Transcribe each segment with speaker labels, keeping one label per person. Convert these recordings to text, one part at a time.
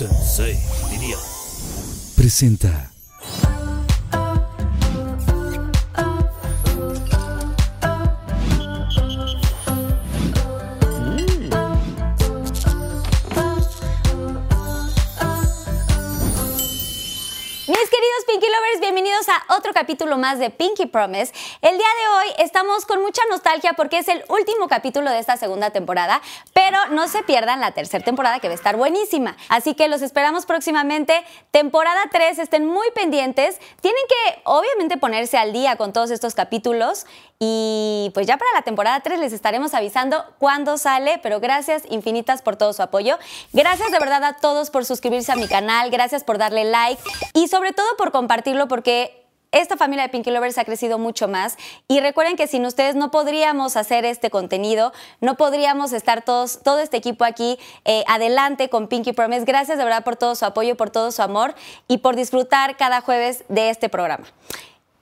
Speaker 1: Sensei, diría. Presenta.
Speaker 2: Mis queridos Pinky Lovers, bienvenidos a otro capítulo más de Pinky Promise. El día de hoy estamos con mucha nostalgia porque es el último capítulo de esta segunda temporada, pero no se pierdan la tercera temporada que va a estar buenísima. Así que los esperamos próximamente. Temporada 3, estén muy pendientes. Tienen que obviamente ponerse al día con todos estos capítulos y pues ya para la temporada 3 les estaremos avisando cuándo sale, pero gracias infinitas por todo su apoyo. Gracias de verdad a todos por suscribirse a mi canal, gracias por darle like y sobre todo por compartirlo porque esta familia de Pinky Lovers ha crecido mucho más y recuerden que sin ustedes no podríamos hacer este contenido, no podríamos estar todos, todo este equipo aquí eh, adelante con Pinky Promise. Gracias de verdad por todo su apoyo, por todo su amor y por disfrutar cada jueves de este programa.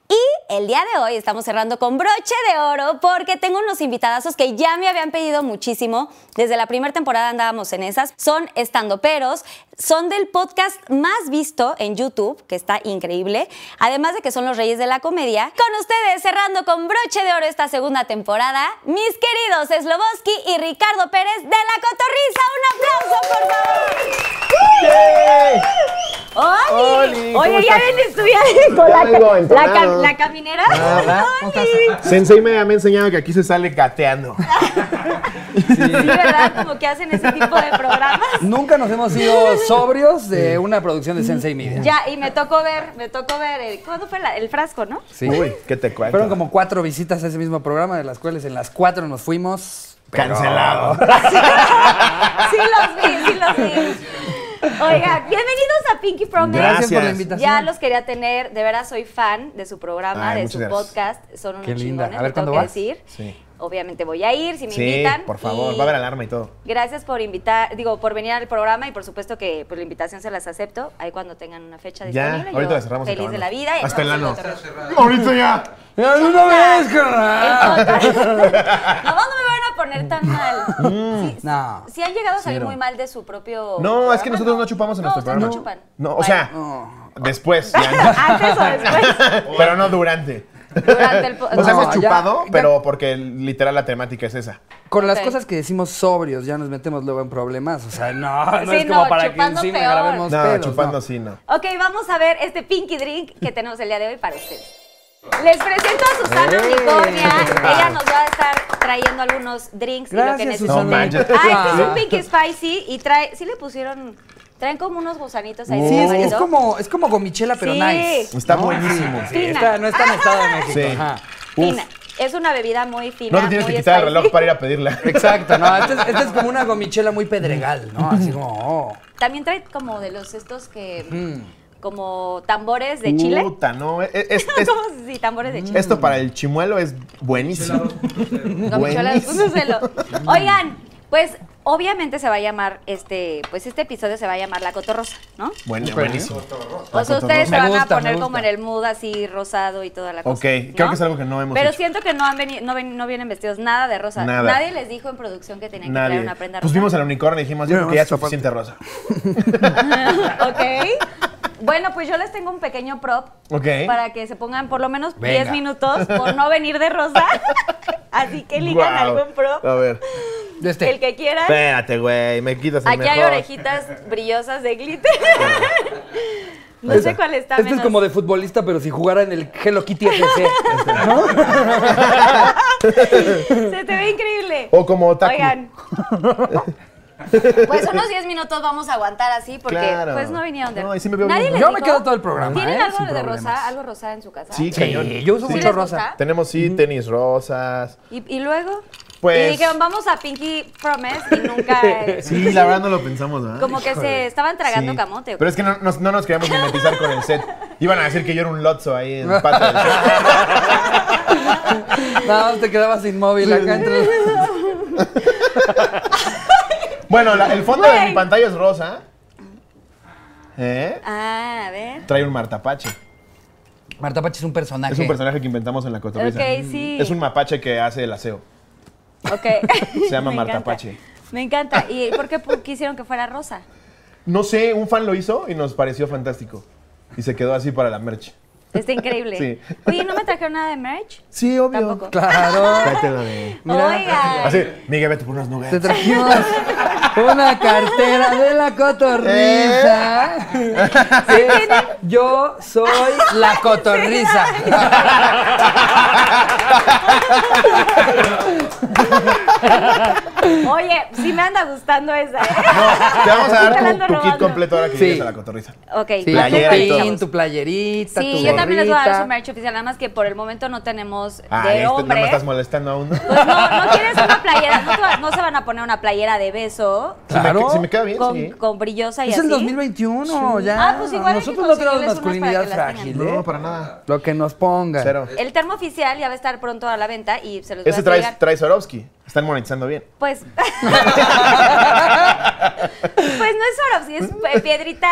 Speaker 2: Y el día de hoy estamos cerrando con broche de oro porque tengo unos invitadazos que ya me habían pedido muchísimo. Desde la primera temporada andábamos en esas. Son estandoperos, son del podcast más visto en YouTube, que está increíble. Además de que son los reyes de la comedia. Con ustedes cerrando con broche de oro esta segunda temporada, mis queridos Sloboski y Ricardo Pérez de La Cotorrisa. Un aplauso, por favor.
Speaker 3: Oli,
Speaker 2: ¡Oli!
Speaker 3: ¿cómo
Speaker 2: Oye, ya
Speaker 3: estás?
Speaker 2: ven, estudiando con
Speaker 3: Ya
Speaker 2: la,
Speaker 3: vengo
Speaker 2: ca- la,
Speaker 3: entonado.
Speaker 2: cam- la caminera.
Speaker 3: Nada.
Speaker 2: Oli.
Speaker 3: Sensei me me ha enseñado que aquí se sale gateando.
Speaker 2: Sí, ¿verdad? Como que hacen ese tipo de programas.
Speaker 4: Nunca nos hemos ido sobrios de una producción de Sensei Media.
Speaker 2: Ya, y me tocó ver, me tocó ver, el, ¿cuándo fue la- el frasco, no?
Speaker 4: Sí.
Speaker 3: Uy, ¿qué te cuento?
Speaker 4: Fueron como cuatro visitas a ese mismo programa, de las cuales en las cuatro nos fuimos. pero-
Speaker 3: cancelado.
Speaker 2: Sí los vi, sí los vi. Oigan, bienvenidos a Pinky Promise.
Speaker 4: Gracias, por la
Speaker 3: Gracias.
Speaker 4: invitación.
Speaker 2: Ya los quería tener, de veras soy fan de su programa,
Speaker 3: Ay,
Speaker 2: de su
Speaker 3: muchas gracias.
Speaker 2: podcast, son unos
Speaker 4: Qué linda.
Speaker 2: chingones,
Speaker 4: A ver,
Speaker 2: lo tengo
Speaker 4: ¿cuándo
Speaker 2: que
Speaker 4: vas?
Speaker 2: decir.
Speaker 3: Sí.
Speaker 2: Obviamente voy a ir si me
Speaker 3: Sí,
Speaker 2: invitan.
Speaker 3: por favor,
Speaker 2: y
Speaker 3: va a haber alarma y todo.
Speaker 2: Gracias por invitar, digo, por venir al programa y por supuesto que pues, la invitación se las acepto. Ahí cuando tengan una fecha
Speaker 3: Ya,
Speaker 2: disponible.
Speaker 3: ahorita
Speaker 2: yo
Speaker 3: la cerramos.
Speaker 2: Feliz de
Speaker 3: acabando.
Speaker 2: la vida. y
Speaker 3: Hasta el
Speaker 2: nos
Speaker 3: ano.
Speaker 2: vamos a otro-
Speaker 3: Ahorita ya.
Speaker 4: ¡Ya de una vez, carnal!
Speaker 2: No, no me van a poner tan mal. Si
Speaker 4: No.
Speaker 2: han llegado a salir
Speaker 4: Cero.
Speaker 2: muy mal de su propio.
Speaker 3: Mm. No, es
Speaker 2: programa,
Speaker 3: que nosotros no chupamos en
Speaker 2: No,
Speaker 3: nuestro
Speaker 2: ustedes No
Speaker 3: programa.
Speaker 2: chupan.
Speaker 3: No, o
Speaker 2: Vale.
Speaker 3: sea, después. ya.
Speaker 2: Antes o después.
Speaker 3: pero no durante.
Speaker 2: Durante el po-
Speaker 3: O sea,
Speaker 2: no.
Speaker 3: hemos
Speaker 4: ya-
Speaker 3: chupado,
Speaker 4: ya-
Speaker 3: pero porque literal la temática es esa.
Speaker 4: Con las
Speaker 2: Ok.
Speaker 4: cosas que decimos sobrios, ya nos metemos luego en problemas. O sea, no, no
Speaker 2: Sí,
Speaker 4: es como
Speaker 2: no,
Speaker 4: para que
Speaker 2: chupando
Speaker 4: encima
Speaker 2: peor.
Speaker 4: grabemos
Speaker 3: No,
Speaker 4: pedos,
Speaker 3: chupando
Speaker 4: no.
Speaker 3: sí, no.
Speaker 2: Ok, vamos a ver este Pinky Drink que tenemos el día de hoy para ustedes. Les presento a Susana
Speaker 4: ¡Eh!
Speaker 2: Unicornia. Ella nos va a estar trayendo algunos drinks y lo que
Speaker 4: Gracias,
Speaker 2: necesiten.
Speaker 4: Susana.
Speaker 3: No manches.
Speaker 2: Ah, este es un
Speaker 4: Ah.
Speaker 2: Pinky Spicy y trae. Sí le pusieron. Traen como unos gusanitos
Speaker 3: Uh.
Speaker 2: ahí.
Speaker 4: Sí, es,
Speaker 2: de
Speaker 4: es
Speaker 2: marido.
Speaker 4: como, es como gomichela, pero
Speaker 2: Sí. Ah.
Speaker 4: nice.
Speaker 3: Está
Speaker 4: ¿no?
Speaker 3: buenísimo.
Speaker 4: Sí,
Speaker 2: Fina.
Speaker 4: está- no está en Estado de México.
Speaker 3: Sí.
Speaker 4: ajá.
Speaker 3: Uf,
Speaker 2: Fina. Es una bebida muy fina.
Speaker 3: no te tienes
Speaker 2: muy
Speaker 3: que quitar el
Speaker 2: spicy.
Speaker 3: reloj para ir a pedirla.
Speaker 4: Exacto, no, esta es, esta es como una gomichela muy pedregal, ¿no? Así como, oh.
Speaker 2: También trae como de los estos que. Como tambores de Chile.
Speaker 3: Puta, no. es- es- Uh, es- Mm.
Speaker 2: ¿Cómo se dice? tambores de Chile?
Speaker 3: esto para el chimuelo es buenísimo.
Speaker 2: Gomichola de
Speaker 3: buenísimo. Mm.
Speaker 2: Púntuselo. Oigan, pues obviamente se va a llamar este. Pues este episodio se va a llamar La Cotorrosa, ¿no?
Speaker 3: Bueno,
Speaker 4: Ok.
Speaker 3: buenísimo.
Speaker 2: O sea, ustedes se
Speaker 4: Me
Speaker 2: van a
Speaker 4: gusta, me
Speaker 2: poner
Speaker 4: gusta.
Speaker 2: como en el mood así rosado y toda la cosa.
Speaker 3: Ok, creo que es algo que no hemos
Speaker 2: Pero
Speaker 3: hecho.
Speaker 2: siento que no, han veni- no, ven- no vienen vestidos nada de rosa.
Speaker 3: Nada.
Speaker 2: Nadie les dijo en producción que tenían que traer
Speaker 3: Nadie.
Speaker 2: una prenda
Speaker 3: Pues
Speaker 2: rosa.
Speaker 3: vimos al unicornio y dijimos, yo
Speaker 4: Mira,
Speaker 3: creo que ya es
Speaker 4: vamos a
Speaker 3: suficiente rosa.
Speaker 2: ok. Bueno, pues yo les tengo un pequeño prop
Speaker 3: Ok.
Speaker 2: para que se pongan por lo menos
Speaker 4: Venga.
Speaker 2: 10 minutos por no venir de rosa. Así que elijan
Speaker 3: Guau.
Speaker 2: algún prop,
Speaker 3: A ver.
Speaker 4: De este.
Speaker 2: el que quieran.
Speaker 3: Espérate, güey, me quitas el
Speaker 2: Aquí hay
Speaker 3: mejor.
Speaker 2: orejitas brillosas de glitter. no
Speaker 3: Ahí
Speaker 2: sé
Speaker 3: está.
Speaker 2: cuál está
Speaker 4: Esto
Speaker 2: menos.
Speaker 4: es como de futbolista, pero si jugara en el Hello Kitty FC.
Speaker 2: Se te ve increíble.
Speaker 3: O como otaku.
Speaker 2: Oigan. Pues unos 10 minutos vamos a aguantar así porque
Speaker 3: Claro.
Speaker 2: pues no vinieron de
Speaker 3: No, y sí me veo
Speaker 2: Nadie
Speaker 3: bien.
Speaker 2: les
Speaker 4: Yo me
Speaker 2: dijo?
Speaker 4: quedo todo el programa,
Speaker 2: ¿Tienen
Speaker 4: ¿eh?
Speaker 2: algo
Speaker 4: Sin
Speaker 2: de
Speaker 4: problemas.
Speaker 2: rosa, algo rosada en su casa?
Speaker 3: Sí, cañón.
Speaker 4: Sí, yo uso
Speaker 2: ¿Sí
Speaker 4: mucho
Speaker 2: les
Speaker 4: rosa.
Speaker 2: gusta?
Speaker 3: Tenemos sí, tenis rosas.
Speaker 2: ¿Y, y luego?
Speaker 3: Pues-
Speaker 2: Y dijeron, vamos a Pinky Promise y nunca... eh,
Speaker 3: Sí, la verdad no lo pensamos, ¿verdad?
Speaker 2: Como que se estaban tragando camote. ¿o
Speaker 3: Pero es que no, nos- no nos queríamos mimetizar con el set. Iban a decir que yo era un lotso ahí en pata del set.
Speaker 4: Nada más te quedabas inmóvil acá entre.
Speaker 3: Bueno, la- el fondo de
Speaker 2: Güey.
Speaker 3: mi pantalla es rosa. ¿Eh?
Speaker 2: Ah, a ver.
Speaker 3: Trae un martapache.
Speaker 4: Marta Pache es un personaje.
Speaker 3: Es un personaje que inventamos en la cotorriza.
Speaker 2: Ok, sí.
Speaker 3: Es un mapache que hace el aseo.
Speaker 2: Ok.
Speaker 3: Se llama
Speaker 2: Me
Speaker 3: Marta
Speaker 2: encanta.
Speaker 3: Pache.
Speaker 2: Me encanta. ¿Y por qué pu- quisieron que fuera rosa?
Speaker 3: No sé, un fan lo hizo y nos pareció fantástico. Y se quedó así para la merch.
Speaker 2: Está increíble.
Speaker 3: Sí.
Speaker 2: Oye, ¿no me trajeron nada de merch?
Speaker 3: Sí, obvio.
Speaker 2: Tampoco.
Speaker 4: Claro.
Speaker 3: Tráetela de-
Speaker 4: Mira.
Speaker 2: Oigan.
Speaker 3: Así, Miguel, vete por unas
Speaker 4: Te
Speaker 3: nubes.
Speaker 4: trajimos una cartera de la cotorriza.
Speaker 2: ¿Eh?
Speaker 4: yo soy la cotorriza.
Speaker 5: Oye, sí me anda gustando esa. ¿eh?
Speaker 3: Te vamos
Speaker 5: Me
Speaker 3: a
Speaker 5: la
Speaker 3: dar
Speaker 5: ando
Speaker 3: tu, tu kit
Speaker 5: robando.
Speaker 3: completo ahora que
Speaker 4: Sí.
Speaker 3: llegues a la cotorriza.
Speaker 2: Ok.
Speaker 4: Sí,
Speaker 2: va,
Speaker 3: Playera
Speaker 2: súper
Speaker 3: y todo.
Speaker 4: tu
Speaker 2: bien.
Speaker 4: pin, tu playerita, tu
Speaker 2: Sí, yo también les voy a dar su
Speaker 4: gorrita.
Speaker 2: merch oficial, nada más que por el momento no tenemos de
Speaker 3: Ah, este, no
Speaker 2: hombre.
Speaker 3: me estás molestando aún. ¿no?
Speaker 2: pues no, no tienes una playera, no, te va- no se van a poner una playera de beso
Speaker 3: Si, me,
Speaker 4: Claro.
Speaker 3: si me queda bien,
Speaker 2: con,
Speaker 3: sí.
Speaker 2: con brillosa y
Speaker 4: Es
Speaker 2: así.
Speaker 4: el 2021, ya.
Speaker 2: Ah, pues igual hay que
Speaker 4: Nosotros no tenemos
Speaker 2: conseguirles unas para que
Speaker 4: masculinidad
Speaker 2: las tengan.
Speaker 4: frágil, ¿eh?
Speaker 3: No, para nada.
Speaker 4: Lo que nos ponga.
Speaker 3: Cero.
Speaker 2: El termo oficial ya va a estar pronto a la venta y se los voy Pues a
Speaker 3: Ese trae,
Speaker 2: entregar.
Speaker 3: trae Swarovski. Están monetizando bien.
Speaker 2: Pues. pues no es Swarovski, es eh, piedrita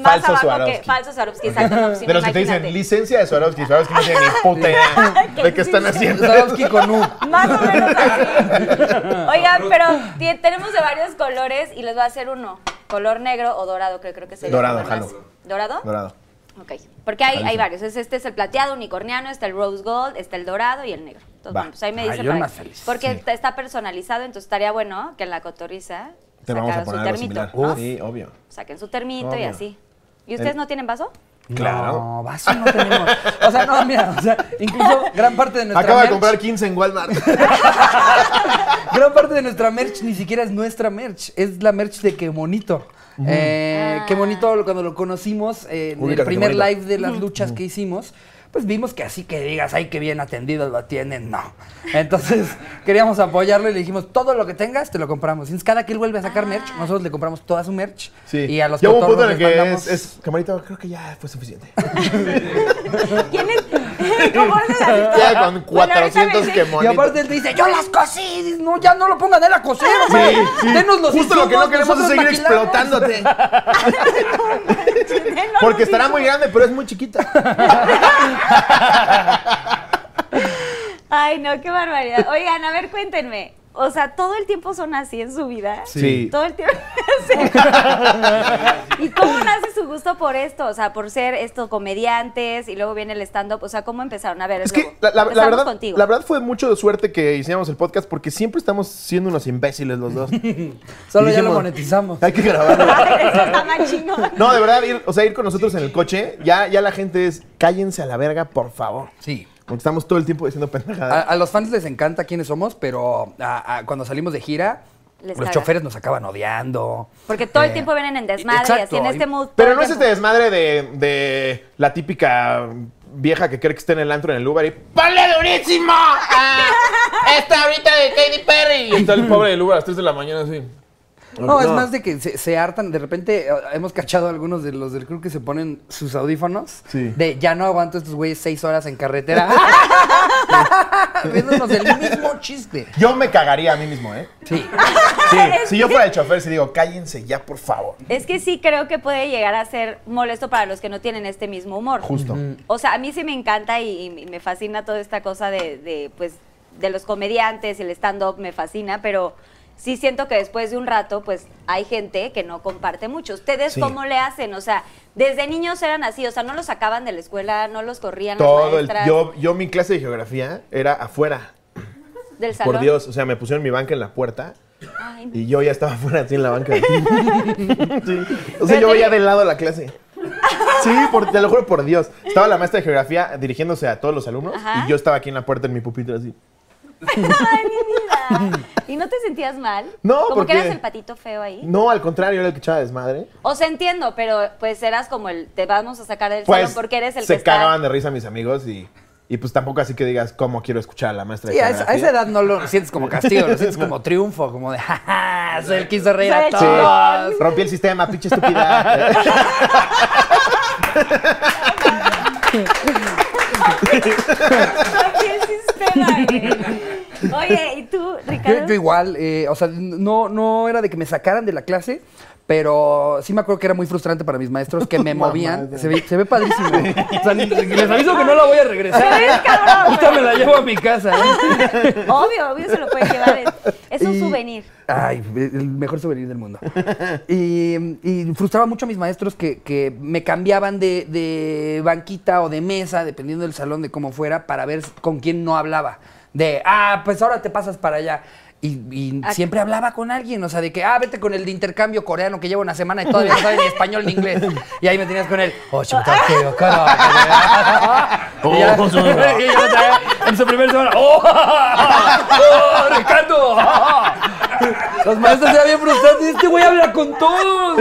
Speaker 2: más
Speaker 3: Falso
Speaker 2: abajo que
Speaker 3: Swarovski.
Speaker 2: falso Swarovski, exacto. no, pues,
Speaker 3: De los que te
Speaker 2: imagínate.
Speaker 3: dicen licencia de Swarovski. Swarovski no tiene ni puta idea de qué están haciendo.
Speaker 4: Swarovski con U.
Speaker 2: Más o menos así. Oigan, pero ti- tenemos de varios colores y les voy a hacer uno. Color negro o dorado, que creo que sería.
Speaker 3: Dorado,
Speaker 2: como más-
Speaker 3: jalo.
Speaker 2: ¿Dorado?
Speaker 3: Dorado.
Speaker 2: Ok. Porque hay, hay
Speaker 3: Jalo.
Speaker 2: varios. Es- Este es el plateado unicorniano, está el rose gold, está el dorado y el negro. Entonces,
Speaker 3: Va.
Speaker 2: bueno, pues ahí me
Speaker 4: Ah,
Speaker 2: dicen.
Speaker 4: yo
Speaker 2: para-
Speaker 4: más feliz.
Speaker 2: Porque está- está personalizado, entonces estaría bueno que en la cotoriza
Speaker 3: Te vamos a
Speaker 2: sacaran su
Speaker 3: poner algo
Speaker 2: termito.
Speaker 3: similar.
Speaker 2: ¿no?
Speaker 3: Sí, obvio.
Speaker 2: Saquen su termito y
Speaker 3: Obvio.
Speaker 2: así. ¿Y ustedes
Speaker 3: El-
Speaker 2: no tienen vaso?
Speaker 3: Claro.
Speaker 4: No, vaso no tenemos. O sea, no, mira, o sea, incluso gran parte de nuestra
Speaker 3: Acaba de
Speaker 4: merch,
Speaker 3: comprar 15 en Walmart.
Speaker 4: gran parte de nuestra merch ni siquiera es nuestra merch, es la merch de Qué Bonito. Eh, Qué Bonito lo- cuando lo conocimos eh, en
Speaker 3: Ubícate,
Speaker 4: el
Speaker 3: Qué
Speaker 4: primer
Speaker 3: Bonito.
Speaker 4: live de las luchas que hicimos. Pues vimos que así que digas, ay, qué bien atendido lo tienen, no. Entonces queríamos apoyarlo y le dijimos, todo lo que tengas te lo compramos. Entonces cada que él vuelve a sacar merch, nosotros le compramos toda su merch.
Speaker 3: Sí.
Speaker 4: Y a los
Speaker 3: Ya hubo un
Speaker 4: cotorros
Speaker 3: punto en el
Speaker 4: les
Speaker 3: que
Speaker 4: mandamos-
Speaker 3: es, es, camarito, creo que ya fue suficiente.
Speaker 2: ¿Quién es? ¿Cómo haces así?
Speaker 3: ya con 400
Speaker 2: ahorita me-
Speaker 4: Y
Speaker 3: quemonitos.
Speaker 4: aparte él dice, yo las cocí, Dices, no, ya no lo pongan él a coser, hombre.
Speaker 3: Sí, sí.
Speaker 4: Denos los
Speaker 3: Justo lo que no queremos es
Speaker 4: insumos, nosotros
Speaker 3: seguir
Speaker 4: maquilamos".
Speaker 3: explotándote. Porque estará muy grande, pero es muy chiquita.
Speaker 5: Ay, no, qué barbaridad. Oigan, a ver, cuéntenme. O sea, todo el tiempo son así en su vida.
Speaker 3: Sí.
Speaker 5: Todo el tiempo. Sí. ¿Y cómo nace su gusto por esto? O sea, por ser estos comediantes y luego viene el stand-up. O sea, ¿cómo empezaron? A ver,
Speaker 3: Es que
Speaker 5: Slobo,
Speaker 3: la, la- la
Speaker 5: empezamos
Speaker 3: verdad,
Speaker 5: contigo.
Speaker 3: la verdad fue mucho de suerte que hiciéramos el podcast porque siempre estamos siendo unos imbéciles los dos.
Speaker 4: Solo
Speaker 3: Y
Speaker 4: ya lo
Speaker 3: dijimos,
Speaker 4: monetizamos.
Speaker 3: Hay que grabarlo.
Speaker 5: Eso está más chingón.
Speaker 3: No, de verdad, ir, o sea, ir con nosotros en el coche, ya, ya la gente es, cállense a la verga, por favor.
Speaker 4: Sí.
Speaker 3: Porque estamos todo el tiempo diciendo
Speaker 4: A,
Speaker 3: pendejadas.
Speaker 4: a los fans les encanta quiénes somos, pero a- a- cuando salimos de gira,
Speaker 2: Les
Speaker 4: los
Speaker 2: caga.
Speaker 4: choferes nos acaban odiando.
Speaker 2: Porque todo el
Speaker 4: Eh,
Speaker 2: tiempo vienen en desmadre y así
Speaker 4: exacto.
Speaker 2: en este mood. todo
Speaker 3: Pero
Speaker 2: el
Speaker 3: no es
Speaker 2: tiempo.
Speaker 3: este desmadre de, de la típica vieja que cree que está en el antro en el Uber y ¡Ponle durísimo! a esta ahorita de Katy Perry. Y está el pobre del Uber a las 3 de la mañana así.
Speaker 4: No, es más de que se, se hartan. De repente eh, hemos cachado a algunos de los del club que se ponen sus audífonos.
Speaker 3: Sí.
Speaker 4: De ya no aguanto estos güeyes seis horas en carretera. Viéndonos el mismo chiste.
Speaker 3: Yo me cagaría a mí mismo, ¿eh?
Speaker 4: Sí.
Speaker 3: Sí, si yo fuera el chofer, sí digo, cállense ya, por favor.
Speaker 2: Es que sí creo que puede llegar a ser molesto para los que no tienen este mismo humor.
Speaker 3: Justo.
Speaker 2: O sea, a mí sí me encanta y, y me fascina toda esta cosa de, de, pues, de los comediantes, el stand-up me fascina, pero sí siento que después de un rato, pues, hay gente que no comparte mucho. ¿Ustedes
Speaker 3: Sí.
Speaker 2: cómo le hacen? O sea, desde niños eran así, o sea, no los sacaban de la escuela, no los corrían las
Speaker 3: Todo el,
Speaker 2: maestras
Speaker 3: yo, yo mi clase de geografía era afuera.
Speaker 2: del salón.
Speaker 3: Por Dios, o sea, me pusieron mi banca en la puerta
Speaker 2: Ay, no.
Speaker 3: y yo ya estaba afuera así en la banca. Sí. O sea,
Speaker 2: Pero
Speaker 3: yo
Speaker 2: te-
Speaker 3: veía de lado la clase. Sí, por- te lo juro por Dios. Estaba la maestra de geografía dirigiéndose a todos los alumnos
Speaker 2: Ajá.
Speaker 3: y yo estaba aquí en la puerta en mi pupitre así.
Speaker 2: Ay, mi vida. ¿Y no te sentías mal?
Speaker 3: No,
Speaker 2: Como
Speaker 3: porque-
Speaker 2: que eras el patito feo ahí.
Speaker 3: No, al contrario, era el que echaba desmadre.
Speaker 2: O sea, entiendo, pero pues eras como el te vamos a sacar del
Speaker 3: Pues
Speaker 2: salón porque eres el
Speaker 3: se
Speaker 2: que
Speaker 3: cagaban
Speaker 2: está.
Speaker 3: de risa mis amigos y, y pues tampoco así que digas cómo quiero escuchar a la maestra de
Speaker 4: Sí, a esa,
Speaker 3: geografía.
Speaker 4: a esa edad no lo sientes como castigo, lo sientes como triunfo, como de, jaja, soy el que hizo reír
Speaker 2: Soy
Speaker 4: a
Speaker 2: el
Speaker 3: Sí.
Speaker 4: todos.
Speaker 3: Rompí el sistema, pinche estúpida.
Speaker 5: Aquí el sistema, eh. Oye, ¿y tú,
Speaker 4: Yo,
Speaker 5: Ricardo?
Speaker 4: yo igual, eh, o sea, no, no era de que me sacaran de la clase, Pero sí me acuerdo que era muy frustrante para mis maestros que me movían. Se ve, se ve padrísimo. O sea, les aviso que no la voy a regresar.
Speaker 2: ves, cabrón?
Speaker 4: Esta me la llevo a mi casa. ¿eh?
Speaker 2: Obvio, obvio se lo pueden llevar. Es, es un
Speaker 4: Y-
Speaker 2: souvenir.
Speaker 4: Ay, el mejor souvenir del mundo. Y, y frustraba mucho a mis maestros que, que me cambiaban de, de banquita o de mesa, dependiendo del salón, de cómo fuera, para ver con quién no hablaba. De, ah, pues ahora te pasas para allá. Y, y
Speaker 2: Ah.
Speaker 4: siempre hablaba con alguien, o sea, de que, ah, vete con el de intercambio coreano que lleva una semana y todavía no sabe ni español ni inglés. Y ahí me tenías con él, oh, chuta, qué bacano". Y ya-
Speaker 1: Oh,
Speaker 4: y yo también, en su primera semana, ¡oh! ¡Oh, Ricardo! Los maestros eran bien frustrados. y, Este güey habla con todos.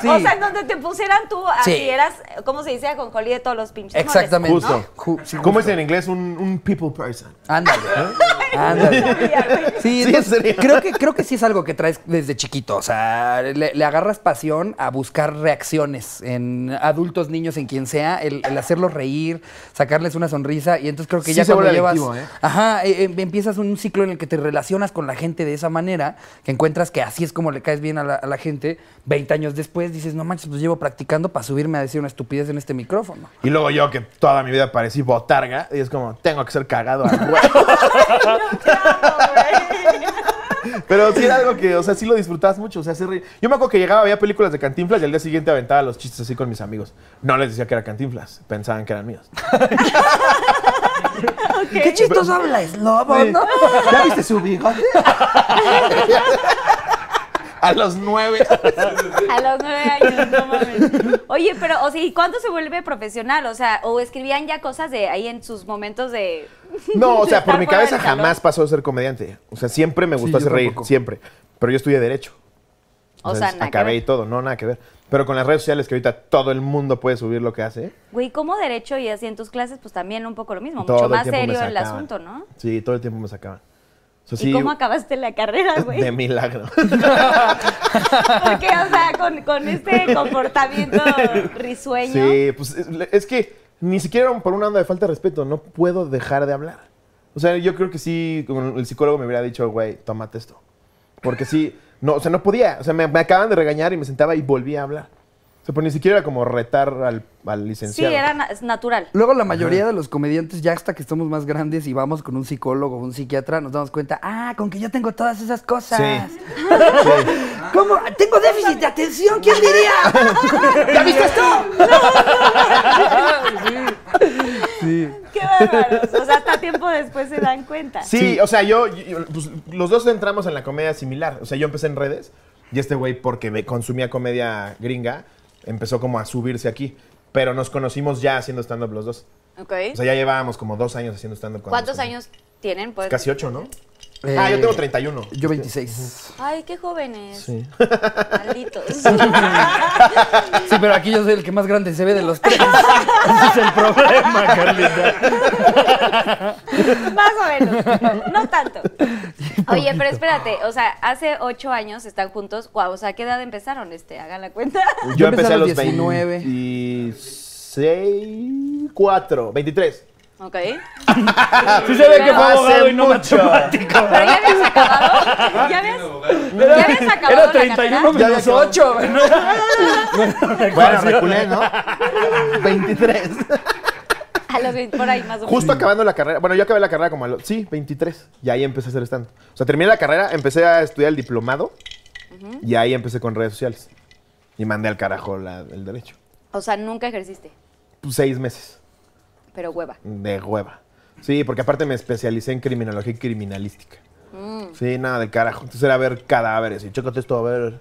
Speaker 4: Sí,
Speaker 2: O sea, en donde te pusieran tú, así
Speaker 4: Sí.
Speaker 2: eras, ¿cómo se dice? Ajonjolí de todos los pinches. moles.
Speaker 4: exactamente.
Speaker 3: Justo.
Speaker 4: Ju- sí,
Speaker 3: ¿Cómo es
Speaker 4: justo.
Speaker 3: en inglés un, un people person?
Speaker 4: Ándale. Ándale.
Speaker 3: Sí,
Speaker 4: Sí,
Speaker 3: en
Speaker 4: entonces,
Speaker 3: serio.
Speaker 4: creo que creo que sí es algo que traes desde chiquito, o sea, le, le agarras pasión a buscar reacciones en adultos, niños, en quien sea, el, el hacerlos reír, sacarles una sonrisa y entonces creo que
Speaker 3: Sí
Speaker 4: ya
Speaker 3: se
Speaker 4: cuando
Speaker 3: vuelve
Speaker 4: llevas,
Speaker 3: adictivo, ¿eh?
Speaker 4: ajá, eh, eh, empiezas un ciclo en el que te relacionas con la gente de esa manera, que encuentras que así es como le caes bien a la, a la gente. 20 años después dices, no manches, pues llevo practicando para subirme a decir una estupidez en este micrófono.
Speaker 3: Y luego yo, que toda mi vida parecí botarga, y es como, tengo que ser cagado a huevo. Pero sí era algo que, o sea, sí lo disfrutabas mucho. O sea, sí reí- Yo me acuerdo que llegaba, veía películas de Cantinflas y al día siguiente aventaba los chistes así con mis amigos. No les decía que era Cantinflas, pensaban que eran míos.
Speaker 4: Qué chistoso habla, es lobo, ¿no?
Speaker 3: ¿Ya viste su bigote? A los nueve.
Speaker 2: A los nueve años, no mames. Oye, pero, o sea, ¿y cuándo se vuelve profesional? O sea, o escribían ya cosas de ahí en sus momentos de.
Speaker 3: No, o sea, por
Speaker 2: Estar
Speaker 3: mi
Speaker 2: fuera
Speaker 3: cabeza
Speaker 2: del salón.
Speaker 3: jamás pasó a ser comediante. O sea, siempre me gustó
Speaker 4: Sí, yo
Speaker 3: hacer reír,
Speaker 4: tampoco.
Speaker 3: siempre. Pero yo estudié Derecho.
Speaker 2: O sea, nada que
Speaker 3: acabé
Speaker 2: ver.
Speaker 3: y todo, no, nada que ver. Pero con las redes sociales que ahorita todo el mundo puede subir lo que hace.
Speaker 2: Güey, como derecho y así en tus clases, pues también un poco lo mismo.
Speaker 3: todo
Speaker 2: mucho
Speaker 3: el
Speaker 2: más
Speaker 3: tiempo me
Speaker 2: serio el
Speaker 3: sacaban.
Speaker 2: asunto, ¿no?
Speaker 3: Sí, todo el tiempo me sacaban. O sea,
Speaker 2: ¿Y
Speaker 3: sí,
Speaker 2: cómo acabaste la carrera, güey?
Speaker 3: de milagro.
Speaker 2: Porque, o sea, con, con este comportamiento risueño.
Speaker 3: Sí, pues es, es que ni siquiera era por una onda de falta de respeto, no puedo dejar de hablar. O sea, yo creo que sí, como el psicólogo me hubiera dicho, güey, tómate esto. Porque sí, no, o sea, no podía. O sea, me, me acaban de regañar y me sentaba y volvía a hablar. O sea, pues ni siquiera era como retar al, al
Speaker 2: Sí,
Speaker 3: licenciado.
Speaker 2: era na- natural.
Speaker 4: Luego la mayoría de los comediantes, ya hasta que estamos más grandes y vamos con un psicólogo o un psiquiatra, nos damos cuenta, ah, con que yo tengo todas esas cosas.
Speaker 3: Sí.
Speaker 4: ¿Cómo? Tengo déficit de atención, ¿quién diría? ¿Ya viste esto?
Speaker 2: Qué bárbaros. O sea, hasta tiempo después se dan cuenta.
Speaker 3: Sí, o sea, yo, yo- pues, los dos entramos en la comedia similar. O sea, yo empecé en redes y este güey, porque me consumía comedia gringa, empezó como a subirse aquí. Pero nos conocimos ya haciendo stand-up los dos.
Speaker 2: Ok.
Speaker 3: O sea, ya llevábamos como dos años haciendo stand-up. cuando
Speaker 2: ¿Cuántos
Speaker 3: nos conocimos.
Speaker 2: años tienen? Pues?
Speaker 3: Casi ocho, ¿no? ah, yo tengo 31.
Speaker 4: Eh, Yo 26.
Speaker 2: Ay, qué jóvenes.
Speaker 3: Sí.
Speaker 2: Malditos.
Speaker 4: Sí, pero aquí yo soy el que más grande se ve de los tres. Ese es el problema, Carlita.
Speaker 2: Más o menos. No tanto. Oye, pero espérate. O sea, hace ocho años están juntos. Guau, o sea, ¿qué edad empezaron? Este, hagan la cuenta.
Speaker 3: Yo empecé a los
Speaker 4: 19.
Speaker 3: 26, 4, 23.
Speaker 2: Ok. Pero
Speaker 4: Sí se ve
Speaker 2: que fue
Speaker 3: abogado y no
Speaker 2: ya habías acabado. Ya habías, ya habías acabado.
Speaker 4: Era
Speaker 2: la
Speaker 4: 31
Speaker 2: carrera?
Speaker 4: menos 8.
Speaker 3: Bueno, reculé, ¿no? 23.
Speaker 2: A los veinte- por ahí más o menos.
Speaker 3: Justo acabando la carrera. Bueno, yo acabé la carrera como a los. Sí, 23. Y ahí empecé a hacer stand. O sea, terminé la carrera, empecé a estudiar el diplomado. Y ahí empecé con redes sociales. Y mandé al carajo la- el derecho.
Speaker 2: O sea, nunca ejerciste.
Speaker 3: Pues, Seis meses
Speaker 2: Pero hueva.
Speaker 3: de hueva. Sí, porque aparte me especialicé en criminología y criminalística. Sí, nada del carajo. Entonces era ver cadáveres y chécate esto, a ver.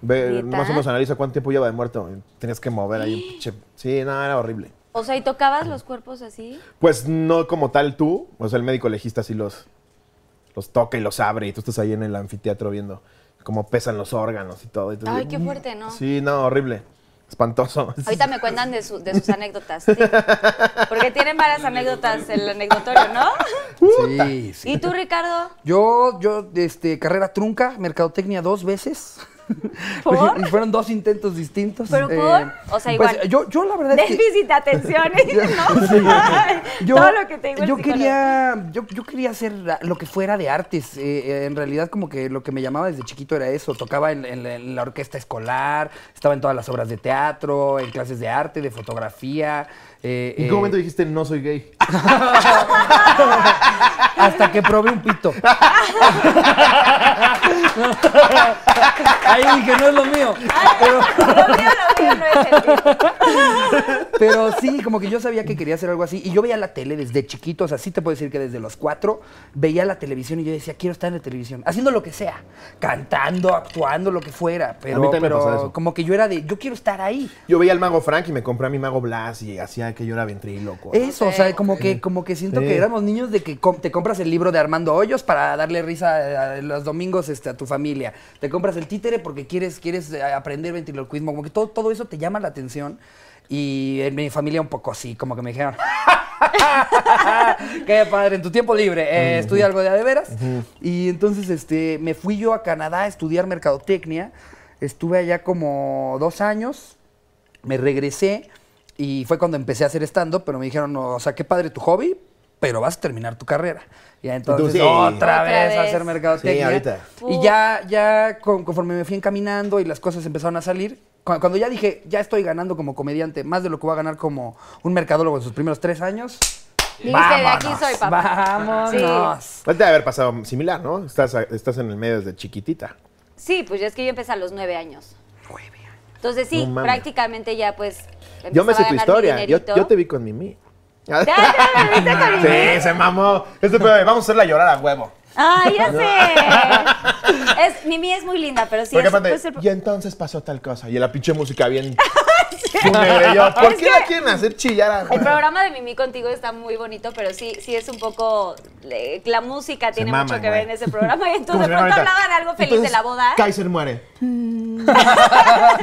Speaker 3: ver,
Speaker 2: ¿Neta?
Speaker 3: más o menos analiza cuánto tiempo lleva de muerto. Tenías que mover ahí un pinche. Sí, nada, era horrible.
Speaker 2: O sea, ¿y tocabas los cuerpos así?
Speaker 3: Pues no como tal tú, o sea, el médico legista sí los, los toca y los abre y tú estás ahí en el anfiteatro viendo cómo pesan los órganos y todo. y tú
Speaker 2: Ay,
Speaker 3: dices, "Mm,
Speaker 2: qué fuerte, ¿no?
Speaker 3: Sí, no, horrible. Espantoso.
Speaker 2: Ahorita me cuentan de, su- de sus anécdotas. sí. Porque tienen varias anécdotas el anecdotorio, ¿no?
Speaker 4: Sí, sí.
Speaker 2: ¿Y tú, Ricardo?
Speaker 4: Yo, yo, este, carrera trunca, mercadotecnia dos veces.
Speaker 2: ¿Por?
Speaker 4: Y fueron dos intentos distintos. Eh,
Speaker 2: ¿Pero por? O sea,
Speaker 4: pues,
Speaker 2: igual.
Speaker 4: yo, yo la verdad es que-
Speaker 2: Déficit de atención, ¿eh? ¿no? Ay,
Speaker 4: yo,
Speaker 2: Todo lo que te digo el
Speaker 4: yo
Speaker 2: psicólogo.
Speaker 4: quería yo, yo quería hacer a- lo que fuera de artes eh, eh, en realidad como que lo que me llamaba desde chiquito era eso tocaba en, en la- en la orquesta escolar estaba en todas las obras de teatro en clases de arte de fotografía eh,
Speaker 3: ¿En
Speaker 4: eh,
Speaker 3: qué momento dijiste no soy gay?
Speaker 4: hasta que probé un pito ahí dije no es lo mío pero-
Speaker 2: Lo mío, lo mío no es el mío.
Speaker 4: Pero sí, como que yo sabía que quería hacer algo así. Y yo veía la tele desde chiquito, o sea, sí te puedo decir que desde los cuatro veía la televisión y yo decía, quiero estar en la televisión, haciendo lo que sea, cantando, actuando, lo que fuera. Pero,
Speaker 3: también me
Speaker 4: pero
Speaker 3: pasaba eso.
Speaker 4: como que yo era de, yo quiero estar ahí.
Speaker 3: Yo veía al mago Frank y me compré a mi mago Blas y hacía que yo era ventríloco.
Speaker 4: Eso, o sea, como que, como que siento
Speaker 3: Sí.
Speaker 4: que éramos niños de que com- te compras el libro de Armando Hoyos para darle risa eh, los domingos este, a tu familia. Te compras el títere porque quieres, quieres eh, aprender ventriloquismo. Como que todo, todo eso te llama la atención. Y en mi familia un poco así, como que me dijeron. Qué padre, en tu tiempo libre, eh, estudia algo de a de veras. Y entonces este, me fui yo a Canadá a estudiar mercadotecnia. Estuve allá como dos años me regresé y fue cuando empecé a hacer stand-up, pero me dijeron, no, o sea, qué padre tu hobby, pero vas a terminar tu carrera. Y entonces
Speaker 3: Entonces, sí.
Speaker 4: otra,
Speaker 2: Otra
Speaker 4: vez, a
Speaker 2: vez.
Speaker 4: hacer mercadotecnia.
Speaker 3: Sí, ahorita.
Speaker 2: Uf.
Speaker 4: Y ya, ya con- conforme me fui encaminando y las cosas empezaron a salir, cu- cuando ya dije, ya estoy ganando como comediante más de lo que voy a ganar como un mercadólogo en sus primeros tres años.
Speaker 2: Dijiste, de aquí soy, papá.
Speaker 4: Vámonos.
Speaker 3: Pues Debe haber pasado similar, ¿no? Estás, estás en el medio desde chiquitita.
Speaker 2: Sí, pues ya es que yo empecé a los nueve años. Entonces sí,
Speaker 3: No mames.
Speaker 2: prácticamente ya pues.
Speaker 3: Yo me
Speaker 2: empezaba
Speaker 3: sé
Speaker 2: a ganar mi
Speaker 3: tu historia. Yo,
Speaker 2: dinerito.
Speaker 3: yo te vi con Mimi.
Speaker 2: Ya, ya me viste con Mimi.
Speaker 3: Sí, se mamó. Este pedo de, vamos a hacerla llorar a huevo.
Speaker 2: Ay, ya sé. Es, Mimi es muy linda, pero sí.
Speaker 3: Porque
Speaker 2: es-
Speaker 3: aparte,
Speaker 2: pues, el-
Speaker 3: y entonces pasó tal cosa. Y la pinche música bien fúnebre. Yo, ¿Por
Speaker 2: Es
Speaker 3: qué
Speaker 2: que-
Speaker 3: la quieren hacer chillar a
Speaker 2: El programa de Mimi contigo está muy bonito, pero sí, sí es un poco. le- La música tiene mucho
Speaker 3: maman,
Speaker 2: que ver en
Speaker 3: güey.
Speaker 2: ese programa. Y
Speaker 3: Como
Speaker 2: entonces de
Speaker 3: si no
Speaker 2: pronto
Speaker 3: ahorita.
Speaker 2: hablaban algo feliz de
Speaker 3: Entonces,
Speaker 2: la boda. Mm.
Speaker 3: Kaiser muere. Nada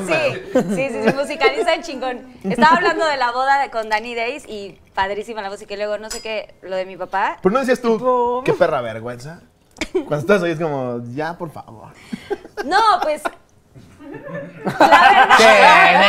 Speaker 3: más.
Speaker 2: Sí, sí, sí, sí, musicalizan chingón. Estaba hablando de la boda de- con Danny Days y padrísima la voz. Y que luego, no sé qué, lo de mi papá.
Speaker 3: Pero no decías tú,
Speaker 2: Boom.
Speaker 3: qué perra vergüenza. Cuando estás ahí es como, ya, por favor.
Speaker 2: No, pues. La verdad.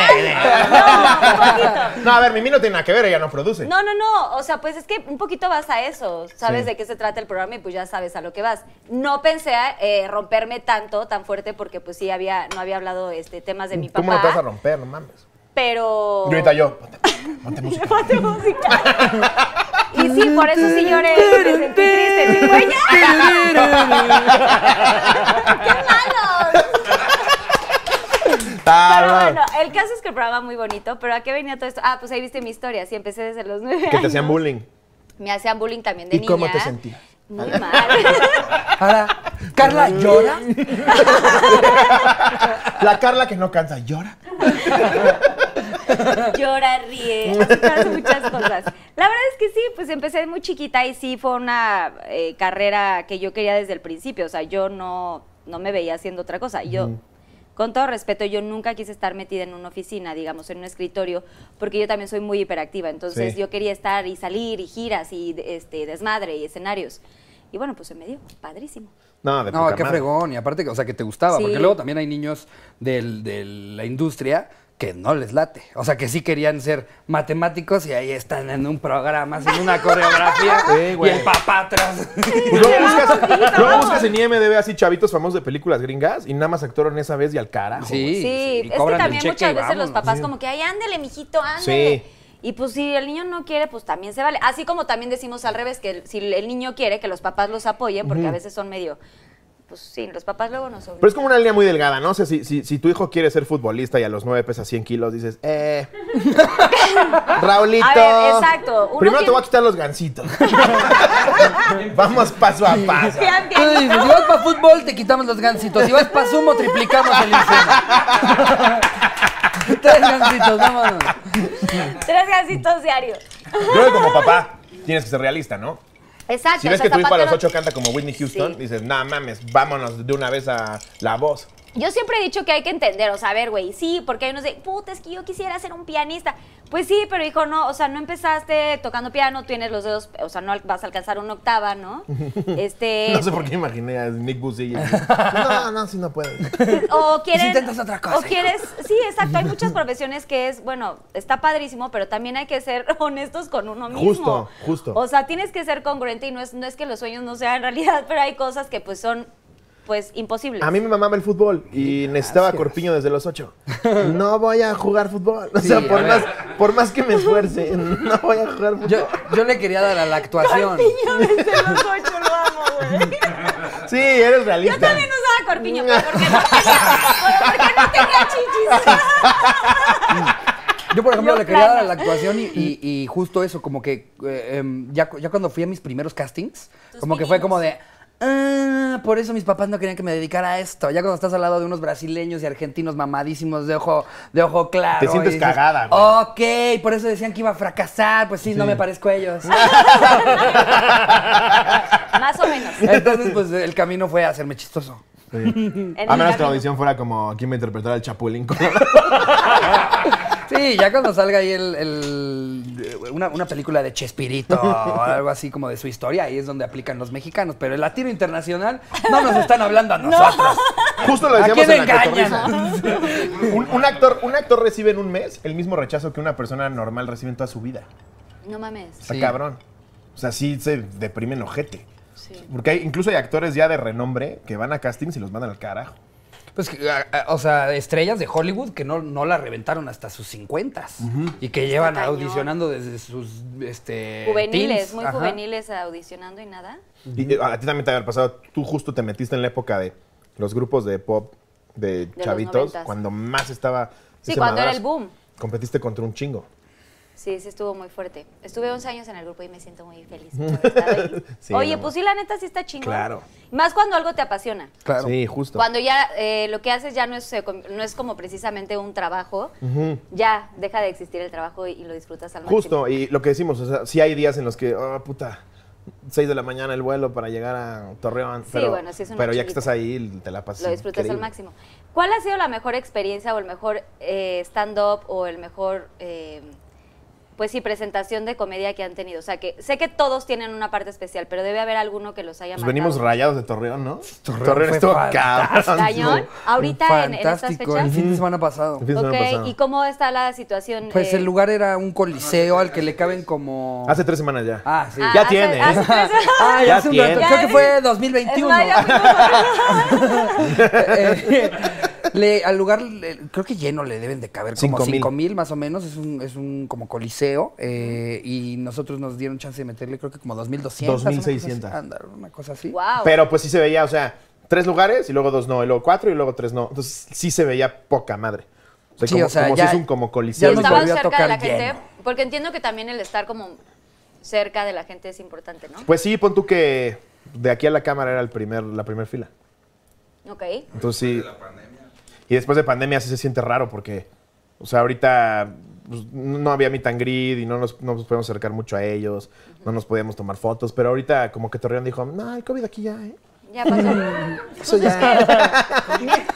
Speaker 3: No, a ver, Mimi no tiene nada que ver, ella no produce.
Speaker 2: No, un poquito. No, no, no. O sea, pues es que un poquito vas a eso. Sabes
Speaker 3: Sí.
Speaker 2: de qué se trata el programa y pues ya sabes a lo que vas. No pensé eh, romperme tanto, tan fuerte, porque pues sí había, no había hablado este temas de mi papá. Oh.
Speaker 3: ¿Cómo no te vas a romper? No mames.
Speaker 2: Pero.
Speaker 3: Y ahorita yo, ponte, ponte música.
Speaker 2: Ponte música. Y sí, por eso sí lloré. Me sentí triste. Sí, güey, ya. ¡Qué malos!
Speaker 3: Ah,
Speaker 2: Pero bueno, el caso es que el programa muy bonito, pero ¿a qué venía todo esto? Ah, pues ahí viste mi historia, sí, empecé desde los nueve
Speaker 3: Que
Speaker 2: años.
Speaker 3: te hacían bullying.
Speaker 2: Me hacían bullying también de
Speaker 3: ¿Y
Speaker 2: niña.
Speaker 3: cómo te sentías?
Speaker 2: Muy mal.
Speaker 4: Ahora, Carla llora.
Speaker 3: La Carla que no cansa, llora.
Speaker 2: Llora, ríe, hace muchas cosas. La verdad es que sí, pues empecé muy chiquita y sí fue una eh, carrera que yo quería desde el principio. O sea, yo no, no me veía haciendo otra cosa. Yo, con todo respeto, yo nunca quise estar metida en una oficina, digamos, en un escritorio, porque yo también soy muy hiperactiva. Entonces
Speaker 3: Sí.
Speaker 2: yo quería estar y salir y giras y de- este, desmadre y escenarios. Y bueno, pues se me dio, padrísimo.
Speaker 3: No, de
Speaker 4: No,
Speaker 3: poca
Speaker 4: qué
Speaker 3: madre.
Speaker 4: fregón. Y aparte, que, o sea, que te gustaba.
Speaker 2: Sí.
Speaker 4: Porque luego también hay niños del- de la industria que no les late. O sea, que sí querían ser matemáticos y ahí están en un programa, en una coreografía.
Speaker 3: Sí,
Speaker 4: y
Speaker 3: güey.
Speaker 4: el papá atrás.
Speaker 3: Pues luego buscas, luego buscas en IMDB así chavitos famosos de películas gringas y nada más actuaron esa vez y al carajo. güey.
Speaker 4: Sí,
Speaker 2: pues Sí,
Speaker 4: sí, y
Speaker 2: es que
Speaker 4: cobran el
Speaker 2: también
Speaker 4: cheque
Speaker 2: muchas
Speaker 4: y
Speaker 2: veces los
Speaker 4: vámonos.
Speaker 2: papás
Speaker 4: Sí.
Speaker 2: como que, ay, ándele, mijito, ándele. Y pues si el niño no quiere, pues también se vale. Así como también decimos al revés, que el- si el niño quiere, que los papás los apoyen, porque a veces son medio, pues sí, los papás luego nos obligan.
Speaker 3: Pero es como una línea muy delgada, ¿no? O sea, si, si, si tu hijo quiere ser futbolista y a los nueve pesa 100 kilos, dices, eh. Raulito.
Speaker 2: A ver, exacto. Uno
Speaker 3: Primero te
Speaker 2: tiene-
Speaker 3: voy a quitar los gancitos. Vamos paso a paso.
Speaker 2: Bien,
Speaker 4: Tú
Speaker 2: bien.
Speaker 4: dices, si vas para fútbol, te quitamos los gancitos. Si vas para sumo, triplicamos el infierno. Tres gancitos, vámonos.
Speaker 2: Tres gancitos diarios.
Speaker 3: Yo Creo que como papá tienes que ser realista, ¿no?
Speaker 2: Exacto.
Speaker 3: Si ves
Speaker 2: o sea,
Speaker 3: que tu hijo a
Speaker 2: zapatero-
Speaker 3: los ocho canta como Whitney Houston,
Speaker 2: Sí.
Speaker 3: dices, no mames, vámonos de una vez a la voz.
Speaker 2: Yo siempre he dicho que hay que entender, o sea, a ver, güey, sí, porque hay unos de, puta, es que yo quisiera ser un pianista. Pues sí, pero hijo, no, o sea, no empezaste tocando piano, tienes los dedos, o sea, no al- vas a alcanzar una octava, ¿no? Este.
Speaker 3: No sé por qué imaginé a Nick Busey. No, no, si no puedes.
Speaker 2: O quieres.
Speaker 4: intentas otra cosa,
Speaker 2: O
Speaker 4: hijo.
Speaker 2: quieres. Sí, exacto. Hay muchas profesiones que es, bueno, está padrísimo, pero también hay que ser honestos con uno mismo.
Speaker 3: Justo, justo.
Speaker 2: O sea, tienes que ser congruente y no es, no es que los sueños no sean realidad, pero hay cosas que pues son pues imposibles.
Speaker 3: A mí me mamaba el fútbol y necesitaba corpiño desde los ocho. No voy a jugar fútbol. O sea,
Speaker 4: Sí, a
Speaker 3: por,
Speaker 4: ver.
Speaker 3: más, por más que me esfuerce, no voy a jugar fútbol.
Speaker 4: Yo, yo le quería dar a la actuación.
Speaker 2: Corpiño desde los ocho, lo amo, güey.
Speaker 3: Sí, eres realista.
Speaker 2: Yo también usaba corpiño, pero porque no tenía, porque no tenía chichis.
Speaker 4: Yo, por ejemplo,
Speaker 2: Yo
Speaker 4: le quería dar a
Speaker 2: plana.
Speaker 4: la actuación y, y- y justo eso, como que eh, em, ya, cu- ya cuando fui a mis primeros castings, como que fue como de, "Ah, por eso mis papás no querían que me dedicara a esto. Ya cuando estás al lado de unos brasileños y argentinos mamadísimos de ojo, de ojo claro.
Speaker 3: Te sientes
Speaker 4: y dices,
Speaker 3: cagada,
Speaker 4: Ok, por eso decían que iba a fracasar, pues sí, no me parezco a ellos.
Speaker 2: Más o menos.
Speaker 4: Entonces, pues el camino fue hacerme chistoso.
Speaker 3: Sí.
Speaker 2: En
Speaker 3: A
Speaker 2: mi
Speaker 3: menos que la
Speaker 2: camino.
Speaker 3: audición fuera como quién me interpretara el Chapulín.
Speaker 4: Sí, ya cuando salga ahí el, el- una, una película de Chespirito o algo así como de su historia, ahí es donde aplican los mexicanos. Pero el latino internacional no nos están hablando a nosotros.
Speaker 3: Justo lo
Speaker 4: ¿A
Speaker 3: decíamos
Speaker 4: quién
Speaker 3: en la
Speaker 4: engañan?
Speaker 3: cotorriza. un, un actor, un actor recibe en un mes el mismo rechazo que una persona normal recibe en toda su vida.
Speaker 2: No mames.
Speaker 3: Está
Speaker 4: Sí.
Speaker 3: cabrón. O sea, sí se deprime en ojete.
Speaker 2: Sí.
Speaker 3: Porque hay, incluso hay actores ya de renombre que van a castings y los mandan al carajo.
Speaker 4: Pues, que, a- a- o sea, estrellas de Hollywood que no, no la reventaron hasta sus 50 y que llevan
Speaker 2: Este cañón.
Speaker 4: audicionando desde sus este,
Speaker 3: Eh,
Speaker 2: Juveniles,
Speaker 4: teens.
Speaker 2: muy
Speaker 4: Ajá.
Speaker 2: juveniles audicionando y nada.
Speaker 3: Y eh, a ti también te había pasado, tú justo te metiste en la época de los grupos de pop de,
Speaker 2: los
Speaker 3: chavitos,
Speaker 2: noventas.
Speaker 3: cuando más estaba.
Speaker 2: Sí,
Speaker 3: ese
Speaker 2: cuando era el
Speaker 3: madrazo.
Speaker 2: boom.
Speaker 3: Competiste contra un chingo.
Speaker 2: Sí, sí estuvo muy fuerte. Estuve 11 años en el grupo y me siento muy feliz. por estar ahí.
Speaker 3: Sí,
Speaker 2: Oye,
Speaker 3: no.
Speaker 2: pues sí, la neta sí está chingón.
Speaker 3: Claro.
Speaker 2: Más cuando algo te apasiona.
Speaker 4: Claro.
Speaker 3: Sí, justo.
Speaker 2: Cuando ya eh, lo que haces ya no es, eh, com- no es como precisamente un trabajo, ya deja de existir el trabajo y, y lo disfrutas al máximo.
Speaker 3: Justo, y lo que decimos, o sea, sí hay días en los que, ah, puta, 6 de la mañana el vuelo para llegar a Torreón.
Speaker 2: Sí,
Speaker 3: pero,
Speaker 2: bueno, sí es una
Speaker 3: Pero ya que
Speaker 2: chinguita.
Speaker 3: estás ahí, te la pasas.
Speaker 2: Lo disfrutas al
Speaker 3: increíble.
Speaker 2: máximo. ¿Cuál ha sido la mejor experiencia o el mejor eh, stand-up o el mejor, eh, pues sí, presentación de comedia que han tenido? O sea, que sé que todos tienen una parte especial, pero debe haber alguno que los haya
Speaker 3: Pues venimos
Speaker 2: marcado.
Speaker 3: rayados de Torreón, ¿no? Torreón,
Speaker 4: fue
Speaker 3: estuvo
Speaker 4: fantástico.
Speaker 3: cabrón.
Speaker 2: Cañón. Ahorita en, en estas
Speaker 4: Fantástico, el
Speaker 2: fechas.
Speaker 4: fin de semana pasado.
Speaker 3: El fin de semana
Speaker 2: Ok,
Speaker 3: pasado.
Speaker 2: ¿y cómo está la situación?
Speaker 4: Pues
Speaker 2: eh,
Speaker 4: el lugar era un coliseo al que le caben como...
Speaker 3: Hace tres semanas ya.
Speaker 4: Ah, sí.
Speaker 2: ah,
Speaker 3: Ya
Speaker 2: hace-
Speaker 3: tiene,
Speaker 2: hace
Speaker 3: ¿eh?
Speaker 2: tres-
Speaker 4: Ah,
Speaker 3: Ya
Speaker 4: ya hace un rato.
Speaker 3: tiene.
Speaker 4: Creo que fue 2021.
Speaker 2: Es más, ya
Speaker 4: Eh, le- al lugar, le- creo que lleno le deben de caber
Speaker 3: Cinco
Speaker 4: como
Speaker 3: mil.
Speaker 4: 5 mil más o menos. Es un, es un como coliseo. eh, y nosotros nos dieron chance de meterle, creo que como 2.200.
Speaker 3: 2,600.
Speaker 4: Andar, una cosa así.
Speaker 2: wow.
Speaker 3: Pero pues sí se veía, o sea, tres lugares y luego dos no, y luego cuatro y luego tres no. Entonces sí se veía poca madre. O sea,
Speaker 4: Sí,
Speaker 3: como,
Speaker 4: o sea,
Speaker 3: como
Speaker 4: ya-
Speaker 3: si es un como
Speaker 4: ya
Speaker 3: coliseo.
Speaker 2: ¿Y
Speaker 4: nos
Speaker 2: estaban
Speaker 4: volvió a
Speaker 2: cerca de la
Speaker 4: tocar
Speaker 2: gente?
Speaker 4: lleno.
Speaker 2: Porque entiendo que también el estar como cerca de la gente es importante, ¿no?
Speaker 3: Pues sí, pon tú que de aquí a la cámara era el primer, la primera fila.
Speaker 2: Ok.
Speaker 3: Entonces sí. Y después de pandemia sí se siente raro porque, o sea, ahorita pues, no había meet and greet y no nos, no nos podíamos acercar mucho a ellos, no nos podíamos tomar fotos, pero ahorita como que Torreón dijo, no, el COVID aquí ya, ¿eh?
Speaker 2: Ya pasó.
Speaker 3: Eso ya.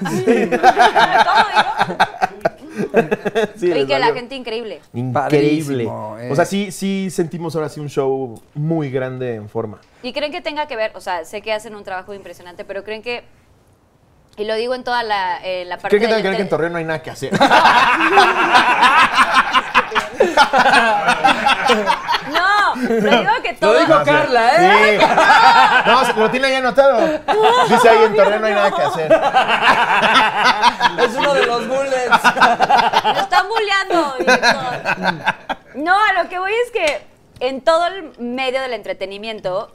Speaker 2: ¿Cómo
Speaker 3: Sí,
Speaker 2: digo? Y
Speaker 3: les
Speaker 2: que la
Speaker 3: valió.
Speaker 2: gente increíble.
Speaker 3: Increíble.
Speaker 4: Padrísimo, eh.
Speaker 3: O sea, sí, sí sentimos ahora sí un show muy grande en forma.
Speaker 2: ¿Y creen que tenga que ver? O sea, sé que hacen un trabajo impresionante, pero creen que. Y lo digo en toda la, eh, la parte.
Speaker 3: Creo que
Speaker 2: del
Speaker 3: también creen que en
Speaker 2: tele-
Speaker 3: Torreón no hay nada que hacer.
Speaker 2: No, lo digo que todo.
Speaker 4: Lo dijo Carla, ¿eh?
Speaker 3: Sí. No, lo tiene ya anotado. Dice ahí en Torreón no hay nada que hacer.
Speaker 4: Es uno de los bullets.
Speaker 2: Lo están bulleando, director. No, a lo que voy es que en todo el medio del entretenimiento,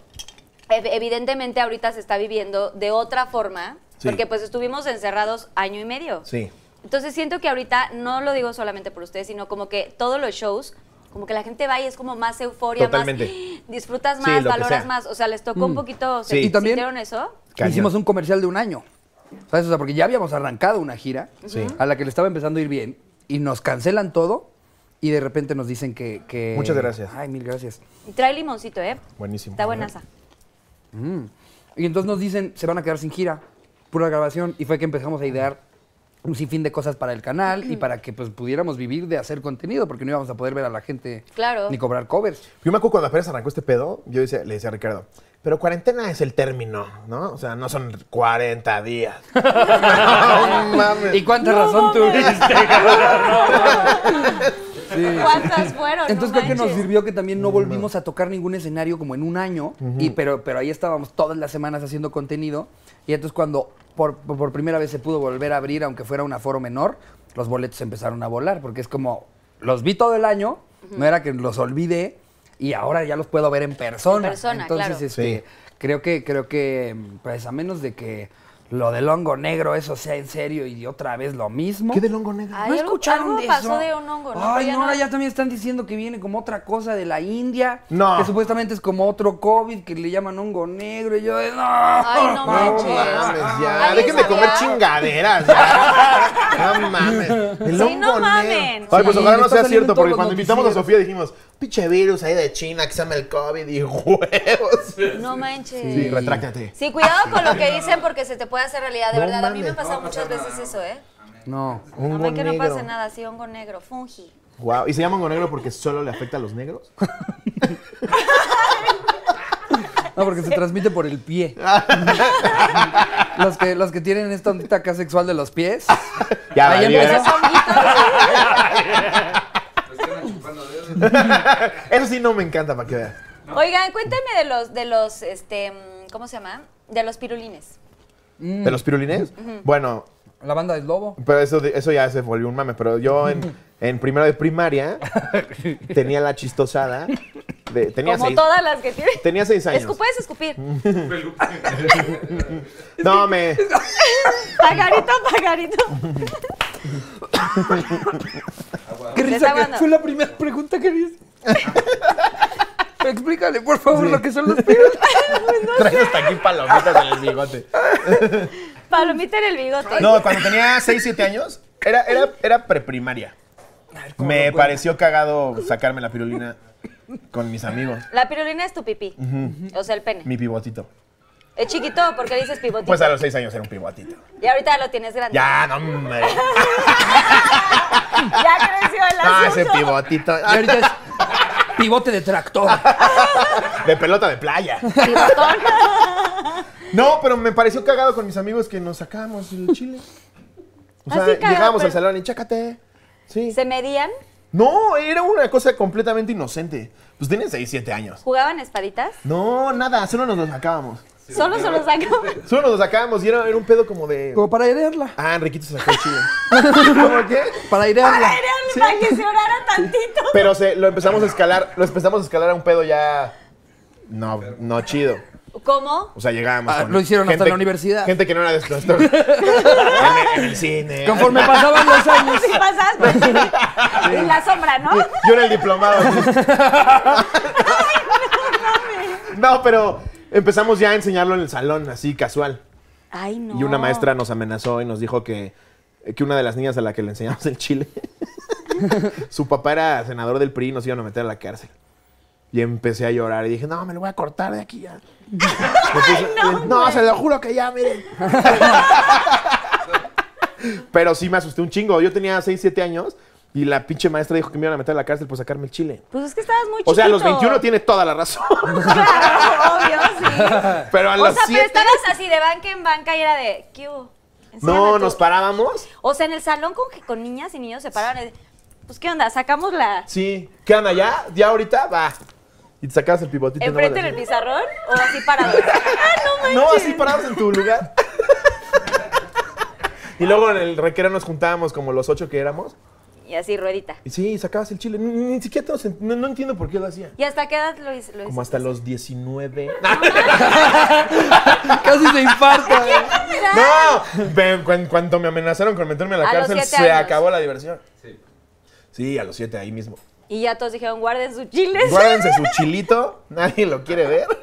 Speaker 2: ev- evidentemente ahorita se está viviendo de otra forma,
Speaker 3: Sí.
Speaker 2: porque pues estuvimos encerrados año y medio.
Speaker 3: Sí.
Speaker 2: Entonces siento que ahorita, no lo digo solamente por ustedes, sino como que todos los shows, como que la gente va y es como más euforia,
Speaker 3: Totalmente.
Speaker 2: más ¡Ah! disfrutas
Speaker 3: Sí,
Speaker 2: más,
Speaker 3: lo que
Speaker 2: valoras
Speaker 3: sea.
Speaker 2: más. O sea, les tocó un poquito, ¿se
Speaker 3: Sí.
Speaker 4: Mm. Y también-
Speaker 2: sintieron eso?
Speaker 3: Cañón.
Speaker 4: Hicimos un comercial de un año. ¿Sabes? O sea, porque ya habíamos arrancado una gira
Speaker 3: Sí.
Speaker 4: a la que le estaba empezando a ir bien y nos cancelan todo y de repente nos dicen que. que-
Speaker 3: Muchas gracias.
Speaker 4: Ay, mil gracias.
Speaker 2: Y trae limoncito, ¿eh?
Speaker 3: Buenísimo.
Speaker 2: Está buenaza.
Speaker 4: Y entonces nos dicen, se van a quedar sin gira. pura grabación y fue que empezamos a idear un sinfín de cosas para el canal y para que pues pudiéramos vivir de hacer contenido porque no íbamos a poder ver a la gente
Speaker 6: Claro.
Speaker 4: ni cobrar covers.
Speaker 3: Yo me acuerdo cuando apenas arrancó este pedo, yo decía- le decía a Ricardo, pero cuarentena es el término, ¿no? O sea, no son 40 días. no mames.
Speaker 4: ¿Y cuánta razón tuviste?
Speaker 2: ¿Cuántas fueron?
Speaker 4: Entonces
Speaker 2: No
Speaker 4: creo que nos
Speaker 2: manches.
Speaker 4: sirvió que también no volvimos a tocar ningún escenario como en un año, y, pero, pero ahí estábamos todas las semanas haciendo contenido. Y entonces cuando por, por primera vez se pudo volver a abrir, aunque fuera un aforo menor, los boletos empezaron a volar, porque es como, los vi todo el año, no era que los olvidé, y ahora ya los puedo ver en persona.
Speaker 6: En persona,
Speaker 4: entonces,
Speaker 6: claro.
Speaker 4: este,
Speaker 3: Sí.
Speaker 4: creo que, creo que, pues a menos de que lo del hongo negro, eso sea en serio y otra vez lo mismo.
Speaker 3: ¿Qué del hongo negro?
Speaker 2: Ay,
Speaker 4: ¿No
Speaker 2: algo-
Speaker 4: escucharon
Speaker 2: algo
Speaker 4: de
Speaker 2: pasó
Speaker 4: eso?
Speaker 2: de un hongo, ¿no?
Speaker 4: Ay,
Speaker 2: Pero ya
Speaker 4: no, ahora
Speaker 2: no-
Speaker 4: ya también están diciendo que viene como otra cosa de la India.
Speaker 3: No.
Speaker 4: Que supuestamente es como otro COVID que le llaman hongo negro. Y yo, de, no.
Speaker 2: Ay, no
Speaker 3: No
Speaker 2: manches.
Speaker 3: mames, ya.
Speaker 2: ¿Alguien
Speaker 3: Dejen de comer
Speaker 2: sabía?
Speaker 3: chingaderas, ya. No mames. El
Speaker 2: Sí,
Speaker 3: hongo
Speaker 2: no
Speaker 3: negro.
Speaker 2: mamen.
Speaker 3: Ay, pues
Speaker 4: Sí,
Speaker 3: ojalá no
Speaker 4: está
Speaker 3: sea
Speaker 4: saliendo en
Speaker 3: cierto,
Speaker 4: todos
Speaker 3: porque
Speaker 4: los
Speaker 3: cuando invitamos a
Speaker 4: noticieros.
Speaker 3: Sofía dijimos, pinche virus ahí de China que se llama el COVID y huevos.
Speaker 2: No manches.
Speaker 3: Sí, retráctate.
Speaker 2: Sí, cuidado con lo que dicen porque se te puede hacer realidad. De
Speaker 3: No
Speaker 2: verdad, a mí me ha
Speaker 3: mames.
Speaker 2: pasado muchas veces eso, ¿eh?
Speaker 4: No.
Speaker 3: Hongo
Speaker 2: Amén que no
Speaker 3: negro.
Speaker 2: pase nada, sí, hongo negro, fungi.
Speaker 3: Guau, ¿Y se llama hongo negro porque solo le afecta a los negros?
Speaker 4: No, porque se transmite por el pie. los, que, los que tienen esta ondita acá sexual de los pies.
Speaker 3: Ya,
Speaker 4: Ah, Ahí
Speaker 3: valió.
Speaker 4: empezó.
Speaker 3: Eso sí no me encanta, para que veas.
Speaker 2: Oigan, cuéntame de los, de los, este, mm, ¿cómo se llama? De los pirulines. Mm.
Speaker 3: ¿De los pirulines? Bueno,
Speaker 4: La banda del lobo.
Speaker 3: pero eso, de- eso ya se volvió un mame. Pero yo en, en primero de primaria tenía la chistosada. de- tenía
Speaker 2: Como
Speaker 3: seis,
Speaker 2: todas las que tienen.
Speaker 3: Tenía seis años.
Speaker 2: Escu- puedes escupir.
Speaker 3: No, me...
Speaker 2: Pagarito, pagarito.
Speaker 4: Qué
Speaker 2: Le
Speaker 4: risa
Speaker 2: está
Speaker 4: que
Speaker 2: hablando.
Speaker 4: fue la primera pregunta que hice. Explícale, por favor, lo que son los pies.
Speaker 3: Traes hasta aquí palomitas en el bigote.
Speaker 2: Palomita en el bigote.
Speaker 3: No, cuando tenía 6, 7 años, era, era, era preprimaria. Me pareció cagado sacarme la pirulina con mis amigos,
Speaker 2: La pirulina es tu pipí. O sea, el pene.
Speaker 3: mi pivotito.
Speaker 2: Es chiquito, porque le dices pivotito.
Speaker 3: Pues a los 6 años era un pivotito.
Speaker 2: Y ahorita lo tienes grande.
Speaker 3: Ya, no, hombre.
Speaker 2: Ya creció el
Speaker 3: No, Ah, ese
Speaker 2: asunto.
Speaker 3: pivotito.
Speaker 4: Y ahorita es pivote de tractor.
Speaker 3: De pelota de playa. No, pero me pareció cagado con mis amigos que nos sacábamos el chile. O sea,
Speaker 2: Así Ah, cagado,
Speaker 3: llegábamos
Speaker 2: pero-
Speaker 3: al salón y chácate. Sí.
Speaker 2: Se medían,
Speaker 3: No, era una cosa completamente inocente. Pues tienen 6, 7 años.
Speaker 2: jugaban espaditas.
Speaker 3: No, nada, solo nos lo sacábamos.
Speaker 2: Solo se los sacó.
Speaker 3: Solo nos lo sacábamos y era, era un pedo como de.
Speaker 4: Como para heredarla.
Speaker 3: Ah, Enriquito se sacó el chile. ¿Cómo qué?
Speaker 4: Para idearla.
Speaker 2: Para que se orara tantito.
Speaker 3: Pero se, lo empezamos a escalar, lo empezamos a escalar a un pedo ya. No, no chido.
Speaker 2: ¿Cómo?
Speaker 3: O sea, llegábamos.
Speaker 4: Ah,
Speaker 3: con
Speaker 4: lo hicieron hasta la universidad.
Speaker 3: Gente que no era de estos. en, el- en el cine.
Speaker 4: Conforme pasaban los años.
Speaker 2: Si pasas, pues, en la sombra, ¿no?
Speaker 3: Yo era el diplomado. no, pero empezamos ya a enseñarlo en el salón, así casual.
Speaker 2: Ay, no.
Speaker 3: Y una maestra nos amenazó y nos dijo que, que una de las niñas a la que le enseñamos el chile, su papá era senador del PRI y nos iban a meter a la cárcel. Y empecé a llorar y dije, no, me lo voy a cortar de aquí ya. Me puse- no, se lo juro que ya, miren. Pero sí me asusté un chingo. Yo tenía 6, 7 años y la pinche maestra dijo que me iban a meter a la cárcel por sacarme el chile.
Speaker 2: Pues es que estabas muy chiquito.
Speaker 3: O sea, a los 21 tiene toda la razón.
Speaker 2: Claro, obvio, sí.
Speaker 3: Pero a
Speaker 2: o
Speaker 3: los
Speaker 2: sea, pero
Speaker 3: 7...
Speaker 2: estabas así de banca en banca y era de, ¿qué hubo? Enséñame
Speaker 3: No,
Speaker 2: tú.
Speaker 3: nos parábamos.
Speaker 2: O sea, en el salón con, con niñas y niños se paraban. y de, Pues, ¿qué onda? Sacamos la...
Speaker 3: Sí. ¿Qué onda ya? ¿Ya ahorita? Va. Y te sacabas el pivotito. nada más
Speaker 2: ¿Enfrente en
Speaker 3: así.
Speaker 2: el pizarrón o así parados? ah, no manches.
Speaker 3: No, así parados en tu lugar. y luego en el recreo nos juntábamos como los ocho que éramos.
Speaker 2: Y así, ruedita.
Speaker 3: Y sí, sacabas el chile. Ni, ni siquiera te lo sent- no, no entiendo por qué lo hacía.
Speaker 2: ¿Y hasta qué edad lo hice? Lo
Speaker 3: Como hasta los 19.
Speaker 4: Casi se infarta.
Speaker 3: ¡No! Ve, cu- En cuanto me amenazaron con meterme a la
Speaker 2: A los
Speaker 3: cárcel,
Speaker 2: siete
Speaker 3: se
Speaker 2: años.
Speaker 3: acabó la diversión. Sí. Sí, a los siete, ahí mismo.
Speaker 2: Y ya todos dijeron, guarden sus chiles.
Speaker 3: Guárdense su chilito, nadie lo quiere ver.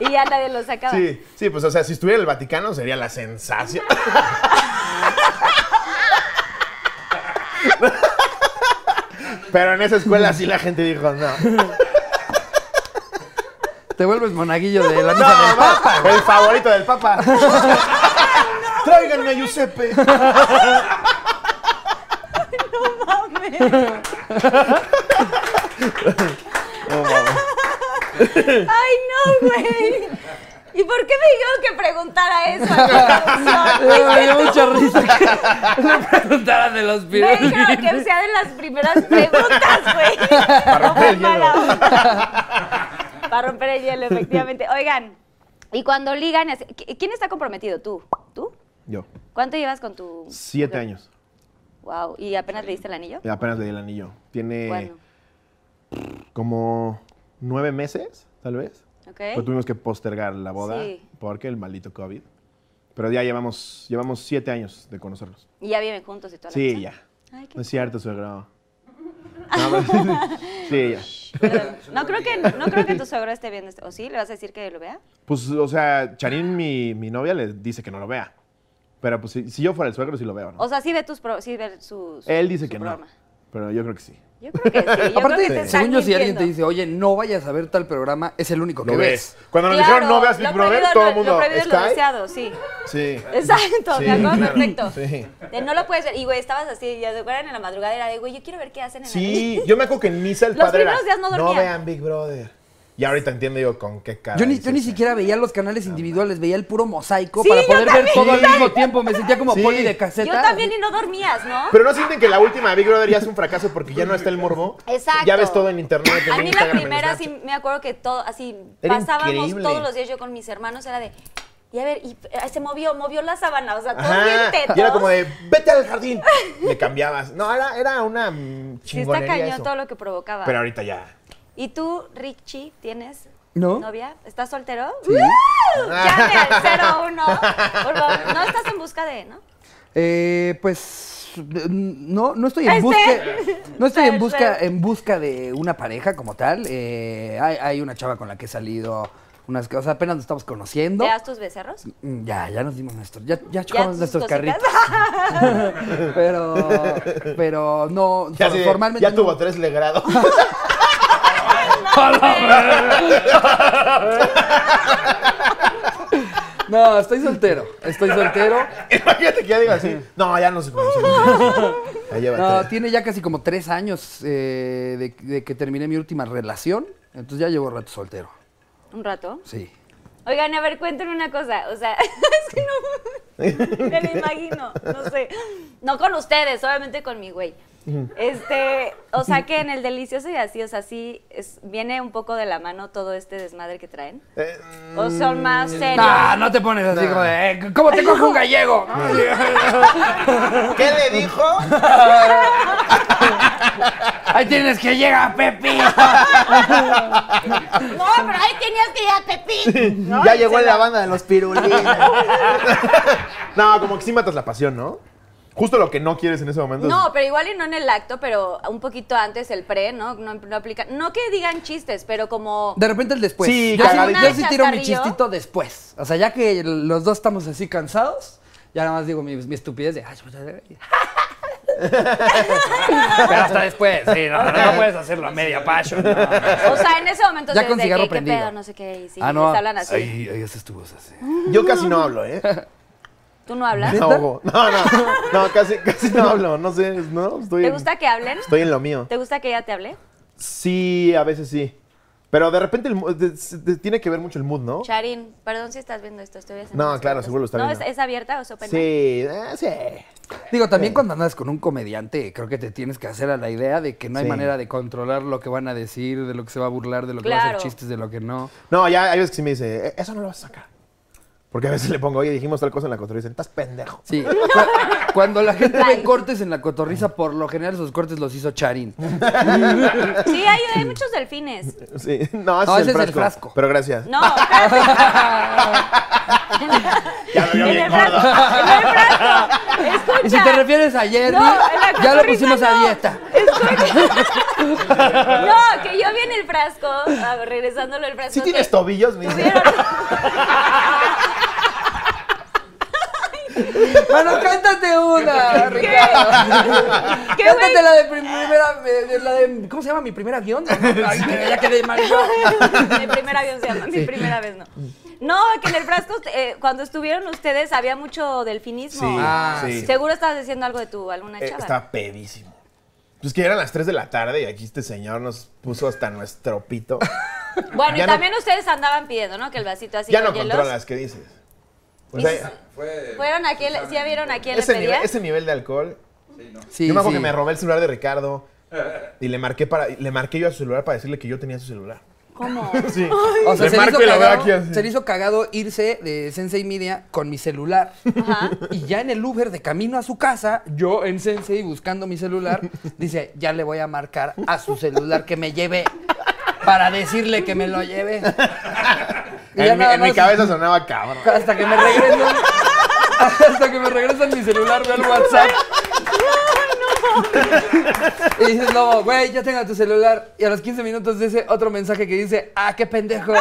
Speaker 2: Y ya nadie los sacaba.
Speaker 3: Sí, sí, pues o sea, si estuviera el Vaticano sería la sensación. Pero en esa escuela sí la gente dijo, no.
Speaker 4: Te vuelves monaguillo de la
Speaker 3: No,
Speaker 4: misa del Papa.
Speaker 3: el favorito del Papa. ¡Tráiganme a Giuseppe!
Speaker 2: No mames. Ay, no, güey. ¿Y por qué me dijeron que preguntara eso? a la producción?
Speaker 4: Me dio mucha risa que le preguntaran de los
Speaker 2: Me
Speaker 4: pies.
Speaker 2: dijeron que sea de las primeras preguntas, güey.
Speaker 3: Para romper el
Speaker 2: No,
Speaker 3: hielo.
Speaker 2: mala onda. Para romper el hielo, efectivamente. Oigan, y cuando ligan, así- ¿qui- ¿quién está comprometido? ¿Tú? ¿Tú?
Speaker 3: Yo.
Speaker 2: ¿Cuánto llevas con tu...?
Speaker 3: Siete
Speaker 2: mujer?
Speaker 3: años.
Speaker 2: Wow, ¿y apenas le diste el anillo?
Speaker 3: Y apenas le di el anillo. Tiene
Speaker 2: Bueno,
Speaker 3: como nueve meses, tal vez. Pero
Speaker 2: ok.
Speaker 3: tuvimos que postergar la boda
Speaker 2: Sí.
Speaker 3: porque el maldito COVID. Pero ya llevamos, llevamos siete años de conocernos.
Speaker 2: Y ya viven juntos y toda la
Speaker 3: Sí,
Speaker 2: cosa?
Speaker 3: ya.
Speaker 2: Ay, qué
Speaker 3: No es cierto, suegro. No, pero- sí, ya.
Speaker 2: Perdón. No creo que no creo que tu suegro esté viendo esto. ¿O sí? ¿Le vas a decir que lo vea?
Speaker 3: Pues, o sea, Charín, mi, mi novia, le dice que no lo vea. Pero pues si, si yo fuera el suegro, sí lo veo, ¿no?
Speaker 2: O sea, sí ve tus pro- sí ve sus
Speaker 3: Él dice
Speaker 2: su
Speaker 3: que
Speaker 2: programa.
Speaker 3: no. Pero yo creo que sí.
Speaker 2: Yo creo que sí. Yo creo que te
Speaker 4: Aparte,
Speaker 2: están
Speaker 4: según yo, si alguien
Speaker 2: mintiendo.
Speaker 4: te dice, oye, no vayas a ver tal programa, es el único que
Speaker 3: Lo
Speaker 4: ves.
Speaker 3: ves. Cuando nos
Speaker 2: Claro,
Speaker 3: dijeron no veas Big
Speaker 2: lo
Speaker 3: Brother,
Speaker 2: prohibido es
Speaker 3: todo
Speaker 2: lo-
Speaker 3: el mundo.
Speaker 2: Lo prohibido es lo
Speaker 3: Sky".
Speaker 2: deseado, sí.
Speaker 3: Sí.
Speaker 2: Exacto,
Speaker 3: Sí,
Speaker 2: me acuerdo
Speaker 3: claro.
Speaker 2: perfecto.
Speaker 3: Sí.
Speaker 2: De no lo puedes ver. Y güey, estabas así, ya se acuerdan en la madrugada, era de güey, yo quiero ver qué hacen en la
Speaker 3: Sí, yo me acuerdo que en misa el
Speaker 2: Los
Speaker 3: padre era,
Speaker 2: primeros días no dormía".
Speaker 3: vean Big Brother. Y ahorita entiendo yo con qué cara.
Speaker 4: Yo ni,
Speaker 3: dice
Speaker 4: yo ni
Speaker 3: eso.
Speaker 4: siquiera veía los canales individuales, veía el puro mosaico
Speaker 2: Sí,
Speaker 4: para
Speaker 2: yo
Speaker 4: poder ver
Speaker 2: también.
Speaker 4: todo al mismo tiempo. Me sentía como
Speaker 3: Sí.
Speaker 4: poli de caseta.
Speaker 2: Yo también y no dormías, ¿no?
Speaker 3: Pero no sienten que la última Big Brother ya es un fracaso porque ya no está el morbo.
Speaker 2: Exacto.
Speaker 3: Ya ves todo en internet. en
Speaker 2: A mí la
Speaker 3: Instagram, en
Speaker 2: primera sí
Speaker 3: Snapchat.
Speaker 2: me acuerdo que todo, así,
Speaker 3: Era
Speaker 2: pasábamos
Speaker 3: increíble.
Speaker 2: todos los días yo con mis hermanos, era de, y a ver, y eh, se movió, movió la sábana, o sea, todo bien
Speaker 3: Ajá.
Speaker 2: tetos.
Speaker 3: Y era como de, vete al jardín. Le cambiabas. No, era, era una mm,
Speaker 2: Sí, está
Speaker 3: chingonería
Speaker 2: cañón
Speaker 3: eso.
Speaker 2: todo lo que provocaba.
Speaker 3: Pero ahorita ya.
Speaker 2: ¿Y tú, Richie, tienes
Speaker 4: No.
Speaker 2: novia? ¿Estás soltero? ¡Uh! Llame al 01. Por favor, no estás en busca de, ¿no?
Speaker 4: Eh, pues n- no, no estoy en
Speaker 2: Este.
Speaker 4: busca. No estoy en
Speaker 2: Ser,
Speaker 4: busca,
Speaker 2: ser.
Speaker 4: en busca de una pareja como tal. Eh, hay, hay una chava con la que he salido unas cosas, apenas nos estamos conociendo.
Speaker 2: ¿Te das tus becerros?
Speaker 4: Mm, Ya, ya nos dimos nuestros, ya, ya
Speaker 2: tus
Speaker 4: chocamos nuestros
Speaker 2: cositas.
Speaker 4: carritos. pero, pero no,
Speaker 3: Ya,
Speaker 4: for-
Speaker 3: así de,
Speaker 4: formalmente.
Speaker 3: ya
Speaker 4: no.
Speaker 3: tuvo tres legrados.
Speaker 4: No, estoy soltero, estoy soltero.
Speaker 3: Imagínate que ya digo así. No, ya no se conocen. Ya lleva
Speaker 4: No,
Speaker 3: tres.
Speaker 4: tiene ya casi como tres años eh, de, de que terminé mi última relación, entonces ya llevo rato soltero,
Speaker 2: Un rato.
Speaker 4: sí.
Speaker 2: Oigan, a ver, cuéntenme una cosa. O sea, es que no me lo imagino, no sé. No con ustedes, obviamente con mi güey. Este, o sea que en el delicioso y así, o sea, sí es- viene un poco de la mano todo este desmadre que traen.
Speaker 3: Eh,
Speaker 2: O son más serios.
Speaker 4: Mm, No, no te pones así como de, "Eh, ¿cómo te coge un gallego?
Speaker 3: ¿Qué le dijo?
Speaker 4: Ahí tienes que llegar, Pepi.
Speaker 2: No, pero ahí tenías que ir a Pepín. ¿no?
Speaker 3: ya
Speaker 2: Y
Speaker 3: llegó
Speaker 2: se
Speaker 3: en
Speaker 2: la-
Speaker 3: la banda de los pirulines. no, como que sí matas la pasión, ¿no? Justo lo que no quieres en ese momento. es-
Speaker 2: No, pero igual y no en el acto, pero un poquito antes el pre, ¿no? No, no aplica. No que digan chistes, pero como.
Speaker 4: De repente el después.
Speaker 3: Sí,
Speaker 4: yo, sí,
Speaker 2: cagadito.
Speaker 4: yo sí tiro mi
Speaker 2: Chascarrillo.
Speaker 4: chistito después. O sea, ya que los dos estamos así cansados, ya nada más digo mi, mi estupidez de... "Ay, pues, Pero hasta después, sí, no, no, no puedes hacerlo a media passion. no.
Speaker 2: O sea, en ese momento.
Speaker 4: Ya
Speaker 2: es
Speaker 4: con
Speaker 2: de
Speaker 4: cigarro
Speaker 2: que, ¿qué
Speaker 4: prendido.
Speaker 2: pedo? No sé qué. Y sí,
Speaker 4: Ah, no.
Speaker 2: les hablan así.
Speaker 4: Ay, ay, esas tu voz así.
Speaker 3: Yo casi no hablo, ¿eh?
Speaker 2: ¿Tú no hablas?
Speaker 3: Me ahogo. No, no. No, casi, casi no hablo. No sé, no, estoy.
Speaker 2: ¿Te
Speaker 3: en-
Speaker 2: gusta que hablen?
Speaker 3: Estoy en lo mío.
Speaker 2: ¿Te gusta que ella te hable?
Speaker 3: Sí, a veces sí. Pero de repente el mu- de- de- tiene que ver mucho el mood, ¿no?
Speaker 2: Charín, perdón si estás viendo esto. Estoy haciendo
Speaker 3: Oh. No,
Speaker 2: unas
Speaker 3: claro,
Speaker 2: preguntas.
Speaker 3: seguro lo está
Speaker 2: ¿No
Speaker 3: viendo.
Speaker 2: ¿Es, es abierta o es open? mic?
Speaker 3: Sí, eh, sí.
Speaker 4: Digo, también cuando andas con un comediante, creo que te tienes que hacer a la idea de que no hay
Speaker 3: Sí.
Speaker 4: manera de controlar lo que van a decir, de lo que se va a burlar, de lo que va a
Speaker 2: Claro.
Speaker 4: hacer chistes, de lo que no.
Speaker 3: No, ya hay veces que sí me dice, "Eh, eso no lo vas a sacar. Porque a veces le pongo, oye, dijimos tal cosa en la cotorrisa, y dicen, estás pendejo.
Speaker 4: Sí. cu- Cuando la gente ve
Speaker 2: Bye.
Speaker 4: cortes en la cotorriza, por lo general esos cortes los hizo Charín.
Speaker 2: Sí, hay, hay muchos delfines.
Speaker 3: Sí. No, ese,
Speaker 4: No,
Speaker 3: es, el frasco,
Speaker 4: frasco.
Speaker 3: Pero gracias.
Speaker 2: No.
Speaker 3: Ya me vio
Speaker 2: en
Speaker 3: bien
Speaker 2: el frasco.
Speaker 3: gordo.
Speaker 2: En el frasco. Escucha.
Speaker 4: Y si te refieres a ayer,
Speaker 2: No, en la
Speaker 4: ya lo
Speaker 2: cotorrisa
Speaker 4: pusimos a
Speaker 2: no.
Speaker 4: dieta.
Speaker 2: Escucha. No, que yo vi en el frasco, ah, regresándolo el frasco.
Speaker 3: Si
Speaker 2: que
Speaker 3: tienes tobillos, me dice.
Speaker 2: tuvieron-
Speaker 4: Bueno, cántate una, Ricardo.
Speaker 2: ¿Qué,
Speaker 4: cántate
Speaker 2: güey?
Speaker 4: la de primera. eh, de- de la de- ¿Cómo se llama? Mi primer avión. Ay, ya quedé mal yo.
Speaker 2: mi primer avión se llama, mi primera vez no.
Speaker 3: Mm.
Speaker 2: No, que en el frasco, eh, cuando estuvieron ustedes, había mucho delfinismo.
Speaker 3: Sí,
Speaker 4: Ah,
Speaker 3: sí.
Speaker 2: Seguro estabas diciendo algo de tu alguna
Speaker 3: Eh,
Speaker 2: chava.
Speaker 3: estaba pedísimo. Pues que eran las 3 de la tarde y aquí este señor nos puso hasta nuestro pito.
Speaker 2: Bueno,
Speaker 3: Ya
Speaker 2: y
Speaker 3: no-
Speaker 2: también ustedes andaban pidiendo, ¿no? Que el vasito así
Speaker 3: ya
Speaker 2: con
Speaker 3: no
Speaker 2: hielos.
Speaker 3: controlas, ¿qué dices? O sea,
Speaker 2: Fueron a quién, le- ¿sí ya vieron a quién le
Speaker 3: ese,
Speaker 2: pedía?
Speaker 3: nivel, ese nivel de alcohol.
Speaker 4: Sí,
Speaker 3: yo me acuerdo
Speaker 4: sí.
Speaker 3: que me robé el celular de Ricardo y le marqué para le marqué yo a su celular para decirle que yo tenía su celular.
Speaker 2: ¿Cómo?
Speaker 3: Sí.
Speaker 4: O sea,
Speaker 3: le
Speaker 4: se le, hizo
Speaker 3: marco y la veo aquí
Speaker 4: cagado,
Speaker 3: así.
Speaker 4: se le hizo cagado irse de Sensei Media con mi celular. Y ya en el Uber de camino a su casa, yo en Sensei buscando mi celular, dice, ya le voy a marcar a su celular que me lleve para decirle que me lo lleve. Y
Speaker 3: En,
Speaker 4: ya
Speaker 3: mi,
Speaker 4: nada
Speaker 3: en mi
Speaker 4: más-
Speaker 3: cabeza sonaba cabrón.
Speaker 4: Hasta que me regresan. Hasta que me regresan mi celular, veo el WhatsApp. Y dices, no, güey, ya tengo tu celular. Y a los 15 minutos dice otro mensaje que dice, ah, qué pendejo.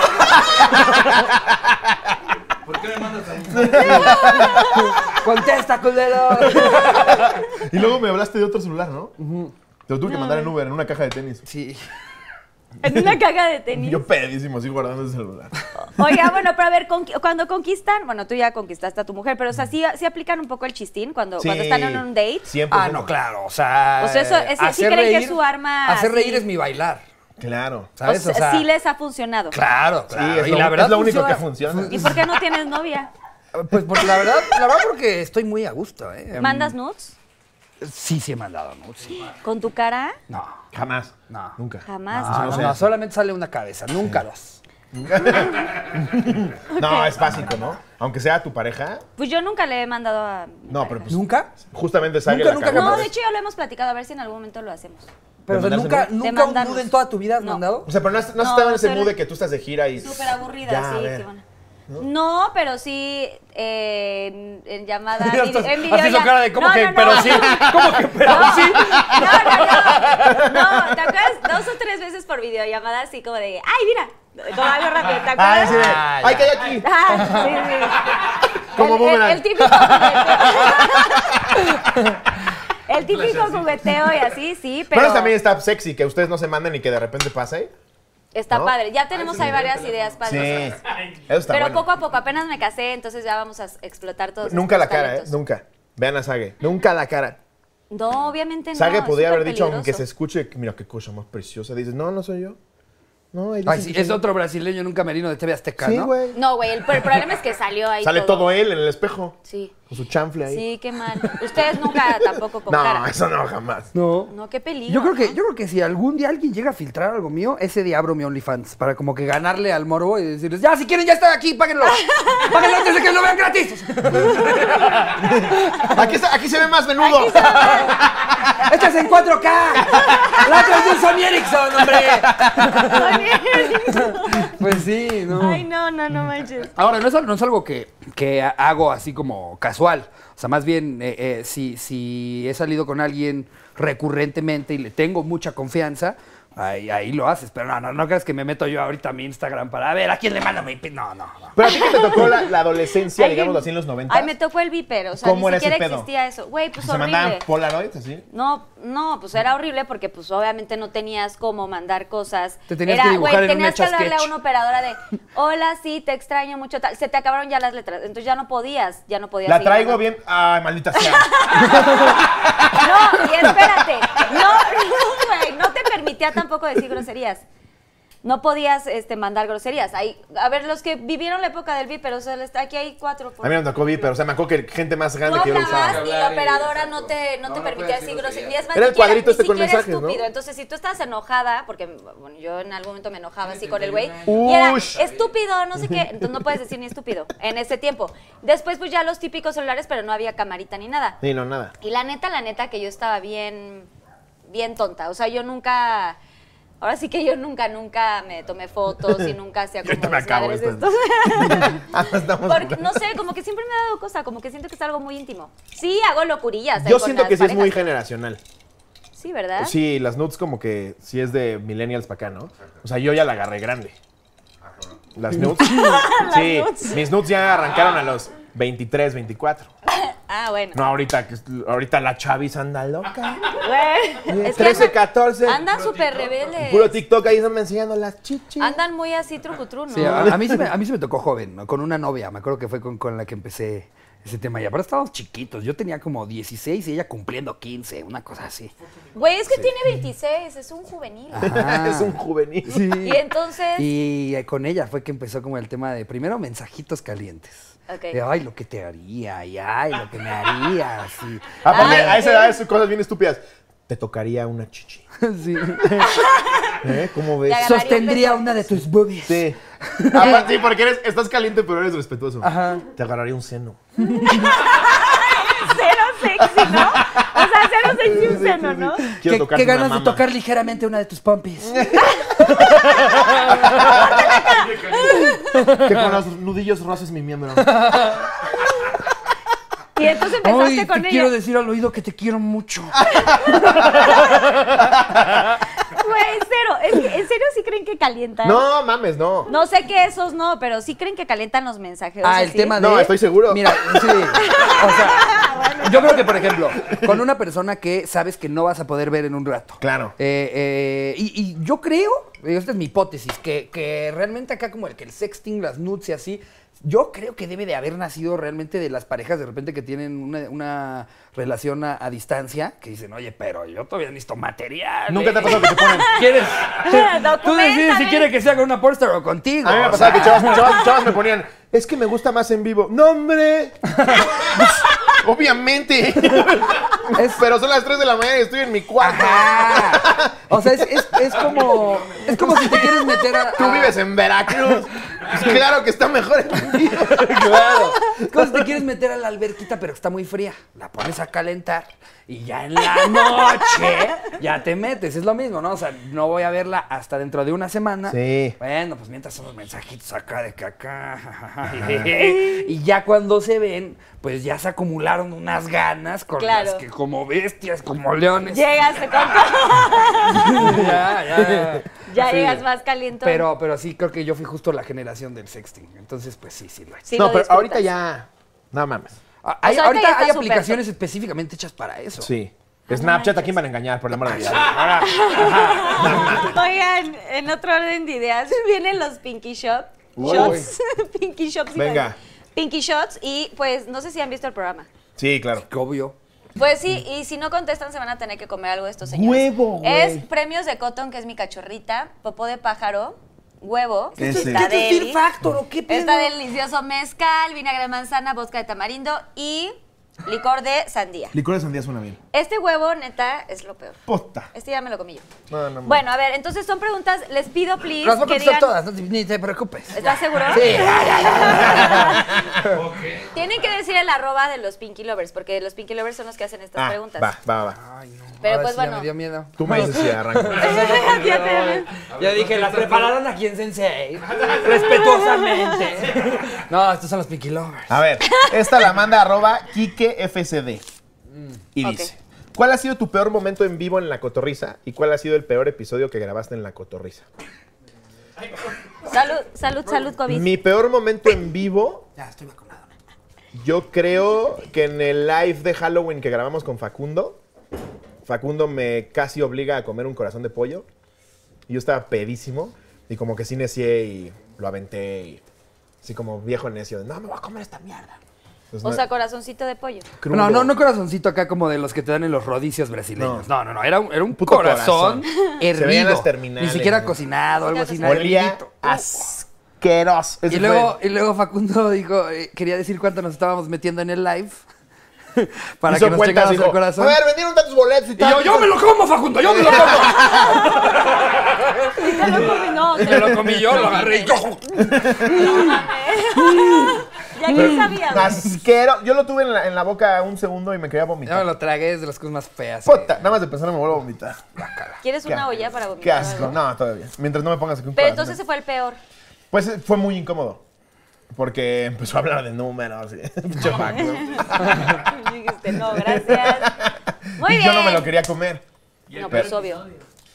Speaker 7: ¿Por qué me mandas a mí?
Speaker 4: Contesta, culero.
Speaker 3: Y luego me hablaste de otro celular, ¿no? Te lo tuve que mandar en Uber, en una caja de tenis.
Speaker 4: Sí.
Speaker 2: En una caga de tenis.
Speaker 3: Yo pedísimo, así guardando ese celular.
Speaker 2: Oiga, bueno, pero a ver, conqui- cuando conquistan, bueno, tú ya conquistaste a tu mujer, pero o
Speaker 3: Mm.
Speaker 2: sea, sí, sí aplican un poco el chistín cuando, cuando están en un date.
Speaker 3: 100%.
Speaker 4: Ah, no, claro. O sea.
Speaker 2: O sea, eso- ese- sí
Speaker 4: hacer
Speaker 2: creen que es su arma,
Speaker 4: Hacer
Speaker 2: sí.
Speaker 4: reír es mi bailar.
Speaker 3: Claro.
Speaker 4: ¿Sabes?
Speaker 2: O sea, sí les ha funcionado.
Speaker 4: Claro, claro.
Speaker 3: es lo- es lo único que funciona.
Speaker 2: ¿Y por qué no tienes novia?
Speaker 4: Pues por, la verdad, la verdad, porque estoy muy a gusto, ¿eh? Em,
Speaker 2: ¿Mandas nudes?
Speaker 4: Sí, sí he mandado, ¿no? Sí.
Speaker 2: ¿Con tu cara?
Speaker 4: No.
Speaker 3: Jamás.
Speaker 4: No.
Speaker 3: Nunca.
Speaker 2: Jamás.
Speaker 4: Ah,
Speaker 3: no
Speaker 4: no,
Speaker 3: se
Speaker 4: no,
Speaker 3: hace.
Speaker 4: solamente sale una cabeza, nunca dos.
Speaker 3: No, es básico, ¿no? Aunque sea tu pareja.
Speaker 2: Pues yo nunca le he mandado a. mi
Speaker 3: No,
Speaker 2: pareja.
Speaker 3: pero pues.
Speaker 4: ¿Nunca?
Speaker 3: Justamente sale
Speaker 4: Nunca,
Speaker 3: la
Speaker 4: nunca,
Speaker 3: cagada.
Speaker 2: No, de hecho ya lo hemos platicado, a ver si en algún momento lo hacemos.
Speaker 4: Pero o sea,
Speaker 3: mandarse
Speaker 4: nunca,
Speaker 3: nudes?
Speaker 2: De
Speaker 4: nunca un
Speaker 2: mandarnos.
Speaker 4: nude en toda tu vida has
Speaker 2: No.
Speaker 4: mandado.
Speaker 3: O sea, pero no has, no has
Speaker 2: No,
Speaker 3: estado en
Speaker 2: no
Speaker 3: ese
Speaker 2: soy-
Speaker 3: mood de que tú estás de gira y.
Speaker 2: Súper aburrida,
Speaker 3: Ya, a
Speaker 2: sí,
Speaker 3: ver.
Speaker 2: sí, bueno. No, pero sí eh, en, en llamada.
Speaker 4: Ya
Speaker 2: en
Speaker 4: estás-
Speaker 2: video- en video
Speaker 4: haces
Speaker 2: ya-
Speaker 4: cara de, ¿cómo
Speaker 2: No,
Speaker 4: que?
Speaker 2: no, no.
Speaker 4: Pero sí, ¿cómo que? Pero
Speaker 2: No,
Speaker 4: sí.
Speaker 2: No, no, no. No, ¿te acuerdas? Dos o tres veces por videollamada, así como de, ¡ay, mira! Como algo rápido, ¿te
Speaker 3: Ah,
Speaker 2: acuerdas?
Speaker 3: sí, de,
Speaker 4: Ah,
Speaker 3: ¡Ay,
Speaker 4: ya.
Speaker 3: que hay aquí!
Speaker 2: Ah, sí, sí.
Speaker 3: Como
Speaker 2: el, el,
Speaker 3: boomerang.
Speaker 2: el típico jugueteo. El típico jugueteo y así, sí, pero.
Speaker 3: Pero, también está sexy, que ustedes no se manden y que de repente pase.
Speaker 2: Está
Speaker 3: ¿no?
Speaker 2: padre. Ya tenemos ahí varias ideas padres.
Speaker 3: Eso está
Speaker 2: Pero
Speaker 3: bueno.
Speaker 2: poco a poco, apenas me casé, entonces ya vamos a explotar todos.
Speaker 3: Nunca la
Speaker 2: estos
Speaker 3: cara, ¿eh?
Speaker 2: talentos.
Speaker 3: Nunca. Vean a Sage. Nunca la cara.
Speaker 2: No, obviamente no.
Speaker 3: Sage
Speaker 2: es
Speaker 3: podría haber dicho,
Speaker 2: superpeligroso.
Speaker 3: aunque se escuche, que mira qué cosa más preciosa. Dices, no, no soy yo. No, ahí
Speaker 4: Ay,
Speaker 3: dicen
Speaker 4: sí,
Speaker 3: que
Speaker 4: es
Speaker 3: soy
Speaker 4: otro brasileño en un camerino de TV
Speaker 3: yo.
Speaker 4: Azteca,
Speaker 3: Sí,
Speaker 4: ¿no?
Speaker 3: güey.
Speaker 2: No, güey, el, el problema es que salió ahí.
Speaker 3: Sale todo él en el espejo.
Speaker 2: Sí.
Speaker 3: Con su chanfle ahí.
Speaker 2: Sí, qué mal. Ustedes nunca tampoco con
Speaker 3: No,
Speaker 2: cara.
Speaker 3: eso no, jamás.
Speaker 4: No.
Speaker 2: No, qué peligro.
Speaker 4: Yo creo que,
Speaker 2: ¿no?
Speaker 4: yo creo que si algún día alguien llega a filtrar algo mío, ese día abro mi OnlyFans para como que ganarle al morbo y decirles, ya, si quieren, ya están aquí, páguenlo. Páguenlo antes de que lo vean gratis.
Speaker 3: Aquí, está- aquí se ve más menudo.
Speaker 4: Esta es en 4K. La otra es de un Sony Ericsson, hombre. Pues sí, no.
Speaker 2: Ay, no, no, no manches.
Speaker 4: Ahora, no es, al- no es algo que, que ha- hago así como casual. O sea, más bien, eh, eh, si, si he salido con alguien recurrentemente y le tengo mucha confianza, ahí, ahí lo haces. Pero no, no, no creas que me meto yo ahorita a mi Instagram para ver a quién le mando mi... pi-". No, no, no.
Speaker 3: Pero a ti que te tocó la, la adolescencia,
Speaker 2: Alguien-
Speaker 3: digamos así, en los 90.
Speaker 2: Ay, me tocó el viper, o sea, ni
Speaker 3: ¿Cómo era ese
Speaker 2: siquiera
Speaker 3: pedo?
Speaker 2: existía eso. Güey, pues
Speaker 3: Se mandaban
Speaker 2: horrible.
Speaker 3: polaroids así.
Speaker 2: No, no, pues era horrible porque pues obviamente no tenías cómo mandar cosas.
Speaker 4: Te tenías
Speaker 2: Era,
Speaker 4: que dibujar
Speaker 2: güey,
Speaker 4: en un
Speaker 2: tenías que
Speaker 4: hecho
Speaker 2: hablarle a
Speaker 4: sketch.
Speaker 2: una operadora de, "Hola, sí, te extraño mucho." tal. Se te acabaron ya las letras, entonces ya no podías, ya no podías.
Speaker 3: La
Speaker 2: seguir
Speaker 3: traigo
Speaker 2: mandando.
Speaker 3: bien. Ay, maldita sea.
Speaker 2: No, y espérate. No, güey, no te permitía tampoco decir groserías. No podías este, mandar groserías. Ahí, a ver, los que vivieron la época del viper, o sea, les- aquí hay cuatro. por
Speaker 3: A mí no me tocó pero o sea, me acuerdo que gente más
Speaker 2: Tú
Speaker 3: grande que yo lo usaba.
Speaker 2: hablabas y la
Speaker 7: Hablar y
Speaker 2: operadora
Speaker 7: exacto.
Speaker 2: no te, no
Speaker 7: No,
Speaker 2: te
Speaker 7: no
Speaker 2: permitía
Speaker 7: puedes
Speaker 2: decir
Speaker 7: decir
Speaker 2: groserías.
Speaker 7: groserías.
Speaker 2: Es más,
Speaker 3: Era
Speaker 2: ni
Speaker 3: el
Speaker 2: siquiera-
Speaker 3: cuadrito este
Speaker 2: ni
Speaker 3: con
Speaker 2: siquiera
Speaker 3: mensajes, ¿no?
Speaker 2: estúpido. Entonces, si tú estabas enojada, porque bueno, yo en algún momento me enojaba así con el güey, y
Speaker 3: Ush.
Speaker 2: era estúpido, no sé qué. Entonces, no puedes decir ni estúpido en ese tiempo. Después, pues ya los típicos celulares, pero no había camarita ni nada.
Speaker 3: Sí, no, nada.
Speaker 2: Y la neta, la neta, que yo estaba bien, bien tonta. O sea, yo nunca. Ahora sí que yo nunca, nunca me tomé fotos y nunca hacía como
Speaker 3: ahorita me acabo
Speaker 2: desmadres
Speaker 3: esto. Ah, estamos-
Speaker 2: Porque, no sé, como que siempre me ha dado cosa, como que siento que es algo muy íntimo. Sí, hago locurillas. ahí
Speaker 3: Yo
Speaker 2: con
Speaker 3: siento
Speaker 2: las
Speaker 3: que sí es muy
Speaker 2: parejas.
Speaker 3: generacional.
Speaker 2: Sí, ¿verdad?
Speaker 3: Sí, las nudes como que sí es de millennials para acá, ¿no? O sea, yo ya la agarré grande. Las nudes. sí, mis nudes ya arrancaron a los 23, 24.
Speaker 2: Ah, bueno.
Speaker 3: No, ahorita, que es- ahorita la chavis anda loca.
Speaker 2: Güey, es que
Speaker 3: 13,
Speaker 2: andan-
Speaker 3: 14.
Speaker 2: Andan súper rebeldes.
Speaker 3: Puro TikTok ahí me enseñando las chichis.
Speaker 2: Andan muy así trucutru, ¿no?
Speaker 4: Sí, a,
Speaker 3: ah.
Speaker 4: a mí se me, a mí se me tocó joven, ¿no? con una novia. Me acuerdo que fue con, con la que empecé ese tema. Y aparte estábamos chiquitos. Yo tenía como 16 y ella cumpliendo 15, una cosa así.
Speaker 2: Güey, es que tiene 26, es un juvenil.
Speaker 4: Ajá.
Speaker 3: es un juvenil.
Speaker 4: Ah. Sí.
Speaker 2: Y entonces,
Speaker 4: Y eh, con ella fue que empezó como el tema de primero mensajitos calientes.
Speaker 2: Ok.
Speaker 4: De, ay, lo que te haría, y ay, lo que me harías. y-
Speaker 3: Ah, porque
Speaker 2: Ay,
Speaker 3: a esa
Speaker 2: sí.
Speaker 3: edad es cosas bien estúpidas. Te tocaría una chichi.
Speaker 4: sí.
Speaker 3: ¿Eh? ¿Cómo ves?
Speaker 2: Ya,
Speaker 4: Sostendría una de tus boobies.
Speaker 3: Sí. Aparte, sí, porque eres, estás caliente, pero eres respetuoso.
Speaker 4: Ajá.
Speaker 3: Te agarraría un seno.
Speaker 2: cero sexy, ¿no? O sea, cero sexy un seno, ¿no?
Speaker 3: Quiero
Speaker 4: ¿Qué,
Speaker 3: tocarte
Speaker 4: qué
Speaker 3: una
Speaker 4: ganas de
Speaker 3: mama.
Speaker 4: tocar ligeramente una de tus pompis.
Speaker 3: Que con los nudillos roces mi miembro.
Speaker 2: Y entonces empezaste
Speaker 4: Ay, te
Speaker 2: con ella.
Speaker 4: quiero decir al oído que te quiero mucho.
Speaker 2: Güey, cero. Es que, ¿En serio sí creen que calientan?
Speaker 3: No, mames, no.
Speaker 2: No sé que esos no, pero sí creen que calientan los mensajes.
Speaker 4: Ah, el tema de.
Speaker 3: No, estoy seguro.
Speaker 4: Mira, sí. O sea, yo creo que, por ejemplo, con una persona que sabes que no vas a poder ver en un rato.
Speaker 3: Claro.
Speaker 4: Eh, eh, y, y yo creo, eh, esta es mi hipótesis, que, que realmente acá, como el que el sexting, las nudes y así. Yo creo que debe de haber nacido realmente de las parejas de repente que tienen una, una relación a, a distancia, que dicen, oye, pero yo todavía necesito material.
Speaker 3: Nunca te ha
Speaker 4: eh".
Speaker 3: pasado que te ponen.
Speaker 4: ¿Quieres? Tú decides si
Speaker 2: Documentame.
Speaker 4: quieres que sea con una pornstar o contigo.
Speaker 3: A mí me
Speaker 4: o
Speaker 3: pasaba que
Speaker 4: sea.
Speaker 3: chavas, chavas- chavas me ponían, es que me gusta más en vivo. ¡No, hombre! Obviamente.
Speaker 4: Es-
Speaker 3: Pero son las 3 de la mañana y estoy en mi cuarto.
Speaker 4: Ajá. O sea, es, es- es como. Es como si te quieres meter a.
Speaker 3: Tú
Speaker 4: a-
Speaker 3: vives en Veracruz. Pues claro que está mejor en vivo.
Speaker 4: Claro. Es como si te quieres meter a la alberquita, pero está muy fría. La pones a calentar y ya en la noche ya te metes. Es lo mismo, ¿no? O sea, no voy a verla hasta dentro de una semana.
Speaker 3: Sí.
Speaker 4: Bueno, pues mientras son los mensajitos acá de caca. y ya cuando se ven, pues ya se acumularon unas ganas con
Speaker 2: Claro.
Speaker 4: las que como bestias, como leones.
Speaker 2: Llegaste con todo.
Speaker 4: ya, ya.
Speaker 2: Ya
Speaker 4: Sí.
Speaker 2: llegas más calientón.
Speaker 4: Pero, pero sí, creo que yo fui justo la generación del sexting. Entonces, pues sí, sí lo es.
Speaker 2: Sí
Speaker 3: no,
Speaker 2: lo
Speaker 3: pero
Speaker 2: disfrutas.
Speaker 3: ahorita ya. No mames.
Speaker 4: Ah, hay-
Speaker 2: O sea, ahorita
Speaker 4: ahorita
Speaker 2: ya está
Speaker 4: hay
Speaker 2: súper
Speaker 4: aplicaciones
Speaker 2: top.
Speaker 4: específicamente hechas para eso.
Speaker 3: Sí. Snapchat, ¿a quién van a engañar? Por el amor de Dios.
Speaker 2: Oigan, en otro orden de ideas, vienen los Pinky Shop.
Speaker 3: Uy.
Speaker 2: Shots. Pinky Shots. iba a
Speaker 3: Venga.
Speaker 2: decir. Pinky Shots. Y pues no sé si han visto el programa.
Speaker 3: Sí, claro.
Speaker 4: Que obvio.
Speaker 2: Pues sí, y si no contestan se van a tener que comer algo de estos señores.
Speaker 3: Huevo, güey.
Speaker 2: Es premios de cotton, que es mi cachorrita, popó de pájaro, huevo.
Speaker 3: ¿Qué es eso?
Speaker 2: está
Speaker 4: ¿Qué es el
Speaker 2: deli.
Speaker 4: Fear Factor o qué pedo?
Speaker 2: Está delicioso mezcal, vinagre de manzana, vodka de tamarindo y licor de sandía.
Speaker 3: Licor de sandía suena bien.
Speaker 2: Este huevo, neta, es lo peor.
Speaker 3: Posta.
Speaker 2: Este ya me lo comí yo.
Speaker 3: No, no, no.
Speaker 2: Bueno, a ver, entonces son preguntas. Les pido, please,
Speaker 4: Las voy a
Speaker 2: que
Speaker 4: contestar
Speaker 2: digan...
Speaker 4: todas, no te- ni te preocupes.
Speaker 2: ¿Estás seguro?
Speaker 4: Sí.
Speaker 2: Tienen que decir el arroba de los Pinky Lovers, porque los Pinky Lovers son los que hacen estas
Speaker 3: Ah,
Speaker 2: preguntas.
Speaker 3: va, va, va.
Speaker 4: Ay, no.
Speaker 2: Pero
Speaker 4: ahora
Speaker 2: pues
Speaker 4: sí ya
Speaker 2: bueno.
Speaker 4: me dio miedo.
Speaker 3: Tú me dices si arranca.
Speaker 2: Ya te llamé.
Speaker 4: Ya dije, las prepararon aquí en Sensei. Respetuosamente. No, estos son los Pinky Lovers.
Speaker 3: A ver, esta la manda arroba KikeFCD. Y
Speaker 2: Ok.
Speaker 3: dice: ¿Cuál ha sido tu peor momento en vivo en la cotorriza? ¿Y cuál ha sido el peor episodio que grabaste en la cotorriza?
Speaker 2: Salud, salud, salud, COVID.
Speaker 3: Mi peor momento en vivo,
Speaker 4: Ya, estoy vacunado.
Speaker 3: yo creo que en el live de Halloween que grabamos con Facundo, Facundo me casi obliga a comer un corazón de pollo. Y yo estaba pedísimo. Y como que sí necié y lo aventé. Y así como viejo necio, de, no, me voy a comer esta mierda. Entonces,
Speaker 2: O
Speaker 3: no-
Speaker 2: sea, corazoncito de pollo.
Speaker 3: crudo.
Speaker 4: No, no, no corazoncito acá como de los que te dan en los rodicios brasileños. No, no, no. era un, era un
Speaker 3: Puto
Speaker 4: corazón,
Speaker 3: corazón. Se veían
Speaker 4: hervido.
Speaker 3: las terminales,
Speaker 4: Ni siquiera
Speaker 3: ¿no?
Speaker 4: cocinado, algo así. nada,
Speaker 3: Olía
Speaker 4: hervidito.
Speaker 3: asqueroso. Ese
Speaker 4: Y luego,
Speaker 3: fue.
Speaker 4: y luego Facundo dijo, eh, quería decir cuánto nos estábamos metiendo en el live para
Speaker 3: Hizo
Speaker 4: que nos
Speaker 3: cuentas,
Speaker 4: llegáramos
Speaker 3: dijo,
Speaker 4: al corazón.
Speaker 3: A ver, vendieron tantos boletos y
Speaker 4: y
Speaker 3: tal.
Speaker 4: yo, yo me lo como, Facundo, yo me lo como.
Speaker 2: Te lo comí, no.
Speaker 4: Me lo comí yo, lo agarré y cojo.
Speaker 2: Ya que sabía. güey.
Speaker 3: Asqueroso. Yo lo tuve en la, en la boca un segundo y me quería
Speaker 4: Ya me
Speaker 3: vomitar.
Speaker 4: lo tragué, es de las cosas más feas. que-
Speaker 3: Puta, nada más de pensar me vuelvo a vomitar.
Speaker 2: ¿Quieres
Speaker 3: Qué-
Speaker 2: una olla para vomitar?
Speaker 3: Qué
Speaker 2: o
Speaker 3: asco.
Speaker 2: algo?
Speaker 3: No, todavía. Mientras no me pongas aquí un
Speaker 2: Pero
Speaker 3: corazón.
Speaker 2: entonces se fue el peor.
Speaker 3: Pues eh, fue muy incómodo. Porque empezó a hablar de números. y- Pinche Facundo.
Speaker 2: Dijiste, no, gracias. Muy
Speaker 3: Y Yo no me
Speaker 2: bien.
Speaker 3: lo quería comer.
Speaker 2: No, pues obvio.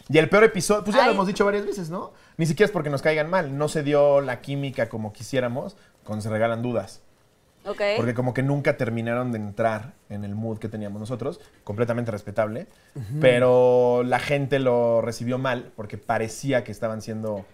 Speaker 3: Y el peor episodio, pues ya lo
Speaker 2: Ay.
Speaker 3: hemos dicho varias veces, ¿no? Ni siquiera es porque nos caigan mal. No se dio la química como quisiéramos, cuando se regalan dudas.
Speaker 2: Ok.
Speaker 3: Porque como que nunca terminaron de entrar en el mood que teníamos nosotros, completamente respetable, pero la gente lo recibió mal porque parecía que estaban siendo...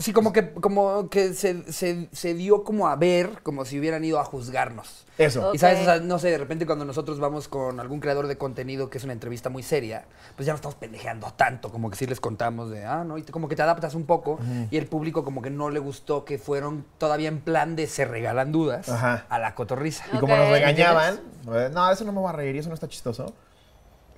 Speaker 4: Sí, como que, como que se, se- se dio como a ver, como si hubieran ido a juzgarnos.
Speaker 3: Eso.
Speaker 2: Ok.
Speaker 4: Y sabes, o sea, no sé, de repente cuando nosotros vamos con algún creador de contenido que es una entrevista muy seria, pues ya no estamos pendejeando tanto, como que sí les contamos de, ah, no, y te- como que te adaptas un poco y el público como que no le gustó que fueron todavía en plan de se regalan dudas
Speaker 3: Ajá.
Speaker 4: a la cotorriza.
Speaker 3: Y como nos
Speaker 2: Ok.
Speaker 3: regañaban, eh, no, eso no me va a reír, eso no está chistoso.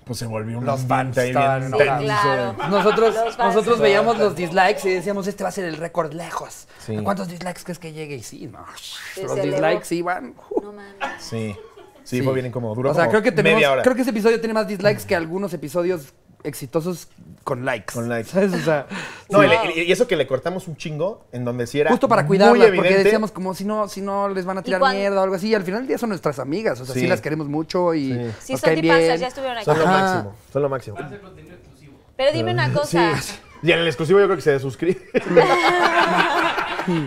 Speaker 3: Pues se volvió un
Speaker 4: Los fans
Speaker 3: ambiente ahí
Speaker 4: estaban
Speaker 3: bien
Speaker 4: enojados.
Speaker 3: tenso.
Speaker 2: Claro.
Speaker 4: Nosotros,
Speaker 2: Los fans.
Speaker 4: nosotros veíamos los dislikes y decíamos, este va a ser el récord lejos.
Speaker 3: Sí.
Speaker 4: ¿A ¿Cuántos dislikes crees que llegue? Y sí, no. los
Speaker 2: se elevó.
Speaker 4: dislikes iban. uh,
Speaker 2: No mames.
Speaker 3: Sí. sí, fue bien incómodo. Duró
Speaker 4: o sea,
Speaker 3: como
Speaker 4: creo que tenemos-
Speaker 3: media hora.
Speaker 4: Creo que ese episodio tiene más dislikes que algunos episodios exitosos con likes.
Speaker 3: Con likes.
Speaker 4: ¿Sabes? O sea,
Speaker 3: No,
Speaker 4: sí.
Speaker 3: y le- y eso que le cortamos un chingo, en donde sí era
Speaker 4: justo para
Speaker 3: muy
Speaker 4: cuidarlas, porque
Speaker 3: evidente.
Speaker 4: decíamos como si no, si no les van a tirar
Speaker 2: cuando-
Speaker 4: mierda o algo así. Y al final del día son nuestras amigas. O sea, sí,
Speaker 3: Sí.
Speaker 4: las queremos mucho y
Speaker 3: Sí.
Speaker 4: nos
Speaker 2: Sí, son
Speaker 4: caen bien.
Speaker 2: tipazas, ya estuvieron aquí.
Speaker 3: Son lo
Speaker 4: Ajá.
Speaker 3: máximo, son lo máximo.
Speaker 2: Pero dime una cosa.
Speaker 3: Sí. Y en el exclusivo yo creo que se suscribe.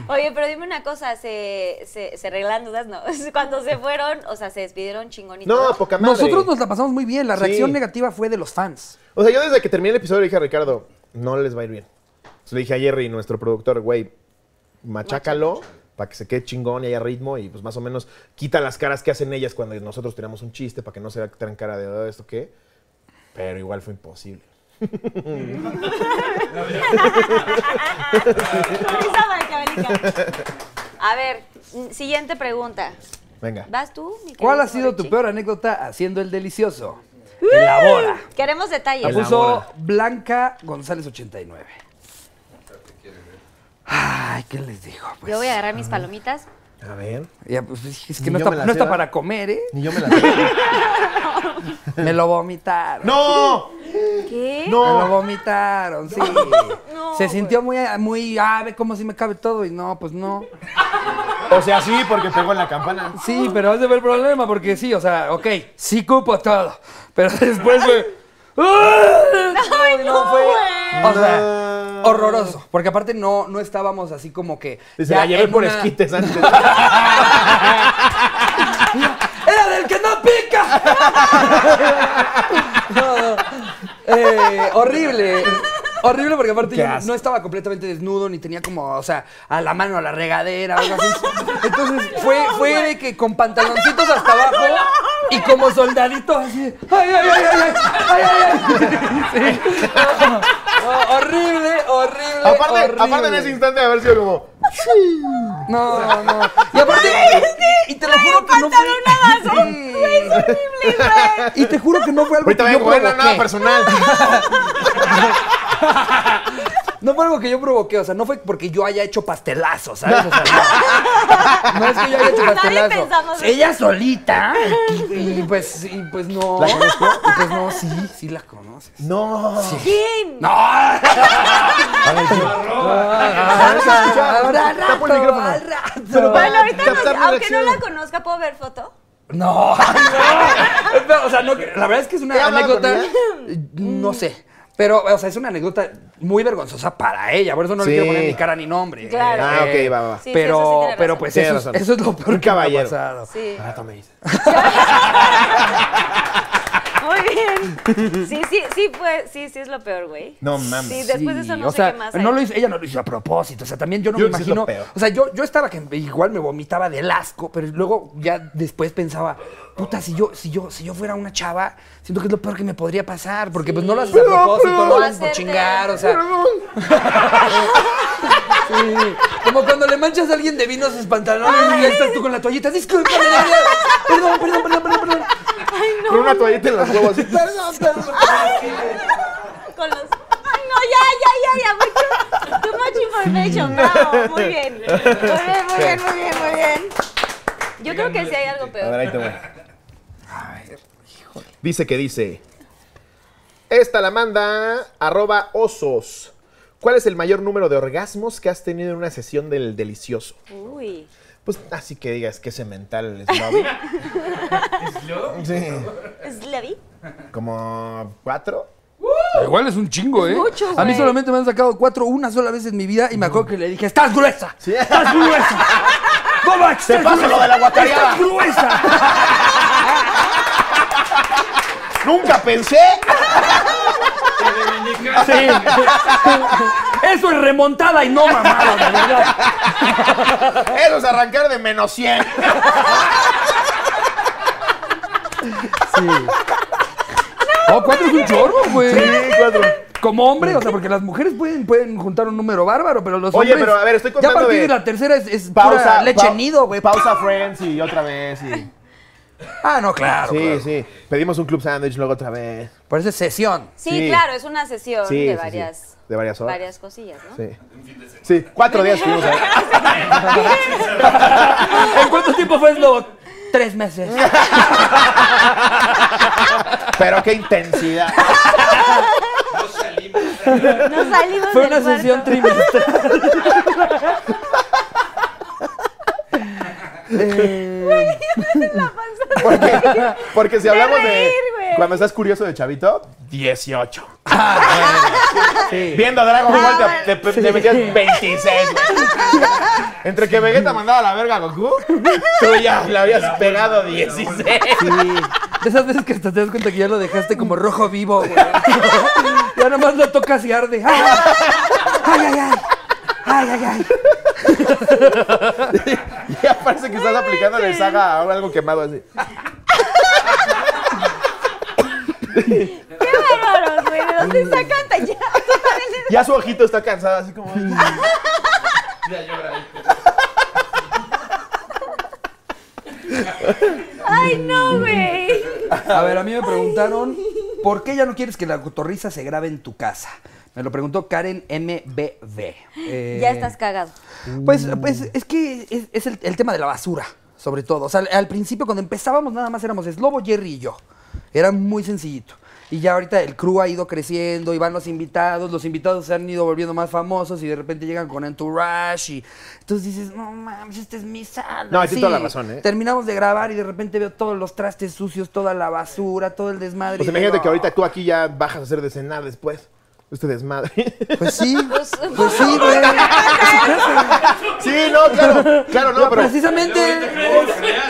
Speaker 2: Oye, pero dime una cosa, se, se, se arreglan dudas, ¿no? Cuando se fueron, o sea, se despidieron chingón y
Speaker 3: No,
Speaker 2: todo.
Speaker 3: poca madre.
Speaker 4: Nosotros nos la pasamos muy bien. La
Speaker 3: Sí.
Speaker 4: reacción negativa fue de los fans.
Speaker 3: O sea, yo desde que terminé el episodio le dije a Ricardo, no les va a ir bien. Entonces le dije a Jerry, nuestro productor, güey, machácalo para que se quede chingón y haya ritmo y pues más o menos quita las caras que hacen ellas cuando nosotros tiramos un chiste para que no se vea tan cara de "Ah, esto qué. Pero igual fue imposible.
Speaker 2: Risa maquiavélica. A ver, mm, siguiente pregunta.
Speaker 3: Venga.
Speaker 2: ¿Vas tú? mi
Speaker 4: ¿Cuál
Speaker 2: querido
Speaker 4: ha sido tu
Speaker 2: Richie?
Speaker 4: peor anécdota haciendo el delicioso? Elabora.
Speaker 2: Mm, Queremos detalles.
Speaker 4: La
Speaker 3: Elabora.
Speaker 4: puso Blanca González 89. Ay, ¿qué les digo? Pues,
Speaker 2: Yo voy a agarrar mis palomitas.
Speaker 3: A ver.
Speaker 4: ya, pues, es que
Speaker 3: Ni
Speaker 4: no
Speaker 3: yo
Speaker 4: está,
Speaker 3: me la
Speaker 4: no
Speaker 3: sé,
Speaker 4: está
Speaker 3: ¿va?
Speaker 4: para comer, ¿eh?
Speaker 3: Ni yo me la sé.
Speaker 4: Me lo vomitaron.
Speaker 3: ¡No!
Speaker 2: ¿Qué?
Speaker 4: Me lo
Speaker 3: ¡No!
Speaker 4: vomitaron, sí. Se sintió muy, muy, ah, ve cómo si me cabe todo. Y no, pues no.
Speaker 3: O sea, sí, porque pegó en la campana.
Speaker 4: Sí, pero ese fue el problema, porque sí, o sea, ok, sí cupo todo. Pero después fue. ¡Ay, no, fue. O
Speaker 3: Ah.
Speaker 4: sea, horroroso. Porque aparte no, no estábamos así como que.
Speaker 3: Y Se
Speaker 4: ya
Speaker 3: la llevé
Speaker 4: en
Speaker 3: por
Speaker 4: una-
Speaker 3: esquites antes.
Speaker 4: ¡Era del que no pica! No, no. Eh, horrible. Horrible porque aparte
Speaker 3: Qué
Speaker 4: yo
Speaker 3: asco.
Speaker 4: no estaba completamente desnudo ni tenía como, o sea, a la mano a la regadera o algo así. Entonces fue, fue de que con pantaloncitos hasta abajo y como soldadito así. de, ¡Ay, ay, ay, ay! ay, ay, ay". Sí. No, horrible, horrible.
Speaker 3: aparte,
Speaker 4: horrible.
Speaker 3: aparte en ese instante de haber sido como.
Speaker 4: No, no. Y aparte. y te lo juro que no fue. Sí. Y te juro que no fue algo
Speaker 3: Ahorita
Speaker 4: que yo
Speaker 3: vengo, güey, no, nada
Speaker 4: provoqué.
Speaker 3: personal.
Speaker 4: No fue algo que yo provoqué, o sea, no fue porque yo haya hecho pastelazo, ¿sabes? O sea, no, no es que yo haya hecho
Speaker 2: Nadie
Speaker 4: pastelazo.
Speaker 2: pensamos en
Speaker 4: Ella solita. Y, y pues, y pues no.
Speaker 3: ¿La conozco?
Speaker 4: Y pues no, sí, sí la conoces.
Speaker 3: No.
Speaker 2: ¿Quién?
Speaker 4: ¡No! Ahora,
Speaker 3: Tapa el
Speaker 4: rato,
Speaker 3: micrófono.
Speaker 4: al rato.
Speaker 2: Bueno, ahorita, no-
Speaker 3: Captar mi
Speaker 2: aunque no la
Speaker 3: reacción.
Speaker 2: conozca, ¿puedo ver foto?
Speaker 4: No, no. Pero, o sea, no, la verdad es que es
Speaker 3: ¿He
Speaker 4: una
Speaker 3: hablado con
Speaker 4: anécdota. mm, No sé. Pero, o sea, es una anécdota muy vergonzosa para ella. Por eso no
Speaker 3: Sí.
Speaker 4: le quiero poner ni cara ni nombre. Eh,
Speaker 2: Claro.
Speaker 3: Ah, ok, va,
Speaker 2: Sí, sí,
Speaker 3: va.
Speaker 2: eso sí
Speaker 4: pero,
Speaker 2: tiene
Speaker 4: pero
Speaker 2: razón.
Speaker 4: pues
Speaker 3: Tiene
Speaker 4: eso es,
Speaker 3: razón.
Speaker 4: eso es lo peor
Speaker 3: Un
Speaker 4: que me ha
Speaker 3: caballero.
Speaker 4: pasado.
Speaker 2: Sí.
Speaker 3: Ahora me dices.
Speaker 2: Muy bien. Sí, sí, sí, pues, sí, sí es lo peor, güey.
Speaker 3: No mames.
Speaker 2: Sí, después de eso
Speaker 4: Sí,
Speaker 2: no
Speaker 4: o
Speaker 2: sé
Speaker 4: sea,
Speaker 2: qué más.
Speaker 4: no
Speaker 2: hay.
Speaker 4: lo hizo- ella no lo hizo a propósito. O sea, también yo no
Speaker 3: Yo
Speaker 4: me
Speaker 3: creo que sí es lo
Speaker 4: imagino.
Speaker 3: peor.
Speaker 4: O sea, yo, yo estaba que igual me vomitaba del asco, pero luego ya después pensaba, puta, si yo, si yo, si yo fuera una chava, siento que es lo peor que me podría pasar. Porque pues no lo haces a propósito, no lo haces por
Speaker 2: Hacerte-
Speaker 4: chingar, o sea. Sí, Como cuando le manchas a alguien de vino sus pantalones y ahí estás tú con la toallita. Disculpa, perdón, perdón, perdón, perdón, perdón.
Speaker 3: Con una toallita en los huevos así.
Speaker 4: Perdón, perdón.
Speaker 2: Con los... Ay, no, ya, ya, ya, ya. porque- Too much information. Bravo, muy bien. Muy bien, muy bien, muy bien, muy bien. Yo creo que sí hay algo
Speaker 3: A ver,
Speaker 2: peor.
Speaker 3: ahí te voy. Dice que dice. Esta la manda arroba osos. ¿Cuál es el mayor número de orgasmos que has tenido en una sesión del delicioso?
Speaker 2: Uy.
Speaker 3: Pues así que digas que semental es lobby. Sí.
Speaker 2: ¿Es Levi?
Speaker 3: Como cuatro.
Speaker 4: Igual es un chingo, ¿eh?
Speaker 2: mucho,
Speaker 4: a mí
Speaker 2: güey.
Speaker 4: solamente me han sacado cuatro una sola vez en mi vida y me acuerdo que le dije, ¡estás gruesa!
Speaker 3: Sí.
Speaker 4: ¡Estás gruesa! ¡Kovacs!
Speaker 3: Te
Speaker 4: estás
Speaker 3: paso
Speaker 4: gruesa!
Speaker 3: lo de la guacareada.
Speaker 4: ¡Estás gruesa!
Speaker 3: Nunca pensé.
Speaker 4: Sí. Eso es remontada y no mamada, de verdad.
Speaker 3: Eso es arrancar de menos 100.
Speaker 4: Oh, cuatro es un chorro, güey.
Speaker 3: cuatro.
Speaker 4: Como hombre, o sea, porque las mujeres pueden, pueden juntar un número bárbaro, pero los
Speaker 3: Oye,
Speaker 4: hombres.
Speaker 3: pero a ver, estoy
Speaker 4: Ya a
Speaker 3: contando
Speaker 4: partir de,
Speaker 3: de-
Speaker 4: la tercera es, es pura
Speaker 3: Pausa.
Speaker 4: leche
Speaker 3: pau-
Speaker 4: nido, güey.
Speaker 3: Pausa Friends y otra vez. y-
Speaker 4: Ah, no, claro.
Speaker 3: sí,
Speaker 4: claro.
Speaker 3: sí. Pedimos un club sándwich, luego otra vez.
Speaker 4: Por eso es sesión.
Speaker 2: Sí,
Speaker 3: Sí.
Speaker 2: claro, es una sesión
Speaker 3: Sí, sí,
Speaker 2: de
Speaker 3: sí.
Speaker 2: varias,
Speaker 3: De varias horas.
Speaker 2: varias cosillas, ¿no?
Speaker 3: Sí. Sí, cuatro días estuvimos ahí.
Speaker 4: ¿En cuánto tiempo fue lo? Tres meses.
Speaker 3: Pero qué intensidad.
Speaker 2: Nos salimos
Speaker 4: Fue
Speaker 2: del
Speaker 4: una sesión
Speaker 2: cuarto.
Speaker 4: trimestral.
Speaker 3: Porque, porque si hablamos de.
Speaker 2: reír, güey.
Speaker 3: Cuando estás curioso de chavito, 18.
Speaker 4: Sí.
Speaker 3: Viendo Dragon Ball te-
Speaker 2: bueno.
Speaker 3: te, te metías 26, güey. Entre que Vegeta mandaba a la verga a Goku, tú ya le habías pegado 16.
Speaker 4: De esas veces que hasta te das cuenta que ya lo dejaste como rojo vivo, güey. Ya nomás lo tocas y arde. ¡Ay, ay, ay! ¡Ay, ay, ay! ay.
Speaker 3: Ya parece que estás aplicando de saga a algo quemado así.
Speaker 2: ¡Qué bárbaros, güey! ¿De dónde sacan tan ya?
Speaker 3: Ya su ojito está cansado, así como.
Speaker 7: Ya llora ahí.
Speaker 2: ¡Ay, no, güey!
Speaker 4: A ver, a mí me preguntaron, ¿por qué ya no quieres que la cotorriza se grabe en tu casa? Me lo preguntó Karen MBB. Eh,
Speaker 2: Ya estás cagado.
Speaker 4: Pues,
Speaker 3: Mm.
Speaker 4: pues es que es, es el, el tema de la basura, sobre todo. O sea, al, al principio cuando empezábamos nada más éramos Slobo, Jerry y yo. Era muy sencillito. Y ya ahorita el crew ha ido creciendo y van los invitados, los invitados se han ido volviendo más famosos y de repente llegan con Entourage y entonces dices, no mames, esta es mi sala.
Speaker 3: No, tienes toda la razón, ¿eh?
Speaker 4: Terminamos de grabar y de repente veo todos los trastes sucios, toda la basura, todo el desmadre.
Speaker 3: Pues
Speaker 4: y
Speaker 3: imagínate
Speaker 4: digo,
Speaker 3: que ahorita tú aquí ya bajas a hacer de cenar después. Este desmadre.
Speaker 4: Pues sí,
Speaker 2: Pues-
Speaker 4: pues sí, güey.
Speaker 3: Sí, no, claro. Claro, no, pero. Te,
Speaker 4: Precisamente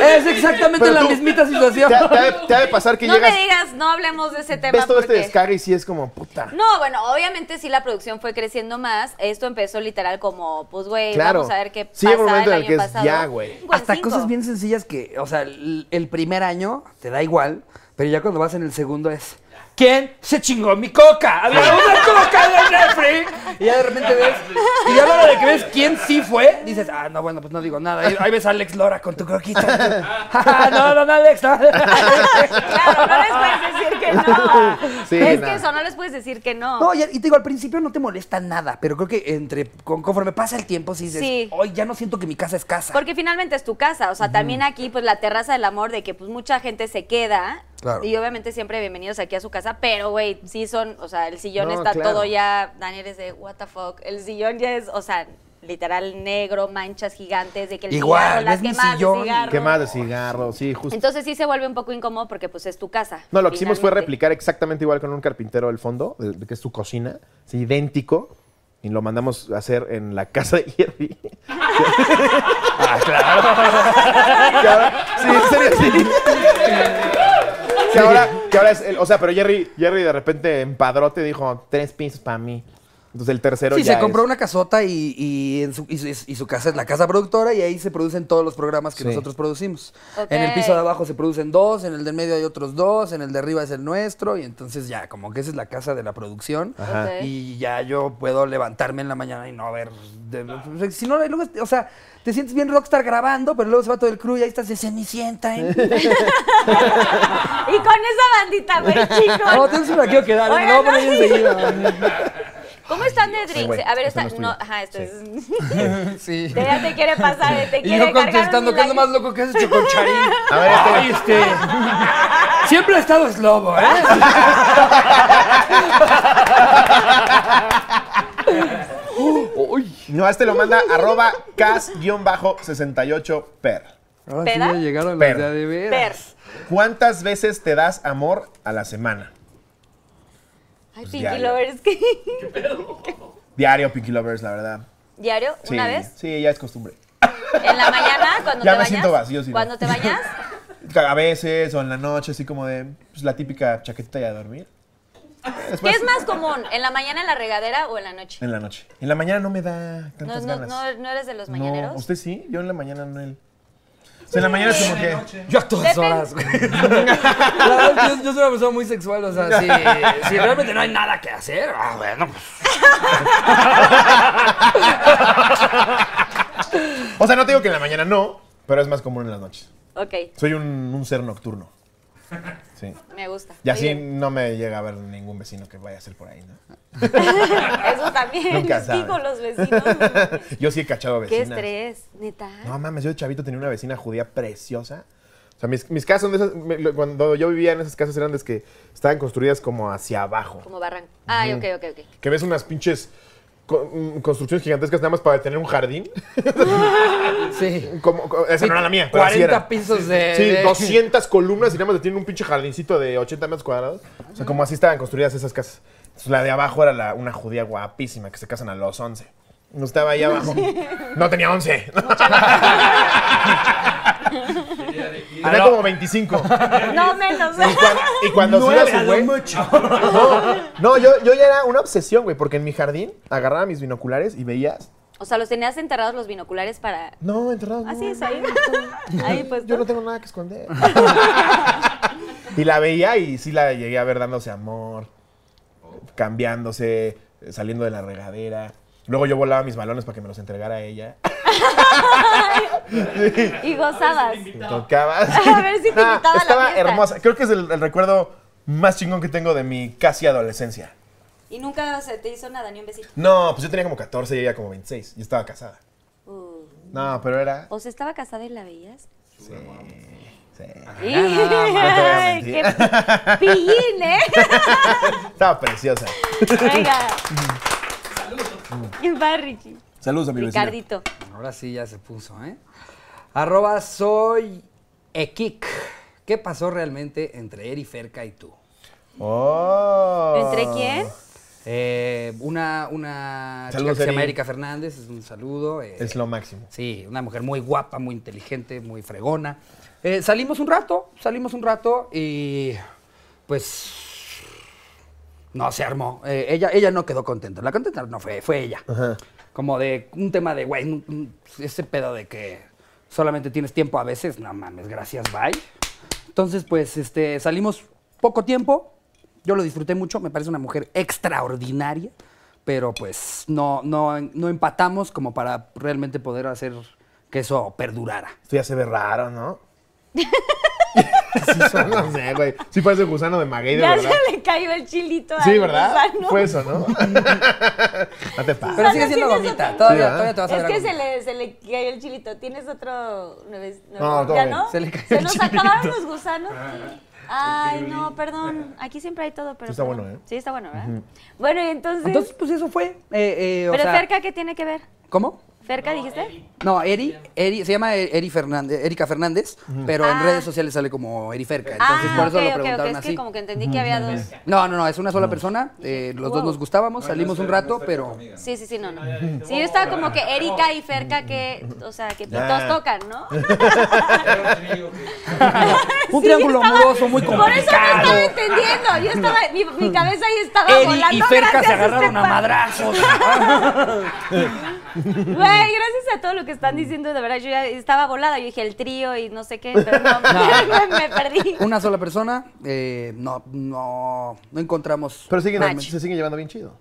Speaker 4: es exactamente
Speaker 3: Pero
Speaker 4: la
Speaker 3: tú-
Speaker 4: mismita situación.
Speaker 3: ha- te ha de- te ha de pasar que
Speaker 2: No
Speaker 3: llegas.
Speaker 2: me digas, no hablemos de ese tema
Speaker 3: Ves todo este
Speaker 2: porque-
Speaker 3: descarga y sí es como puta.
Speaker 2: No, bueno, obviamente sí la producción fue creciendo más. Esto empezó literal como, pues, güey,
Speaker 3: Claro.
Speaker 2: vamos a ver qué pasa
Speaker 3: Sí, llega un momento
Speaker 2: el
Speaker 3: en
Speaker 2: año
Speaker 3: el que es
Speaker 2: pasado.
Speaker 3: ya, güey.
Speaker 2: Cinco en
Speaker 4: Hasta
Speaker 2: cinco.
Speaker 4: cosas bien sencillas que, o sea, el, el primer año te da igual, pero ya cuando vas en el segundo es. ¿Quién se chingó mi coca? Había una coca de refri. Y ya de repente ves. Y ya a la hora de que ves quién sí fue, dices, ah, no, bueno, pues no digo nada. Y ahí ves a Alex Lora con tu coquita. Y tú, "Ja, ja, no, no, no, Alex. no".
Speaker 2: Claro, no les puedes decir que no.
Speaker 3: Sí,
Speaker 2: es
Speaker 3: nada.
Speaker 2: que eso, no les puedes decir que no.
Speaker 4: No, y, y te digo, al principio no te molesta nada, pero creo que entre con- conforme pasa el tiempo, sí dices,
Speaker 2: Sí.
Speaker 4: hoy ya no siento que mi casa es casa.
Speaker 2: Porque finalmente es tu casa, o sea, también aquí, pues la terraza del amor, de que pues mucha gente se queda.
Speaker 4: Claro.
Speaker 2: Y obviamente siempre bienvenidos aquí a su casa, pero güey, sí son, o sea, el sillón
Speaker 3: No,
Speaker 2: está
Speaker 3: claro.
Speaker 2: todo ya, Daniel es de, what the fuck, el sillón ya es, o sea, literal negro, manchas gigantes, de que el
Speaker 4: Igual,
Speaker 2: cigarro,
Speaker 4: no
Speaker 2: las
Speaker 4: es mi
Speaker 2: quemadas de
Speaker 4: sillón.
Speaker 2: cigarro.
Speaker 3: Quemado de cigarro, sí, justo.
Speaker 2: Entonces sí se vuelve un poco incómodo porque pues es tu casa.
Speaker 3: No, lo que hicimos fue
Speaker 2: finalmente.
Speaker 3: replicar exactamente igual con un carpintero al fondo, de- de que es su cocina, es idéntico, y lo mandamos a hacer en la casa de Jerry. ah, claro. sí, en serio, sí. Que ahora, que ahora es, el- o sea, pero Jerry, Jerry de repente empadrote dijo, tres pisos para mí. Entonces el tercero
Speaker 4: Sí,
Speaker 3: ya
Speaker 4: se compró
Speaker 3: es-
Speaker 4: una casota y, y en su, y, su- y su casa es la casa productora y ahí se producen todos los programas que
Speaker 3: Sí.
Speaker 4: nosotros producimos.
Speaker 2: Ok.
Speaker 4: En el piso de abajo se producen dos, en el del medio hay otros dos, en el de arriba es el nuestro y entonces ya, como que esa es la casa de la producción
Speaker 3: Ajá.
Speaker 2: Ok.
Speaker 4: y ya yo puedo levantarme en la mañana y no ver... de- si no, y luego, o sea, te sientes bien rockstar grabando, pero luego se va todo el crew y ahí estás de cenicienta. ¿eh?
Speaker 2: Y con esa bandita, güey, chicos.
Speaker 4: no, tengo que me la quiero quedar,
Speaker 2: Oigan,
Speaker 4: me la voy a poner
Speaker 2: no.
Speaker 4: enseguida.
Speaker 2: ¿Cómo están de drinks?
Speaker 3: güey,
Speaker 2: a ver,
Speaker 3: esto
Speaker 2: esta,
Speaker 3: no
Speaker 2: no,
Speaker 3: es tuyo.
Speaker 2: ajá, esto
Speaker 3: Sí.
Speaker 2: es...
Speaker 4: Sí.
Speaker 2: Te- ya te quiere pasar, eh, te
Speaker 4: Y
Speaker 2: quiere
Speaker 4: yo
Speaker 2: cargar un
Speaker 4: contestando, ¿qué es lo más
Speaker 2: milagro.
Speaker 4: loco que has hecho con Charín?
Speaker 3: A ver, este-
Speaker 4: Ay, este. Siempre ha estado eslobo, ¿eh?
Speaker 3: No, este lo manda arroba cas-68per.
Speaker 4: Ahora
Speaker 2: sí ¿Peda? ya
Speaker 4: llegaron
Speaker 3: las de a
Speaker 4: de
Speaker 2: Per.
Speaker 3: ¿Cuántas veces te das amor a la semana?
Speaker 2: Ay,
Speaker 3: Pues
Speaker 2: Pinky
Speaker 3: diario.
Speaker 2: Lovers, ¿qué?
Speaker 3: Diario, Pinky Lovers, la verdad.
Speaker 2: ¿Diario? ¿Una vez?
Speaker 3: Sí, ya es costumbre.
Speaker 2: En la mañana, cuando te
Speaker 3: Ya me
Speaker 2: bañas.
Speaker 3: siento vacío, sí,
Speaker 2: Cuando
Speaker 3: no.
Speaker 2: te bañas,
Speaker 3: A veces o en la noche, así como de pues, la típica chaquetita y a dormir.
Speaker 2: ¿qué
Speaker 3: Después,
Speaker 2: es más común? ¿En la mañana, en la regadera o en la noche?
Speaker 3: En la noche. En la mañana no me da
Speaker 2: No,
Speaker 3: tantas
Speaker 2: no,
Speaker 3: ganas.
Speaker 2: no, no eres de los mañaneros.
Speaker 3: No, ¿usted sí? Yo en la mañana no él. O sea, en la mañana es como que.
Speaker 4: Yo a todas
Speaker 2: Depende.
Speaker 4: horas, güey. La verdad, yo, yo soy una persona muy sexual, o sea, si, si realmente no hay nada que hacer, ah, bueno, pues.
Speaker 3: O sea, no te digo que en la mañana no, pero es más común en las noches.
Speaker 2: Ok,
Speaker 3: Soy un, un ser nocturno. Sí.
Speaker 2: me gusta.
Speaker 3: Y
Speaker 2: Muy
Speaker 3: así
Speaker 2: bien.
Speaker 3: no me llega a ver ningún vecino que vaya a ser por ahí, ¿no?
Speaker 2: Eso también.
Speaker 3: Nunca
Speaker 2: les
Speaker 3: sabes.
Speaker 2: digo, los vecinos.
Speaker 3: Yo sí he cachado
Speaker 2: Qué
Speaker 3: vecinas.
Speaker 2: estrés, neta.
Speaker 3: No mames, yo de chavito tenía una vecina judía preciosa. O sea, mis, mis casas son de esas. me- lo- cuando yo vivía en esas casas eran de las que estaban construidas como hacia abajo.
Speaker 2: Como barranco. Ay, ok, ok, ok.
Speaker 3: Que ves unas pinches co- mm, construcciones gigantescas nada más para tener un jardín.
Speaker 4: Sí.
Speaker 3: Como, co- esa no era la mía. pero así
Speaker 4: 40
Speaker 3: era.
Speaker 4: pisos de.
Speaker 3: Sí,
Speaker 4: de-
Speaker 3: 200 columnas y nada más le tienen un pinche jardincito de 80 metros cuadrados. O sea, como así estaban construidas esas casas. Entonces, la de abajo era la- una judía guapísima que se casan a los 11. No estaba ahí abajo. No tenía 11. Tenía como 25.
Speaker 2: No menos.
Speaker 3: Y cuan- Y cuando se iba su güey. No, no, yo, yo ya era una obsesión, güey, porque en mi jardín agarraba mis binoculares y veías.
Speaker 2: O sea, los tenías enterrados los binoculares para.
Speaker 3: No, enterrados. no,
Speaker 2: Así es,
Speaker 3: no,
Speaker 2: ahí. Ah, Ahí pues.
Speaker 3: Yo no tengo nada que esconder. y la veía y sí la llegué a ver dándose amor, cambiándose, eh, saliendo de la regadera. Luego yo volaba mis balones para que me los entregara a ella.
Speaker 2: Y gozabas.
Speaker 3: Me tocaba.
Speaker 2: A ver si te invitaba a la
Speaker 3: Nah, Ah, Estaba
Speaker 2: fiesta.
Speaker 3: hermosa. Creo que es el, el recuerdo más chingón que tengo de mi casi adolescencia.
Speaker 2: Y nunca se te hizo nada, ni un besito.
Speaker 3: No, pues yo tenía como 14 y ella como 26. Y estaba casada.
Speaker 2: Uh.
Speaker 3: No, pero era.
Speaker 2: O se estaba casada y la veías.
Speaker 3: Sí. sí.
Speaker 2: Ay, qué pillín, ¿eh?
Speaker 3: Estaba preciosa.
Speaker 2: Venga. Saludos. Va, Richie.
Speaker 3: Saludos a mi vecina.
Speaker 2: Ricardito.
Speaker 4: Ahora sí ya se puso, ¿eh? Arroba soy Ekik. ¿Qué pasó realmente entre Eri Ferca y tú?
Speaker 3: Oh.
Speaker 2: ¿Entre quién?
Speaker 4: Eh, una una
Speaker 3: Saludos,
Speaker 4: chica que se llama
Speaker 3: Eri.
Speaker 4: Erika Fernández, es un saludo. eh,
Speaker 3: Es lo máximo.
Speaker 4: Sí, una mujer muy guapa, muy inteligente, muy fregona. Eh, salimos un rato, salimos un rato y pues no se armó. Eh, ella, ella no quedó contenta. La contenta no fue, fue ella. Como de un tema de, güey, n- n- ese pedo de que solamente tienes tiempo a veces. No mames, gracias, bye. Entonces, pues, este, salimos poco tiempo. Yo lo disfruté mucho. Me parece una mujer extraordinaria. Pero, pues, no, no, no empatamos como para realmente poder hacer que eso perdurara.
Speaker 3: Esto ya se ve raro, ¿no? sí, son- no sé, güey. Sí parece gusano de maguey, de
Speaker 2: Ya
Speaker 3: verdad.
Speaker 2: se le cayó el chilito a
Speaker 3: Sí, ¿verdad? Pues, Fue eso, ¿no? no te pases.
Speaker 4: Pero sigue siendo gomita. Todavía,
Speaker 3: Sí, ¿verdad?
Speaker 4: todavía te vas a
Speaker 2: Es
Speaker 4: ver
Speaker 2: que
Speaker 4: gomita.
Speaker 2: se le, se le cayó el chilito. ¿Tienes otro? nueve- nueve-
Speaker 3: No, todo
Speaker 2: ¿Ya
Speaker 3: bien.
Speaker 2: no?
Speaker 4: Se le cayó
Speaker 2: ¿Se
Speaker 4: el
Speaker 2: nos
Speaker 4: chilito.
Speaker 2: acabaron los gusanos? Ay, no, perdón. Aquí siempre hay todo, pero...
Speaker 3: Sí está
Speaker 2: perdón.
Speaker 3: bueno, ¿eh?
Speaker 2: Sí, está bueno, ¿verdad? Bueno, y entonces...
Speaker 4: Entonces, pues, eso fue. Eh, eh, o
Speaker 2: ¿Pero
Speaker 4: sea,
Speaker 2: Ferca qué tiene que ver?
Speaker 4: ¿Cómo?
Speaker 2: ¿Ferca dijiste?
Speaker 4: No, Eri, Eri- se llama E-, Eri Fernández, Erika Fernández, pero en
Speaker 2: Ah.
Speaker 4: redes sociales sale como Eri Ferca. Entonces, por eso
Speaker 2: ok,
Speaker 4: lo
Speaker 2: ok, ok.
Speaker 4: preguntaron
Speaker 2: Es
Speaker 4: así.
Speaker 2: que como que entendí que había dos...
Speaker 4: No, no, no, es una sola persona. eh, los dos nos gustábamos, salimos un rato, pero.
Speaker 2: Sí, sí, sí, no, no. Sí, yo estaba como que Erika y Ferca que... O sea, que
Speaker 3: Ya.
Speaker 2: todos tocan, ¿no?
Speaker 4: Un
Speaker 2: Sí,
Speaker 4: triángulo
Speaker 2: yo estaba-
Speaker 4: amoroso muy
Speaker 2: Por eso no
Speaker 4: complicado.
Speaker 2: estaba entendiendo. Yo estaba... Mi, mi cabeza ahí estaba
Speaker 4: Eri
Speaker 2: Ah, volando.
Speaker 4: y Ferca
Speaker 2: gracias
Speaker 4: se
Speaker 2: a
Speaker 4: agarraron
Speaker 2: este
Speaker 4: a
Speaker 2: par.
Speaker 4: madrazos.
Speaker 2: Güey, gracias a todo lo que están diciendo, de verdad, yo ya estaba volada. Yo dije el trío y no sé qué, pero no, me, me perdí.
Speaker 4: Una sola persona, eh, no, no, no encontramos.
Speaker 3: Pero siguen,
Speaker 2: Match.
Speaker 3: se siguen llevando bien chido.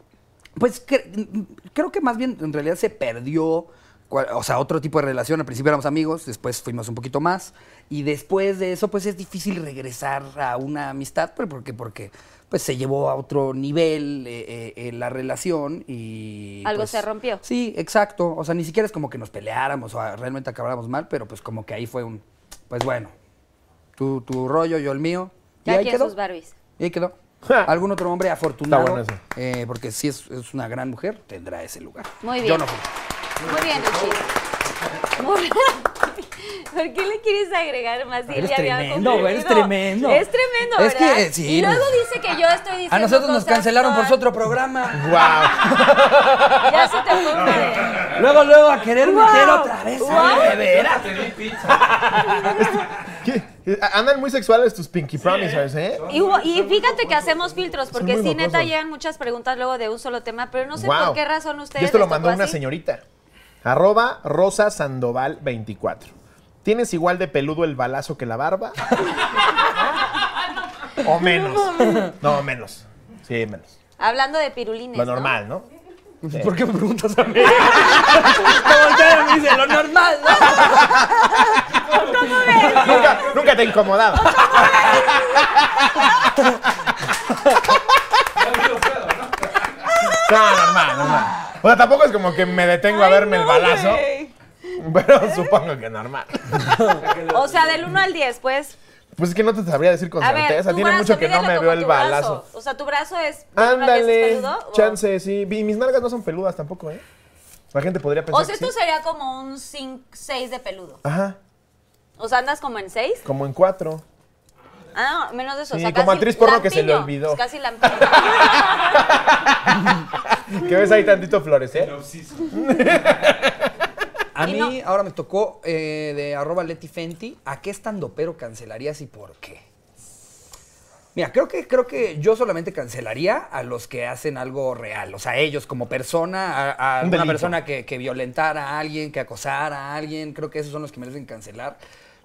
Speaker 4: Pues cre- creo que más bien en realidad se perdió, cua- o sea, otro tipo de relación. Al principio éramos amigos, después fuimos un poquito más. Y después de eso, pues es difícil regresar a una amistad, pero porque, porque pues se llevó a otro nivel eh, eh, eh, la relación y...
Speaker 2: Algo
Speaker 4: pues,
Speaker 2: se rompió.
Speaker 4: Sí, exacto. O sea, ni siquiera es como que nos peleáramos o ah, realmente acabáramos mal, pero pues como que ahí fue un, pues bueno, tu, tu rollo, yo el mío. Y
Speaker 2: Ya
Speaker 4: ahí
Speaker 2: aquí en
Speaker 4: quedó.
Speaker 2: sus Barbies.
Speaker 4: Y ahí quedó. Algún otro hombre afortunado.
Speaker 3: Está bueno eso.
Speaker 4: eh, porque si es, es una gran mujer, tendrá ese lugar.
Speaker 2: Muy
Speaker 4: Yo
Speaker 2: bien.
Speaker 4: no fui.
Speaker 2: Muy bien, Richie. Muy bien. ¿Por qué le quieres agregar más? Si él
Speaker 4: Eres
Speaker 2: ya había
Speaker 4: tremendo,
Speaker 2: concluido?
Speaker 4: eres tremendo.
Speaker 2: Es tremendo,
Speaker 4: Es que,
Speaker 2: ¿verdad?
Speaker 4: eh, sí,
Speaker 2: y luego
Speaker 4: nos-
Speaker 2: dice que yo estoy diciendo
Speaker 4: A nosotros nos
Speaker 2: cosas
Speaker 4: cancelaron por
Speaker 2: con-
Speaker 4: su otro programa.
Speaker 3: ¡Wow!
Speaker 2: Ya se te fue una de-
Speaker 4: Luego, luego a querer
Speaker 2: Wow.
Speaker 4: meter otra vez.
Speaker 2: Wow.
Speaker 4: ¿De veras?
Speaker 7: Te di pizza.
Speaker 3: ¿Qué? Eh, ah, Andan muy sexuales tus Pinky Promisers, ¿eh?
Speaker 2: Y, hubo- y fíjate que hacemos filtros, porque
Speaker 3: muy
Speaker 2: sí, neta,
Speaker 3: mocosos.
Speaker 2: llegan muchas preguntas luego de un solo tema, pero no sé
Speaker 3: Guau.
Speaker 2: por qué razón ustedes.
Speaker 3: Y esto lo
Speaker 2: les tocó
Speaker 3: mandó una
Speaker 2: así.
Speaker 3: señorita. Arroba Rosa Sandoval 24. ¿Tienes igual de peludo el balazo que la barba? ¿O menos? No, menos. Sí, menos.
Speaker 2: Hablando de pirulines.
Speaker 3: Lo
Speaker 2: ¿no?
Speaker 3: normal, ¿no?
Speaker 4: ¿Por qué me preguntas a mí? Me voltearon y me dicen, lo normal, ¿no?
Speaker 3: Nunca, nunca te incomodaba. No, normal, normal. O sea, tampoco es como que me detengo a verme el balazo. Pero supongo que normal.
Speaker 2: O sea, del 1 al 10, pues.
Speaker 3: Pues es que no te sabría decir con
Speaker 2: A ver,
Speaker 3: certeza.
Speaker 2: tu
Speaker 3: Tiene
Speaker 2: brazo,
Speaker 3: mucho que no
Speaker 2: míralo
Speaker 3: me
Speaker 2: como
Speaker 3: veo el
Speaker 2: tu
Speaker 3: balazo.
Speaker 2: brazo. O sea, tu brazo es. del uno al diez, ¿es
Speaker 3: Ándale,
Speaker 2: peludo? O-
Speaker 3: chance, sí. Y mis nalgas no son peludas tampoco, ¿eh? La gente podría pensar
Speaker 2: O sea,
Speaker 3: que
Speaker 2: esto
Speaker 3: sí.
Speaker 2: sería como un 6 de peludo.
Speaker 3: Ajá,
Speaker 2: O sea, andas como en 6.
Speaker 3: como en cuatro.
Speaker 2: Ah, no, menos de eso.
Speaker 3: Sí,
Speaker 2: o sea,
Speaker 3: como
Speaker 2: casi
Speaker 3: actriz porno que se le
Speaker 2: lampiño.
Speaker 3: olvidó.
Speaker 2: Pues casi lampiño.
Speaker 3: que ves ahí tantito ¿eh? florecer.
Speaker 7: Sinopsis.
Speaker 4: A
Speaker 2: Y
Speaker 4: mí
Speaker 2: no.
Speaker 4: ahora me tocó eh, de arroba Leti Fenty. ¿A qué estandopero cancelarías y por qué? Mira, creo que, creo que yo solamente cancelaría a los que hacen algo real. O sea, ellos como persona, a, a
Speaker 3: Un
Speaker 4: una
Speaker 3: delito.
Speaker 4: persona que, que violentara a alguien, que acosara a alguien. Creo que esos son los que merecen cancelar.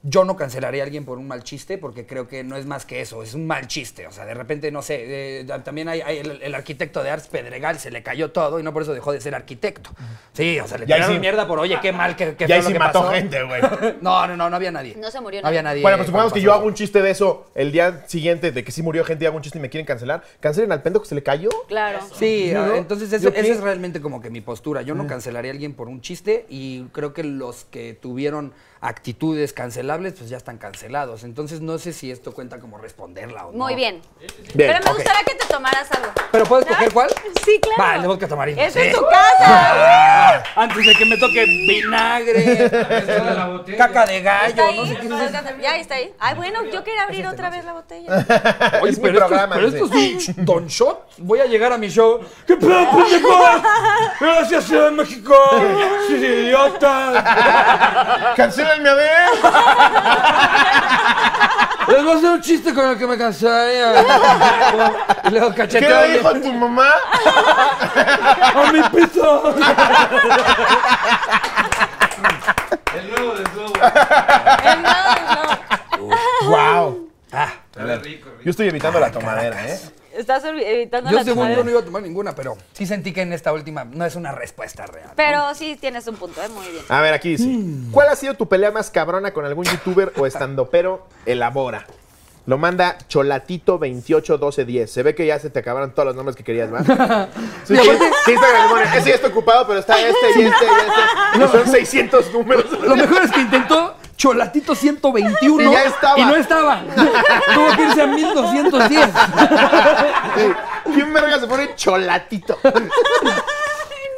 Speaker 4: Yo no cancelaría a alguien por un mal chiste porque creo que no es más que eso, es un mal chiste. O sea, de repente, no sé, eh, tam- también hay, hay el, el arquitecto de Arts Pedregal, se le cayó todo y no por eso dejó de ser arquitecto. Sí, o sea, le
Speaker 3: Ya ahí
Speaker 4: tiraron
Speaker 3: sí-
Speaker 4: mierda por, oye, qué mal que, que
Speaker 3: Ya
Speaker 4: fue
Speaker 3: ahí
Speaker 4: lo
Speaker 3: sí
Speaker 4: que
Speaker 3: mató
Speaker 4: pasó".
Speaker 3: gente, güey.
Speaker 4: No, no, no, no había nadie.
Speaker 2: No se murió
Speaker 4: No había
Speaker 2: nadie.
Speaker 4: nadie.
Speaker 3: Bueno, pues supongamos
Speaker 4: cuando
Speaker 3: que yo
Speaker 4: pasó eso.
Speaker 3: hago un chiste de eso el día siguiente, de que sí murió gente y hago un chiste y me quieren cancelar. Cancelen al pendejo que se le cayó.
Speaker 2: Claro.
Speaker 4: Sí,
Speaker 3: ¿No?
Speaker 4: ah, entonces eso,
Speaker 3: ¿Yo qué?
Speaker 4: esa es realmente como que mi postura. Yo no cancelaría a alguien por un chiste y creo que los que tuvieron actitudes cancelables, pues ya están cancelados. Entonces no sé si esto cuenta como responderla o no.
Speaker 2: Muy bien.
Speaker 3: Bien,
Speaker 2: Pero me
Speaker 3: ok.
Speaker 2: gustaría que te tomaras algo.
Speaker 4: ¿Pero puedes coger cuál?
Speaker 2: Sí, claro.
Speaker 4: Va, el de vodka tamarindo.
Speaker 2: Esa es
Speaker 4: Sí.
Speaker 2: tu casa.
Speaker 4: Ah, Antes de que me toque vinagre,
Speaker 7: toda la botella.
Speaker 4: caca de gallo,
Speaker 2: Está ahí,
Speaker 4: no sé qué es eso.
Speaker 2: ya está ahí. Ay, bueno, yo quería abrir otra vez la botella.
Speaker 4: Oye,
Speaker 3: Es mi
Speaker 4: pero,
Speaker 3: programa,
Speaker 4: esto, pero esto es un don shot. Voy a llegar a mi show. ¡Qué pedo, pendejo! ¡Gracias, Ciudad de México! ¡Sí, sí, idiota! Ah.
Speaker 3: ¡Cancelenme a ver!
Speaker 4: Les voy a hacer un chiste con el que me cansaría. Y luego
Speaker 3: ¿Qué
Speaker 4: cacheteo.
Speaker 3: le dijo tu mamá?
Speaker 4: ¡A mi pito!
Speaker 3: Ah,
Speaker 7: El nuevo desnudo.
Speaker 2: No, no.
Speaker 3: ¡Wow!
Speaker 7: Sabe rico, rico.
Speaker 3: Ah. Yo estoy evitando
Speaker 4: Ah,
Speaker 3: la tomadera, ¿eh?
Speaker 2: Estás evi- evitando
Speaker 4: Yo
Speaker 2: la
Speaker 4: según yo
Speaker 2: tomadera.
Speaker 4: no iba a tomar ninguna, pero sí sentí que en esta última no es una respuesta real.
Speaker 2: Pero sí tienes un punto, ¿eh? muy bien.
Speaker 3: A ver, aquí dice. ¿Cuál ha sido tu pelea más cabrona con algún youtuber o estandopero? Elabora. Lo manda Cholatito281210. Se ve que ya se te acabaron todos los nombres que querías, ¿verdad? Sí, sí, Eh, sí, Instagram le pone, ese ya está ocupado, pero está este y este y este. Y son 600 números.
Speaker 4: Lo mejor es que intentó Cholatito 121
Speaker 3: Y ya estaba.
Speaker 4: y no estaba. Tuvo que irse a 1210.
Speaker 3: Sí. ¿Quién verga se pone Cholatito?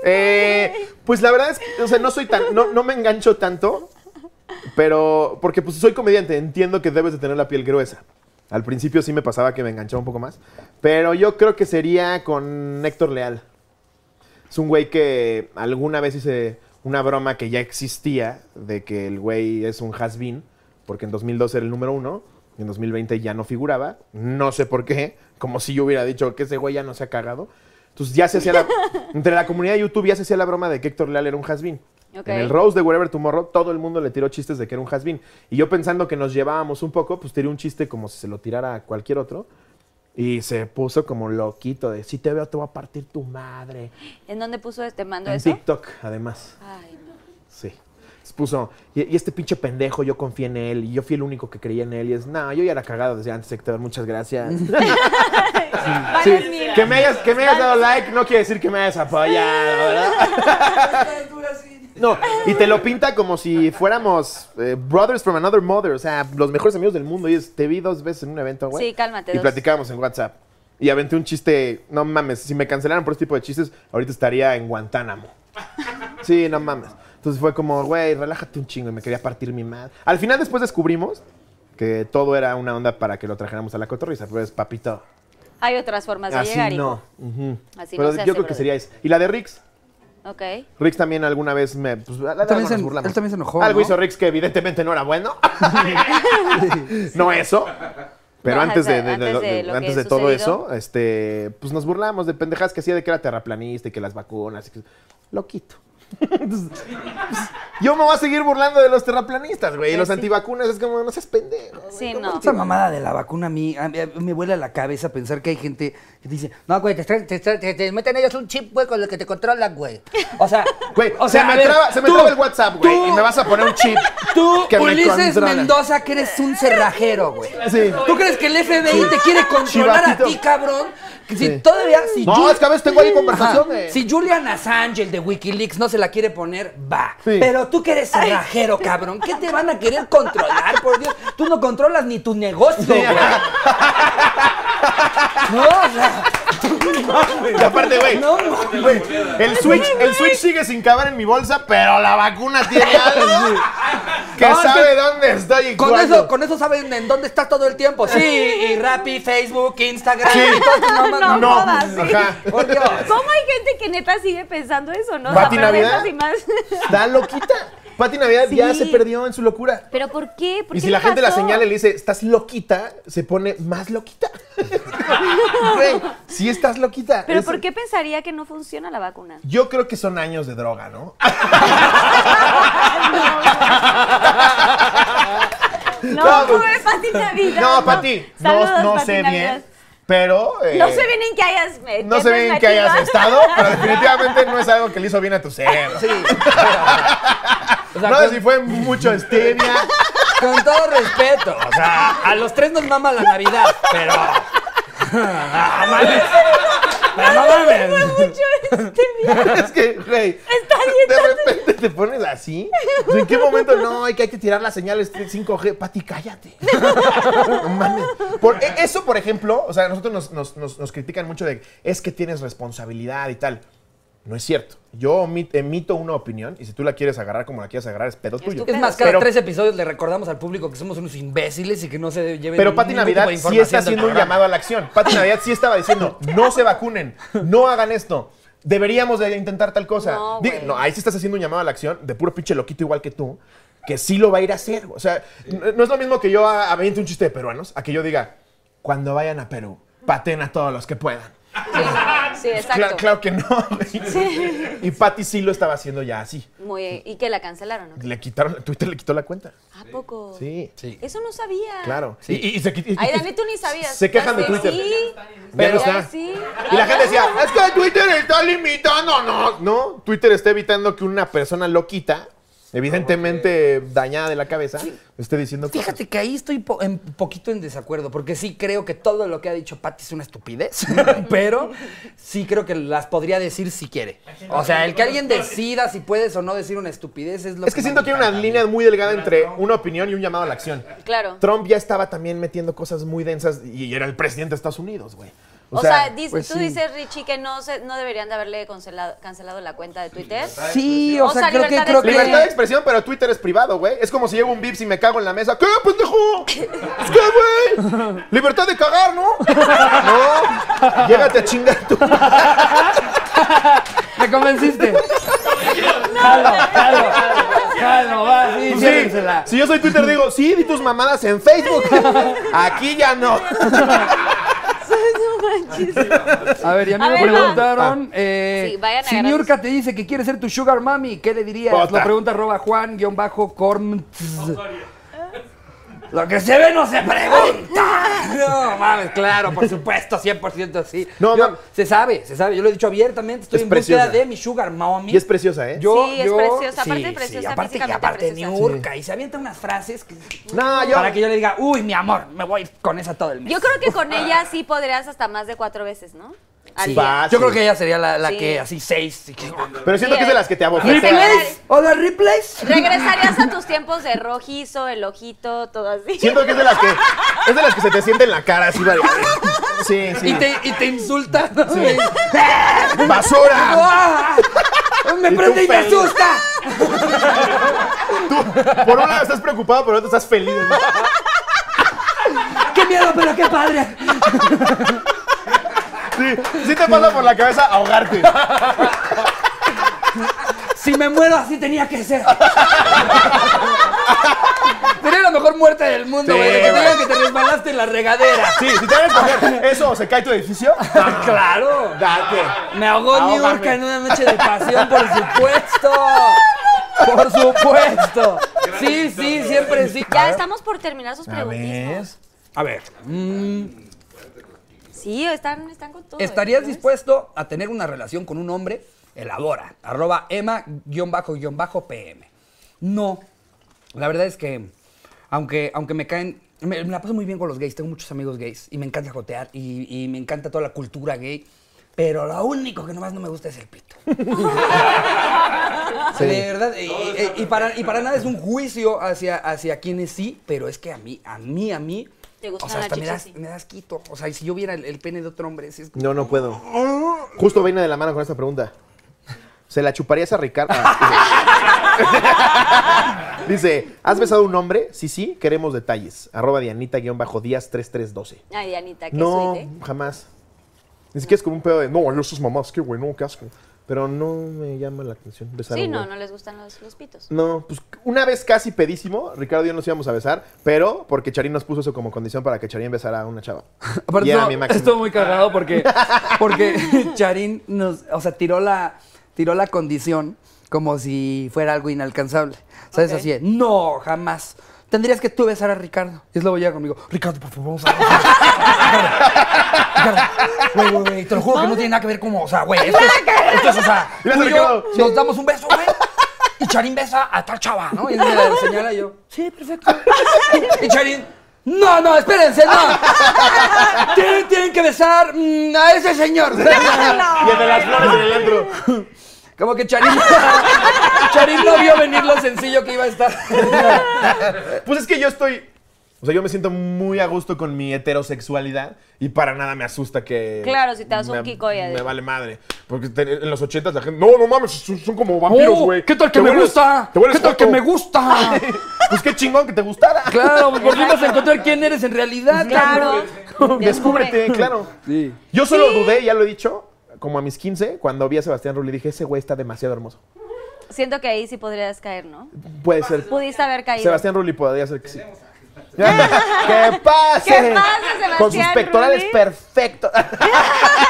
Speaker 3: Eh, pues la verdad es que, o sea, no soy tan, no, no me engancho tanto, pero, porque pues soy comediante, entiendo que debes de tener la piel gruesa. Al principio sí me pasaba que me enganchaba un poco más, pero yo creo que sería con Héctor Leal. Es un güey que alguna vez hice una broma que ya existía de que el güey es un has-been, porque en 2012 era el número uno, y en 2020 ya no figuraba. No sé por qué, como si yo hubiera dicho que ese güey ya no se ha cagado. Entonces ya se hacía la. entre la comunidad de YouTube ya se hacía la broma de que Héctor Leal era un has-been.
Speaker 2: Ok.
Speaker 3: En el Rose de Wherever Tomorrow, todo el mundo le tiró chistes de que era un has-been. Y yo pensando que nos llevábamos un poco, pues tiré un chiste como si se lo tirara a cualquier otro. Y se puso como loquito de, si te veo te voy a partir tu madre.
Speaker 2: ¿En dónde puso este mando
Speaker 3: En
Speaker 2: eso?
Speaker 3: TikTok, además.
Speaker 2: Ay, no.
Speaker 3: Sí. Se puso, y, y este pinche pendejo, yo confié en él, y yo fui el único que creía en él. Y es, no, yo ya era cagado desde antes, Héctor, muchas gracias. Sí,
Speaker 2: Varias mil.
Speaker 3: Que me hayas, que me hayas dado like no quiere decir que me hayas apoyado, ¿verdad? No, y te lo pinta como si fuéramos eh, brothers from another mother, o sea, los mejores amigos del mundo. Y es, te vi dos veces en un evento, güey.
Speaker 2: Sí, cálmate,
Speaker 3: Y
Speaker 2: dos.
Speaker 3: platicábamos en WhatsApp. Y aventé un chiste, no mames, si me cancelaran por este tipo de chistes, ahorita estaría en Guantánamo. Sí, no mames. Entonces fue como, güey, relájate un chingo y me quería partir mi madre. Al final después descubrimos que todo era una onda para que lo trajéramos a la cotorriza, pero es papito.
Speaker 2: Hay otras formas de
Speaker 3: Así
Speaker 2: llegar. hijo.
Speaker 3: no. Ujú.
Speaker 2: Así no
Speaker 3: Pero
Speaker 2: se
Speaker 3: yo
Speaker 2: hace,
Speaker 3: creo que
Speaker 2: brother.
Speaker 3: sería eso. Y la de Rix.
Speaker 2: Ok.
Speaker 3: Rix también alguna vez me. Pues, la- la-
Speaker 4: También
Speaker 3: nos
Speaker 4: se-
Speaker 3: burlamos.
Speaker 4: él también se enojó,
Speaker 3: Algo
Speaker 4: ¿no?
Speaker 3: hizo Rix que evidentemente no era bueno. no eso. Pero
Speaker 2: No,
Speaker 3: antes de,
Speaker 2: ajá,
Speaker 3: de- de-
Speaker 2: antes de
Speaker 3: de-
Speaker 2: lo
Speaker 3: antes
Speaker 2: que
Speaker 3: de todo
Speaker 2: sucedido.
Speaker 3: eso, este, pues nos burlamos de pendejadas que hacía de que era terraplanista y que las vacunas. y que- Loquito. Entonces, pues, yo me voy a seguir burlando de los terraplanistas, güey. y
Speaker 2: Sí,
Speaker 3: los
Speaker 2: sí.
Speaker 3: antivacunas es como, no seas pendejo. güey,
Speaker 2: Sí,
Speaker 3: ¿cómo
Speaker 2: no.
Speaker 4: Esa mamada de la vacuna a mí, a mí- a mí me vuela la cabeza pensar que hay gente que dice, no, güey, te, están- te están- te- te meten ellos un chip, güey, con el que te controlan, güey. O sea,
Speaker 3: Güey,
Speaker 4: o sea,
Speaker 3: se,
Speaker 4: a
Speaker 3: me
Speaker 4: ver,
Speaker 3: traba, se me
Speaker 4: tú-
Speaker 3: traba el WhatsApp, güey.
Speaker 4: tú-
Speaker 3: Y me vas a poner un chip.
Speaker 4: Tú,
Speaker 3: que me
Speaker 4: Ulises
Speaker 3: controla.
Speaker 4: Mendoza, que eres un cerrajero, güey.
Speaker 3: Sí.
Speaker 4: ¿Tú crees que el FBI te quiere controlar
Speaker 3: Chivatito.
Speaker 4: a ti, cabrón? Que Si
Speaker 3: Sí.
Speaker 4: todavía... Si
Speaker 3: No,
Speaker 4: Jul-
Speaker 3: es que a veces tengo ahí eh.
Speaker 4: Ajá.
Speaker 3: conversaciones.
Speaker 4: Si Julian Assange, el de Wikileaks, no se la quiere poner, va.
Speaker 3: Sí.
Speaker 4: Pero tú que eres cerrajero, cabrón, ¿qué te van a querer controlar, por Dios? Tú no controlas ni tu negocio, güey. No, o sea,
Speaker 3: Y aparte, güey,
Speaker 4: no, no.
Speaker 3: güey, el Switch, el Switch sigue sin caber en mi bolsa, pero la vacuna tiene algo que
Speaker 4: No, es
Speaker 3: sabe
Speaker 4: que-
Speaker 3: dónde estoy y
Speaker 4: Con
Speaker 3: cuándo.
Speaker 4: eso, con eso saben en dónde estás todo el tiempo. Sí, y Rappi, Facebook, Instagram, y todo eso, no,
Speaker 2: No,
Speaker 4: no,
Speaker 3: no,
Speaker 2: jodas, sí.
Speaker 3: ajá.
Speaker 4: Por Dios.
Speaker 2: ¿Cómo hay gente que neta sigue pensando eso, no? O sea,
Speaker 3: ¿Pati
Speaker 2: pero de
Speaker 3: Navidad?
Speaker 2: esas y más.
Speaker 3: Está loquita. Pati Navidad ya
Speaker 2: Sí.
Speaker 3: se perdió en su locura.
Speaker 2: ¿Pero por qué? ¿Por
Speaker 3: Y
Speaker 2: qué
Speaker 3: si la
Speaker 2: le
Speaker 3: gente la
Speaker 2: pasó?
Speaker 3: señala y le dice, estás loquita, se pone más loquita. Güey, sí estás loquita.
Speaker 2: ¿Pero
Speaker 3: Es-
Speaker 2: por qué pensaría que no funciona la vacuna?
Speaker 3: Yo creo que son años de droga, ¿no?
Speaker 2: No,
Speaker 3: No, pues-
Speaker 2: pobre Pati Navidad.
Speaker 3: No, Pati, no,
Speaker 2: Saludos,
Speaker 3: no
Speaker 2: Pati
Speaker 3: sé
Speaker 2: Navidad.
Speaker 3: bien, pero... eh,
Speaker 2: No sé bien en qué hayas metido.
Speaker 3: No sé bien que hayas estado, pero definitivamente no es algo que le hizo bien a tu cerebro.
Speaker 4: Sí. O sea,
Speaker 3: no sé
Speaker 4: con,
Speaker 3: si fue mucho stevia.
Speaker 4: con todo respeto. O sea, a los tres nos mama la Navidad, pero. Ah, mames. Pero no mames.
Speaker 2: Mucho este día.
Speaker 3: es que, güey,
Speaker 2: Está bien,
Speaker 3: de repente te pones así. O sea, ¿En qué momento? No, hay que, hay que tirar las señales 5G. Pati, cállate. No mames. Por- e- eso, por ejemplo, o sea, a nosotros nos, nos- nos- nos critican mucho de es que tienes responsabilidad y tal. No es cierto. Yo omit- emito una opinión y si tú la quieres agarrar como la quieras agarrar, es pedo tuyo.
Speaker 4: Es más, cada
Speaker 3: Pero-
Speaker 4: tres episodios le recordamos al público que somos unos imbéciles y que no se lleven.
Speaker 3: Pero Pati
Speaker 4: ningún
Speaker 3: Navidad
Speaker 4: tipo de
Speaker 3: sí está
Speaker 4: información del
Speaker 3: haciendo un
Speaker 4: programa.
Speaker 3: llamado a la acción. Pati Navidad sí estaba diciendo, no se vacunen, no hagan esto. Deberíamos de intentar tal cosa. Di-
Speaker 2: No,
Speaker 3: No,
Speaker 2: güey.
Speaker 3: ahí sí estás haciendo un llamado a la acción de puro pinche loquito igual que tú, que sí lo va a ir a hacer. O sea, n- no es lo mismo que yo a- aviente un chiste de peruanos, a que yo diga, cuando vayan a Perú, paten a todos los que puedan.
Speaker 2: Sí, sí,
Speaker 3: Cla-
Speaker 2: exacto.
Speaker 3: claro que no. güey. Y Pati sí lo estaba haciendo ya así.
Speaker 2: Muy, y que la cancelaron, ¿no?
Speaker 3: Le quitaron, Twitter le quitó la cuenta.
Speaker 2: ¿A poco?
Speaker 3: Sí.
Speaker 4: Sí.
Speaker 2: Eso no sabía.
Speaker 3: Claro. Y, y- y se quit- y-
Speaker 2: Ay, Dani, tú ni sabías.
Speaker 3: Se quejan de
Speaker 2: Sí,
Speaker 3: Twitter.
Speaker 2: Sí.
Speaker 3: Pero
Speaker 2: Ya
Speaker 3: está.
Speaker 2: sí.
Speaker 3: Y la gente decía, es que Twitter está limitando. No, no, Twitter está evitando que una persona loquita, evidentemente dañada de la cabeza, esté diciendo cosas.
Speaker 4: Fíjate que ahí estoy po- en- poquito en desacuerdo, porque sí creo que todo lo que ha dicho Patti es una estupidez, pero sí creo que las podría decir si quiere. O sea, el que alguien decida si puedes o no decir una estupidez es lo
Speaker 3: Es que siento
Speaker 4: más
Speaker 3: que
Speaker 4: me
Speaker 3: hay una
Speaker 4: encanta a mí.
Speaker 3: línea muy delgada entre una opinión y un llamado a la acción.
Speaker 2: Claro.
Speaker 3: Trump ya estaba también metiendo cosas muy densas y era el presidente de Estados Unidos, güey.
Speaker 2: O sea, dis-
Speaker 4: pues
Speaker 2: tú
Speaker 4: sí.
Speaker 2: dices, Richie, que no, se, no deberían de haberle cancelado, cancelado la cuenta de Twitter.
Speaker 4: Sí, o,
Speaker 2: O sea,
Speaker 4: sea, creo que
Speaker 2: libertad de
Speaker 4: creo que
Speaker 3: Libertad de expresión, pero Twitter es privado, güey. Es como si llevo un bips y me cago en la mesa. ¿Qué, pendejo? ¿Es que, güey? Libertad de cagar, ¿no? No. Llégate a chingar tú.
Speaker 4: me convenciste. Jalo, jalo, jalo, va, sí,
Speaker 3: Pues sí,
Speaker 4: llévensela.
Speaker 3: si yo soy Twitter, digo, sí, di tus mamadas en Facebook. Aquí ya no.
Speaker 4: A ver, y a mí
Speaker 2: A
Speaker 4: me
Speaker 2: ver, va.
Speaker 4: preguntaron, eh,
Speaker 2: Sí, vayan
Speaker 4: si
Speaker 2: agarrando
Speaker 4: Niurka te dice que quiere ser tu sugar mommy, ¿qué le dirías?
Speaker 3: Otra.
Speaker 4: Lo pregunta arroba juan guión bajo corm. Lo que se ve no se pregunta. No, mames, claro, por supuesto, 100% sí.
Speaker 3: No,
Speaker 4: Yo-
Speaker 3: mam-
Speaker 4: se sabe, se sabe. Yo lo he dicho abiertamente, estoy
Speaker 3: Es
Speaker 4: en
Speaker 3: preciosa.
Speaker 4: búsqueda de mi sugar mommy.
Speaker 3: Y es preciosa, ¿eh?
Speaker 4: Yo,
Speaker 2: Sí, es
Speaker 4: yo-
Speaker 2: preciosa,
Speaker 4: sí,
Speaker 2: aparte es
Speaker 4: sí,
Speaker 2: preciosa,
Speaker 4: aparte, y
Speaker 2: físicamente
Speaker 4: aparte
Speaker 2: preciosa.
Speaker 4: Niurka, y se avienta unas frases que-
Speaker 3: No, yo-
Speaker 4: para que yo le diga, uy, mi amor, me voy con esa todo el mes.
Speaker 2: Yo creo que con ella sí podrías hasta más de cuatro veces, ¿no? Al
Speaker 4: Sí.
Speaker 2: día.
Speaker 3: Ah,
Speaker 4: Yo creo que ella sería la, la
Speaker 2: Sí.
Speaker 4: que así seis. y que-
Speaker 3: Pero siento
Speaker 2: Sí,
Speaker 3: que es de
Speaker 2: eh.
Speaker 3: las que te abofetean.
Speaker 4: ¿Replays? ¿Hola, replays?
Speaker 2: Regresarías a tus tiempos de rojizo, el ojito, todo así.
Speaker 3: Siento que es de las que es de las que se te siente en la cara así. vale. Sí,
Speaker 4: Y
Speaker 3: sí.
Speaker 4: te, y te insulta. ¿no?
Speaker 6: ¡Basura!
Speaker 4: ¡Ah! ¡Me prende y me
Speaker 6: feliz.
Speaker 4: asusta!
Speaker 6: Tú, por un lado estás preocupado, por otro estás feliz. ¿no?
Speaker 4: ¡Qué miedo, pero qué padre!
Speaker 6: Sí, sí te pasa por la cabeza ahogarte.
Speaker 4: Si me muero así tenía que ser. Sería la mejor muerte del mundo,
Speaker 6: Sí,
Speaker 4: güey. de que te
Speaker 6: güey.
Speaker 4: digan que te resbalaste en la regadera. Ah,
Speaker 6: Sí, si te van a escoger eso o se cae tu edificio,
Speaker 4: claro.
Speaker 6: date.
Speaker 4: Me ahogó New
Speaker 6: Ahógame.
Speaker 4: York en una noche de pasión, por supuesto. Por supuesto. Sí, sí, siempre sí.
Speaker 2: Ya estamos por terminar sus
Speaker 6: A ver.
Speaker 2: preguntas.
Speaker 4: A ver, mm,
Speaker 2: Sí, están, están con todo. ¿eh?
Speaker 4: ¿estarías
Speaker 2: ¿No ves?
Speaker 4: dispuesto a tener una relación con un hombre? Elabora. Arroba Emma-PM. No. La verdad es que, aunque, aunque me caen. Me, me la paso muy bien con los gays. Tengo muchos amigos gays y me encanta jotear y, y me encanta toda la cultura gay. Pero lo único que nomás no me gusta es el pito. De verdad, y, y- y para, y para nada es un juicio hacia, hacia quienes sí, pero es que a mí, a mí, a mí.
Speaker 2: Te gustan
Speaker 4: o sea,
Speaker 2: las
Speaker 4: hasta me
Speaker 2: chichis,
Speaker 4: das,
Speaker 2: sí.
Speaker 4: me das quito. O sea, y si yo viera el, el pene de otro hombre, sí es.
Speaker 6: No, no puedo. Justo viene de la mano con esta pregunta. ¿Se la chuparías a Ricardo? Ah, dice- Dice, ¿has besado a un hombre? Sí, sí, queremos detalles. Arroba Dianita-Díaz 3312.
Speaker 2: Ay, Anita, qué
Speaker 6: No,
Speaker 2: suite. ¿eh?
Speaker 6: jamás. Ni siquiera es como un pedo de, no, esos mamás, qué bueno, qué asco. Pero no me llama la atención besar a
Speaker 2: Sí,
Speaker 6: un
Speaker 2: no,
Speaker 6: güey.
Speaker 2: no les gustan los, los pitos.
Speaker 6: No, pues una vez casi pedísimo, Ricardo y yo nos íbamos a besar, pero porque Charín nos puso eso como condición para que Charín besara a una chava.
Speaker 4: Aparte,
Speaker 6: y era
Speaker 4: estuvo-
Speaker 6: mi máximo.
Speaker 4: estuvo muy cagado porque, porque Charín nos, o sea, tiró la, tiró la condición como si fuera algo inalcanzable. ¿Sabes?
Speaker 2: Ok.
Speaker 4: Así de, no, jamás. Tendrías que tú besar a Ricardo. Y es luego llega conmigo, Ricardo, por favor, vamos a Ricardo, Güey, güey, güey, te lo juro que no tiene nada que ver como, o sea, güey, esto, es- esto es, o sea,
Speaker 6: Y le
Speaker 4: tú
Speaker 6: hace
Speaker 4: y yo
Speaker 6: Ricardo,
Speaker 4: nos damos un beso, güey, y Charín besa a tal chava, ¿no? Y él me la señala y yo, sí, perfecto. Y Charín, no, no, espérense, no. Tienen, tienen que besar mm, a ese señor.
Speaker 6: Y el de las flores en el antro.
Speaker 4: Como que Charín, Charín no vio venir lo sencillo que iba a estar.
Speaker 6: Pues es que yo estoy. O sea, yo me siento muy a gusto con mi heterosexualidad y para nada me asusta que.
Speaker 2: Claro, si te das un
Speaker 6: me-
Speaker 2: kiko y
Speaker 6: Me
Speaker 2: adiós.
Speaker 6: vale madre. Porque te- en los ochentas la gente. No, no mames, son, son como vampiros,
Speaker 4: Oh,
Speaker 6: güey.
Speaker 4: ¿Qué tal que
Speaker 6: Te
Speaker 4: me
Speaker 6: vuelves-
Speaker 4: gusta?
Speaker 6: te vuelves
Speaker 4: ¿Qué tal que
Speaker 6: joto.
Speaker 4: me gusta?
Speaker 6: pues qué chingón que te gustara.
Speaker 4: Claro, pues volvimos a encontrar quién eres en realidad.
Speaker 2: Claro.
Speaker 6: Descúbrete, claro.
Speaker 4: Sí.
Speaker 6: Yo solo dudé, ya lo he dicho, como a mis 15, cuando vi a Sebastián Rulli dije: Ese güey está demasiado hermoso.
Speaker 2: Siento que ahí sí podrías caer, ¿no?
Speaker 6: Puede ser.
Speaker 2: Pudiste haber caído.
Speaker 6: Sebastián Rulli podría ser que sí. ¡Que pase!
Speaker 2: ¿Qué pasa, Sebastián
Speaker 6: Con sus pectorales
Speaker 2: Rulli?
Speaker 6: perfectos.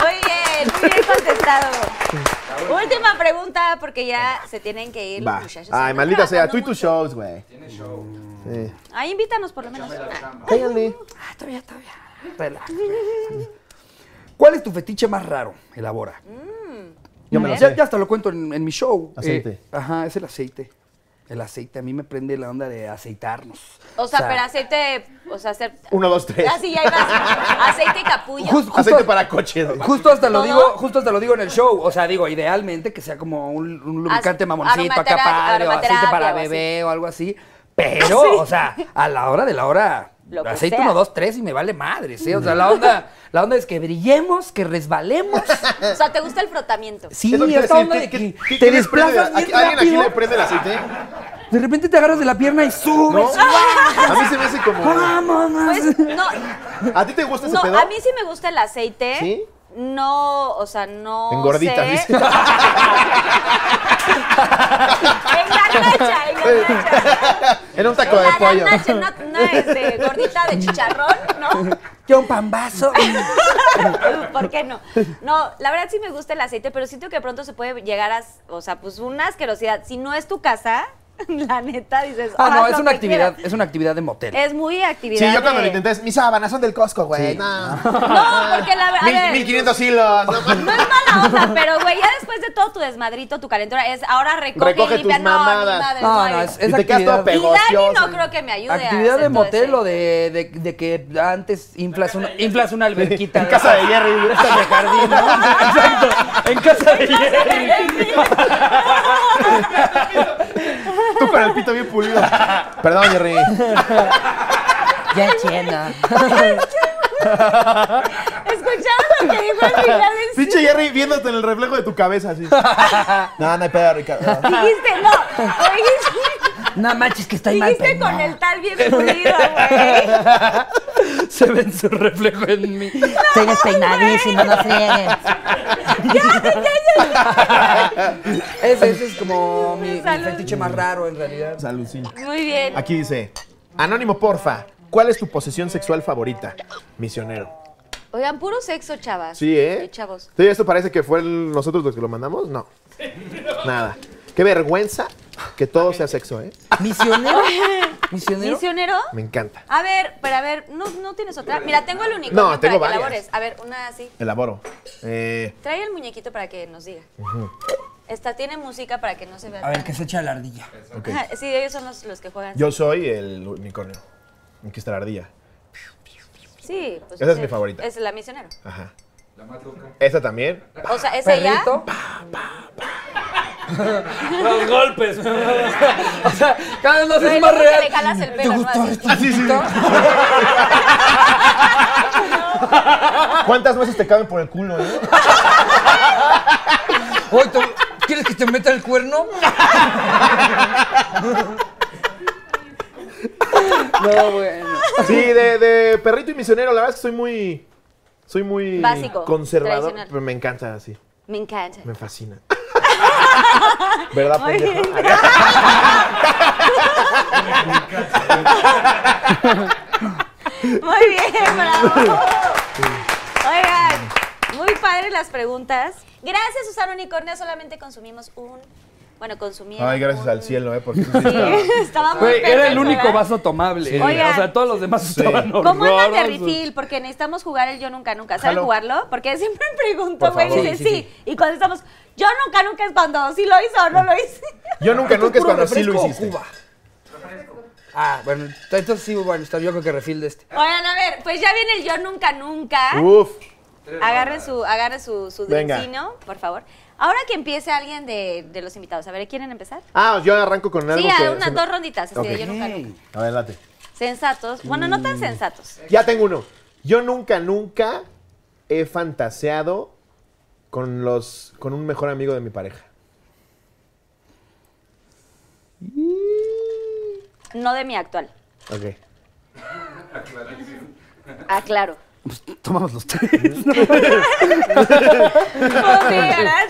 Speaker 2: Muy bien, muy bien contestado. Última pregunta, porque ya se tienen que ir los
Speaker 6: Va.
Speaker 2: muchachos.
Speaker 6: Ay,
Speaker 2: Están
Speaker 6: maldita sea,
Speaker 2: trabajando
Speaker 6: tú y tus
Speaker 2: mucho.
Speaker 6: shows, güey.
Speaker 8: Tiene show.
Speaker 6: Sí.
Speaker 2: Ay, invítanos por lo menos. Ah,
Speaker 6: Cállale.
Speaker 4: Todavía, todavía. Relájate. ¿Cuál es tu fetiche más raro? Elabora. Eh,
Speaker 6: Yo me lo
Speaker 4: Ya,
Speaker 6: sé.
Speaker 4: ya hasta lo cuento en, en mi show.
Speaker 6: Aceite.
Speaker 4: Eh, ajá, es el aceite. El aceite. A mí me prende la onda de aceitarnos.
Speaker 2: O sea, pero aceite, o sea, hacer...
Speaker 6: Uno, dos, tres.
Speaker 2: Ah, sí, ya ibas. Aceite y capullo.
Speaker 4: Jus- justo-
Speaker 6: Aceite para coche.
Speaker 4: Justo hasta lo
Speaker 2: ¿Todo?
Speaker 4: digo, justo hasta lo digo en el show. O sea, digo, idealmente que sea como un, un lubricante
Speaker 2: As-
Speaker 4: mamoncito acá
Speaker 2: aromatera-
Speaker 4: padre, o aceite
Speaker 2: aromaterapia
Speaker 4: para
Speaker 2: o así.
Speaker 4: bebé o algo así. Pero, o sea, a la hora de la hora,
Speaker 2: Lo que
Speaker 4: aceite
Speaker 2: sea.
Speaker 4: 1, 2, 3 y me vale madres, ¿eh? O sea, la onda, la onda es que brillemos, que resbalemos.
Speaker 2: O sea, ¿te gusta el frotamiento?
Speaker 4: Sí,
Speaker 6: Es lo que
Speaker 4: esta
Speaker 6: iba a
Speaker 4: onda de
Speaker 6: decir, ¿qué-
Speaker 4: que
Speaker 6: qué- qué
Speaker 4: te
Speaker 6: les prende?
Speaker 4: desplazas bien
Speaker 6: ¿Aquí- ¿Alguien aquí
Speaker 4: rápido.
Speaker 6: le prende el aceite?
Speaker 4: De repente te agarras de la pierna y subes.
Speaker 6: ¿No? A mí se me hace como...
Speaker 4: ¡Vamos, más!
Speaker 2: Pues, no,
Speaker 6: ¿A ti te gusta ese
Speaker 2: no,
Speaker 6: pedo?
Speaker 2: a mí sí me gusta el aceite.
Speaker 6: ¿Sí?
Speaker 2: No, o sea, no
Speaker 6: En gordita,
Speaker 2: sé.
Speaker 6: dice.
Speaker 2: en garnacha, en garnacha.
Speaker 6: Era un
Speaker 2: En
Speaker 6: taco de
Speaker 2: la
Speaker 6: pollo.
Speaker 2: garnacha, no, no es de gordita de chicharrón, ¿no?
Speaker 4: Yo un pambazo.
Speaker 2: ¿Por qué no? No, la verdad sí me gusta el aceite, pero siento que pronto se puede llegar a, o sea, pues una asquerosidad. Si no es tu casa, la neta dices.
Speaker 4: Ah, no,
Speaker 2: haz
Speaker 4: es
Speaker 2: lo
Speaker 4: una
Speaker 2: que
Speaker 4: actividad,
Speaker 2: quieras.
Speaker 4: es una actividad de motel.
Speaker 2: Es muy actividad.
Speaker 6: Sí, yo cuando
Speaker 2: de-
Speaker 6: lo intenté es, mis sábanas son del Costco, güey. No.
Speaker 2: No, porque la verdad. a ver,
Speaker 6: Mil- 1500 hilos. no mames.
Speaker 2: No es mala onda, pero güey, ya después de todo tu desmadrito, tu calentura, es ahora recoge,
Speaker 6: Recoge
Speaker 2: y limpia.
Speaker 6: tus
Speaker 2: no, ni
Speaker 6: mamadas.
Speaker 2: madres,
Speaker 4: No,
Speaker 2: hay-
Speaker 4: no, es-
Speaker 6: Y te quedas todo
Speaker 4: actividad.
Speaker 2: Y
Speaker 6: pegoso.
Speaker 2: Dani no creo que me ayude. a
Speaker 4: Actividad
Speaker 2: hacer
Speaker 4: de
Speaker 2: todo
Speaker 4: motel
Speaker 2: ese-
Speaker 4: o de, de, de que antes inflas una, inflas una alberquita.
Speaker 6: En casa de Jerry.
Speaker 4: Esta de jardín, ¿no? Exacto. En casa de Jerry.
Speaker 6: Tú con el pito bien pulido. Perdón, Jerry.
Speaker 4: Ya entiendo.
Speaker 2: ¿Escucharon lo que dijo el final en
Speaker 6: Pinche Jerry viéndote en el reflejo de tu cabeza así. no, no hay pedo, Ricardo.
Speaker 2: Dijiste, no, lo dijiste,
Speaker 4: No manches que estoy mal
Speaker 2: dijiste con
Speaker 4: peinado.
Speaker 2: el tal bien pulido, güey.
Speaker 4: Se ve en su reflejo en mí.
Speaker 9: Estoy despeinadísimo, no friegues.
Speaker 4: Ese, ese es como mi, mi
Speaker 2: Salud.
Speaker 4: fetiche más raro en realidad.
Speaker 6: Salucín.
Speaker 2: Muy bien.
Speaker 6: Aquí dice, Anónimo, porfa, ¿cuál es tu posesión sexual favorita? Misionero.
Speaker 2: Oigan, puro sexo, chavas.
Speaker 6: Sí, ¿eh?
Speaker 2: Y chavos.
Speaker 6: Sí, esto parece que fue el- nosotros los que lo mandamos. No. Nada. Qué vergüenza que todo sea sexo, ¿eh?
Speaker 4: ¿Misionero? ¿Misionero?
Speaker 2: ¿Misionero?
Speaker 6: Me encanta.
Speaker 2: A ver, pero a ver, no, no tienes otra. Mira, tengo el único
Speaker 6: No, tengo
Speaker 2: para que
Speaker 6: varias.
Speaker 2: labores. A ver, una así.
Speaker 6: Elaboro. Eh,
Speaker 2: Trae el muñequito para que nos diga. Esta tiene música para que no se vea.
Speaker 4: A ver,
Speaker 2: tan-
Speaker 4: que se echa la ardilla.
Speaker 6: ok.
Speaker 2: Ajá, Sí, ellos son los, los que juegan.
Speaker 6: Yo soy el unicornio. Aquí está la ardilla.
Speaker 2: Sí, pues.
Speaker 6: Esa es
Speaker 2: sí.
Speaker 6: mi favorita.
Speaker 2: Es la misionero.
Speaker 6: Ajá.
Speaker 10: La matuca.
Speaker 6: Esa también.
Speaker 2: O sea, esa ya.
Speaker 4: Perrito.
Speaker 11: Los golpes.
Speaker 4: O sea, cada vez nos
Speaker 2: Pero
Speaker 4: es
Speaker 2: el
Speaker 4: más
Speaker 2: otro que le
Speaker 4: real.
Speaker 2: jalas el pelo, ¿no? Así.
Speaker 6: Ah, sí, sí. ¿Cuántas veces te caben por el culo, eh?
Speaker 4: Oye, ¿tú- ¿quieres que te meta el cuerno? No, bueno.
Speaker 6: Sí, de, de perrito y misionero, la verdad es que soy muy. Soy muy
Speaker 2: Básico,
Speaker 6: conservador,
Speaker 2: tradicional.
Speaker 6: pero me encanta así.
Speaker 2: Me encanta.
Speaker 6: Me fascina. ¿Verdad,
Speaker 2: Muy
Speaker 6: pendejo?
Speaker 2: bien. Muy bien, bravo. Oigan, muy padre las preguntas. Gracias, Susana Unicornia. Solamente consumimos un. Bueno, consumieron.
Speaker 6: Ay, gracias
Speaker 2: un-
Speaker 6: al cielo, eh, porque sí
Speaker 2: Sí,
Speaker 6: estaba-
Speaker 2: estaba muy
Speaker 4: Güey, era el
Speaker 2: perverso,
Speaker 4: único
Speaker 2: ¿verdad?
Speaker 4: vaso tomable. eh.
Speaker 2: Oigan.
Speaker 4: O sea, todos los demás estaban horrorosos.
Speaker 2: ¿Cómo andan de refill? Porque necesitamos jugar el Yo Nunca Nunca. ¿Saben
Speaker 6: Jalo.
Speaker 2: jugarlo? Porque siempre pregunto,
Speaker 6: Por
Speaker 2: güey,
Speaker 6: favor.
Speaker 2: dicen sí,
Speaker 4: Sí, sí,
Speaker 2: Y cuando estamos, Yo Nunca Nunca es cuando sí lo hizo o no lo hice.
Speaker 6: Yo nunca,
Speaker 4: Esto
Speaker 6: nunca es
Speaker 4: puro
Speaker 6: cuando sí lo
Speaker 4: refresco
Speaker 6: hiciste.
Speaker 4: Cuba. Ah, bueno, entonces sí, bueno, está yo creo que refil de este.
Speaker 2: Oigan, a ver, pues ya viene el Yo Nunca Nunca.
Speaker 6: Uf.
Speaker 2: Agarre su, agarre su, su
Speaker 6: Uh, Venga.
Speaker 2: drinkcino, por favor. Ahora que empiece alguien de, de los invitados. A ver, ¿quieren empezar?
Speaker 6: Ah, yo arranco con algo
Speaker 2: Sí,
Speaker 6: que...
Speaker 2: a
Speaker 6: se
Speaker 2: unas
Speaker 6: me-
Speaker 2: dos ronditas, así
Speaker 6: Ok.
Speaker 2: de yo nunca, nunca.
Speaker 6: A ver, date.
Speaker 2: Sensatos. Bueno, no
Speaker 4: Mm.
Speaker 2: tan sensatos.
Speaker 6: Ya tengo uno. Yo nunca, nunca he fantaseado con los... con un mejor amigo de mi pareja.
Speaker 2: No de mi actual.
Speaker 6: Ok.
Speaker 2: Aclaro.
Speaker 4: Pues, Tomamos los tres. ¿no?
Speaker 2: Pues sí, ¿verdad?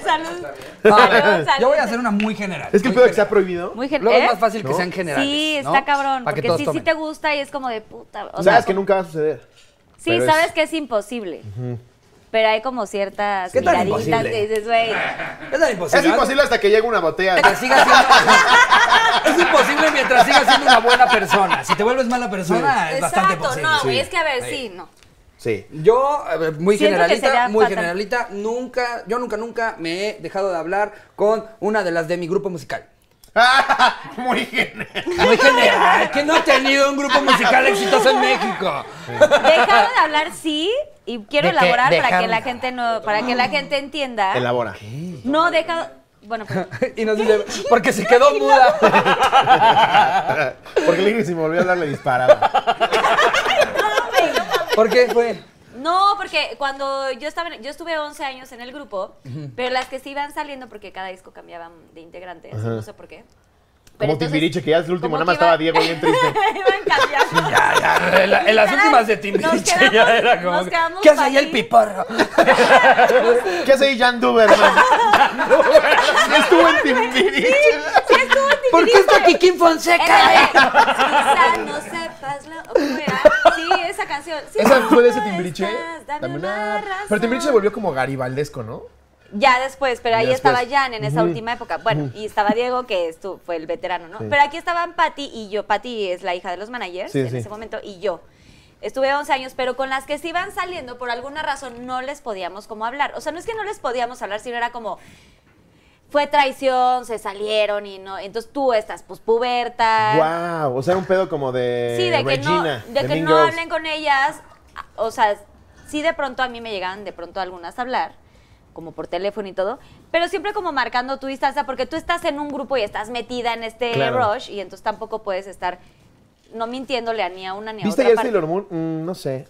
Speaker 2: Salud. Salud, salud.
Speaker 4: yo voy a hacer una muy general.
Speaker 6: Es que el
Speaker 4: Muy
Speaker 6: pedo que se
Speaker 4: general.
Speaker 6: ha prohibido...
Speaker 2: Muy
Speaker 4: Luego
Speaker 2: general.
Speaker 4: es más fácil que
Speaker 6: ¿No?
Speaker 4: sean generales.
Speaker 2: ¿Eh? Sí,
Speaker 4: ¿no?
Speaker 2: está cabrón.
Speaker 4: Para que
Speaker 2: Porque
Speaker 4: todos
Speaker 2: sí, sí
Speaker 4: tomen.
Speaker 2: te gusta y es como de puta. o sea,
Speaker 6: Sabes que
Speaker 2: como-
Speaker 6: nunca va a suceder.
Speaker 2: Sí,
Speaker 6: pero es-
Speaker 2: sabes que es imposible. Pero hay como ciertas
Speaker 4: ¿Qué tan
Speaker 2: miraditas
Speaker 4: imposible?
Speaker 2: que dices, güey.
Speaker 4: Es tan imposible.
Speaker 6: Es imposible hasta que llegue una botella.
Speaker 4: Que siga siendo- es imposible mientras sigas siendo una buena persona. Si te vuelves mala persona, es bastante
Speaker 2: Exacto,
Speaker 4: posible.
Speaker 2: no,
Speaker 4: sí.
Speaker 2: güey. Es que a ver, sí, no.
Speaker 6: Sí.
Speaker 4: Yo, a ver, muy
Speaker 2: Siento que sería
Speaker 4: generalita, muy
Speaker 2: fatal.
Speaker 4: generalita, nunca, yo nunca, nunca me he dejado de hablar con una de las de mi grupo musical.
Speaker 6: Muy genial.
Speaker 4: Muy general, que no he tenido un grupo musical exitoso en México.
Speaker 2: Dejaron de hablar sí y quiero
Speaker 4: ¿De qué?
Speaker 2: elaborar para que
Speaker 4: Dejaron
Speaker 2: la
Speaker 4: de
Speaker 2: gente no, para que la gente entienda.
Speaker 6: Elabora.
Speaker 2: No dejado, bueno, pero-
Speaker 4: Y nos dice, porque se quedó muda.
Speaker 6: Porque el Ingrid si me volvió a hablar le disparaba.
Speaker 4: ¿Por qué fue?
Speaker 2: no, porque cuando yo estaba, en- yo estuve 11 años en el grupo, pero las que sí iban saliendo porque cada disco cambiaban de integrantes, no sé por qué.
Speaker 6: Como
Speaker 2: entonces-
Speaker 6: Timbiriche, que ya es el último,
Speaker 2: como
Speaker 6: nada más
Speaker 2: que iba-
Speaker 6: estaba Diego bien triste.
Speaker 2: iban cambiando.
Speaker 4: Ya, ya, en, la- en las
Speaker 2: Literal,
Speaker 4: últimas de
Speaker 2: nos
Speaker 4: Timbiriche
Speaker 2: quedamos-
Speaker 4: ya era como,
Speaker 2: nos
Speaker 4: que,
Speaker 2: quedamos
Speaker 4: ¿qué hace ahí el
Speaker 2: ahí.
Speaker 4: piporro?
Speaker 6: ¿Qué hace ahí Jan Duber, hermano? Estuvo en Timbiriche.
Speaker 2: Sí, estuvo en
Speaker 4: ¿Por qué
Speaker 2: Timbiriche.
Speaker 4: está aquí Kim
Speaker 2: Era
Speaker 4: Fonseca?
Speaker 2: de, Quizás no sepas lo ¿cómo era? Sí, esa canción. Sí,
Speaker 6: ¿Esa fue de ese
Speaker 2: no
Speaker 6: Timbiriche?
Speaker 2: estás, dame
Speaker 6: Dame
Speaker 2: una
Speaker 6: una-
Speaker 2: razón.
Speaker 6: Pero Timbiriche se volvió como garibaldesco, ¿no?
Speaker 2: Ya después, pero ahí
Speaker 6: Ya después.
Speaker 2: estaba Jan en esa última época. Bueno, y estaba Diego, que estu- fue el veterano, ¿no?
Speaker 6: Sí.
Speaker 2: Pero aquí estaban Patty y yo. Patty es la hija de los managers
Speaker 6: Sí,
Speaker 2: en
Speaker 6: sí.
Speaker 2: ese momento y yo. Estuve 11 años, pero con las que se iban saliendo, por alguna razón no les podíamos como hablar. O sea, no es que no les podíamos hablar, sino era como, fue traición, se salieron y no. Entonces tú estás, pues, puberta.
Speaker 6: Wow, o sea, era un pedo como de
Speaker 2: Sí, de que
Speaker 6: Regina,
Speaker 2: no, de que
Speaker 6: Mean
Speaker 2: no
Speaker 6: Girls.
Speaker 2: hablen con ellas. a- O sea, sí de pronto a mí me llegaban de pronto algunas a hablar, como por teléfono y todo, pero siempre como marcando tu distancia porque tú estás en un grupo y estás metida en este
Speaker 6: Claro.
Speaker 2: rush y entonces tampoco puedes estar no mintiéndole a ni a una ni a
Speaker 3: ¿Viste
Speaker 2: otra.
Speaker 3: ayer
Speaker 2: parte.
Speaker 3: Sailor Moon? Mm, no sé.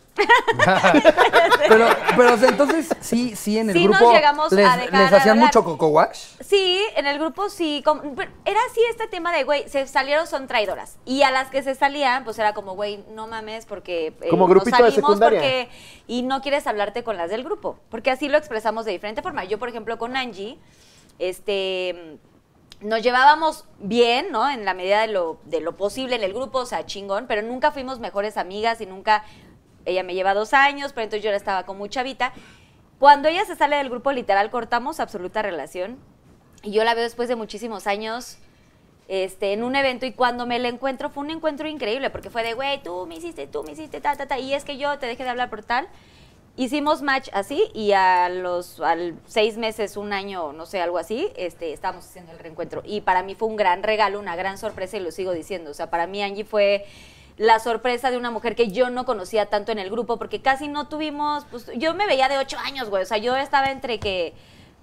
Speaker 4: Pero, pero o sea, entonces sí, sí, en el
Speaker 2: Sí nos
Speaker 4: grupo
Speaker 2: llegamos a
Speaker 4: les,
Speaker 2: dejar
Speaker 4: les hacían
Speaker 2: hablar.
Speaker 4: mucho coco wash.
Speaker 2: Sí, en el grupo sí. como- pero era así este tema de, güey, se salieron son traidoras. Y a las que se salían, pues era como, güey, no mames, porque eh,
Speaker 3: Como
Speaker 2: nos
Speaker 3: grupito de
Speaker 2: salimos
Speaker 3: secundaria.
Speaker 2: porque y no quieres hablarte con las del grupo, porque así lo expresamos de diferente forma. Yo, por ejemplo, con Angie, este nos llevábamos bien, ¿no? En la medida de lo, de lo posible en el grupo, o sea, chingón, pero nunca fuimos mejores amigas y nunca. Ella me lleva dos años, pero entonces yo la estaba con muy chavita. Cuando ella se sale del grupo, literal, cortamos absoluta relación. Y yo la veo después de muchísimos años este, en un evento y cuando me la encuentro fue un encuentro increíble porque fue de, güey, tú me hiciste, tú me hiciste, ta, ta, ta, y es que yo te dejé de hablar por tal. Hicimos match así y a los al seis meses, un año, no sé, algo así, este, estábamos haciendo el reencuentro. Y para mí fue un gran regalo, una gran sorpresa y lo sigo diciendo. O sea, para mí Angie fue la sorpresa de una mujer que yo no conocía tanto en el grupo porque casi no tuvimos, pues yo me veía de ocho años, güey. O sea, yo estaba entre que,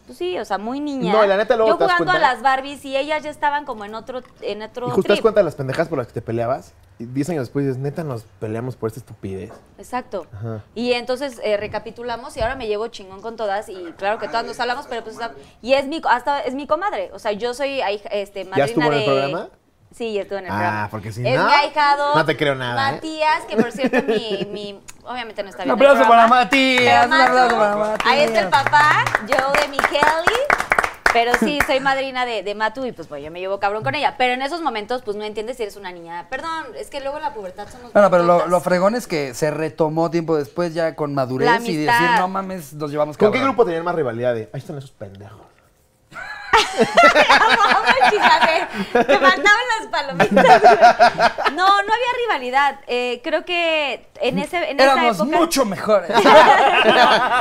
Speaker 2: pues sí, o sea, muy niña.
Speaker 3: No, y la neta, luego
Speaker 2: Yo
Speaker 3: te das
Speaker 2: jugando a
Speaker 3: cuenta.
Speaker 2: las Barbies y ellas ya estaban como en otro, en otro
Speaker 3: Y justo te das
Speaker 2: trip.
Speaker 3: cuenta de las pendejas por las que te peleabas. Y 10 años después dices, neta, nos peleamos por esta estupidez.
Speaker 2: Exacto.
Speaker 3: Ajá.
Speaker 2: Y entonces eh, recapitulamos y ahora me llevo chingón con todas y claro que todas nos hablamos, pero pues o sea, y es mi hasta es mi comadre, o sea, yo soy ahí, este madrina
Speaker 3: estuvo en el
Speaker 2: de-
Speaker 3: programa?
Speaker 2: Sí, ya estuvo en el
Speaker 3: Ah,
Speaker 2: programa.
Speaker 3: porque si
Speaker 2: es
Speaker 3: no,
Speaker 2: mi ahijado.
Speaker 3: no te creo nada, ¿eh?
Speaker 2: Matías, que por cierto mi, mi obviamente no está
Speaker 4: Un
Speaker 2: bien.
Speaker 4: aplauso para Matías, un aplauso para Matías.
Speaker 2: Ahí está el papá, yo de mi Kelly. Pero sí, soy madrina de, de Matu y pues bueno, yo me llevo cabrón con ella. Pero en esos momentos, pues no entiendes si eres una niña. Perdón, es que luego en la pubertad somos.
Speaker 4: No, no, pero lo,
Speaker 2: brutas.
Speaker 4: lo fregón es que se retomó tiempo después ya con
Speaker 2: La
Speaker 4: madurez y
Speaker 2: amistad.
Speaker 4: decir, no mames, nos llevamos
Speaker 3: ¿Con
Speaker 4: cabrón".
Speaker 3: qué grupo tenían más rivalidad? de, Ahí están esos pendejos.
Speaker 2: Ay, fíjate, eh. te faltaban las palomitas. güey. No, no había rivalidad. Eh, creo que en, ese, en esa
Speaker 4: Éramos
Speaker 2: época.
Speaker 4: mucho mejores.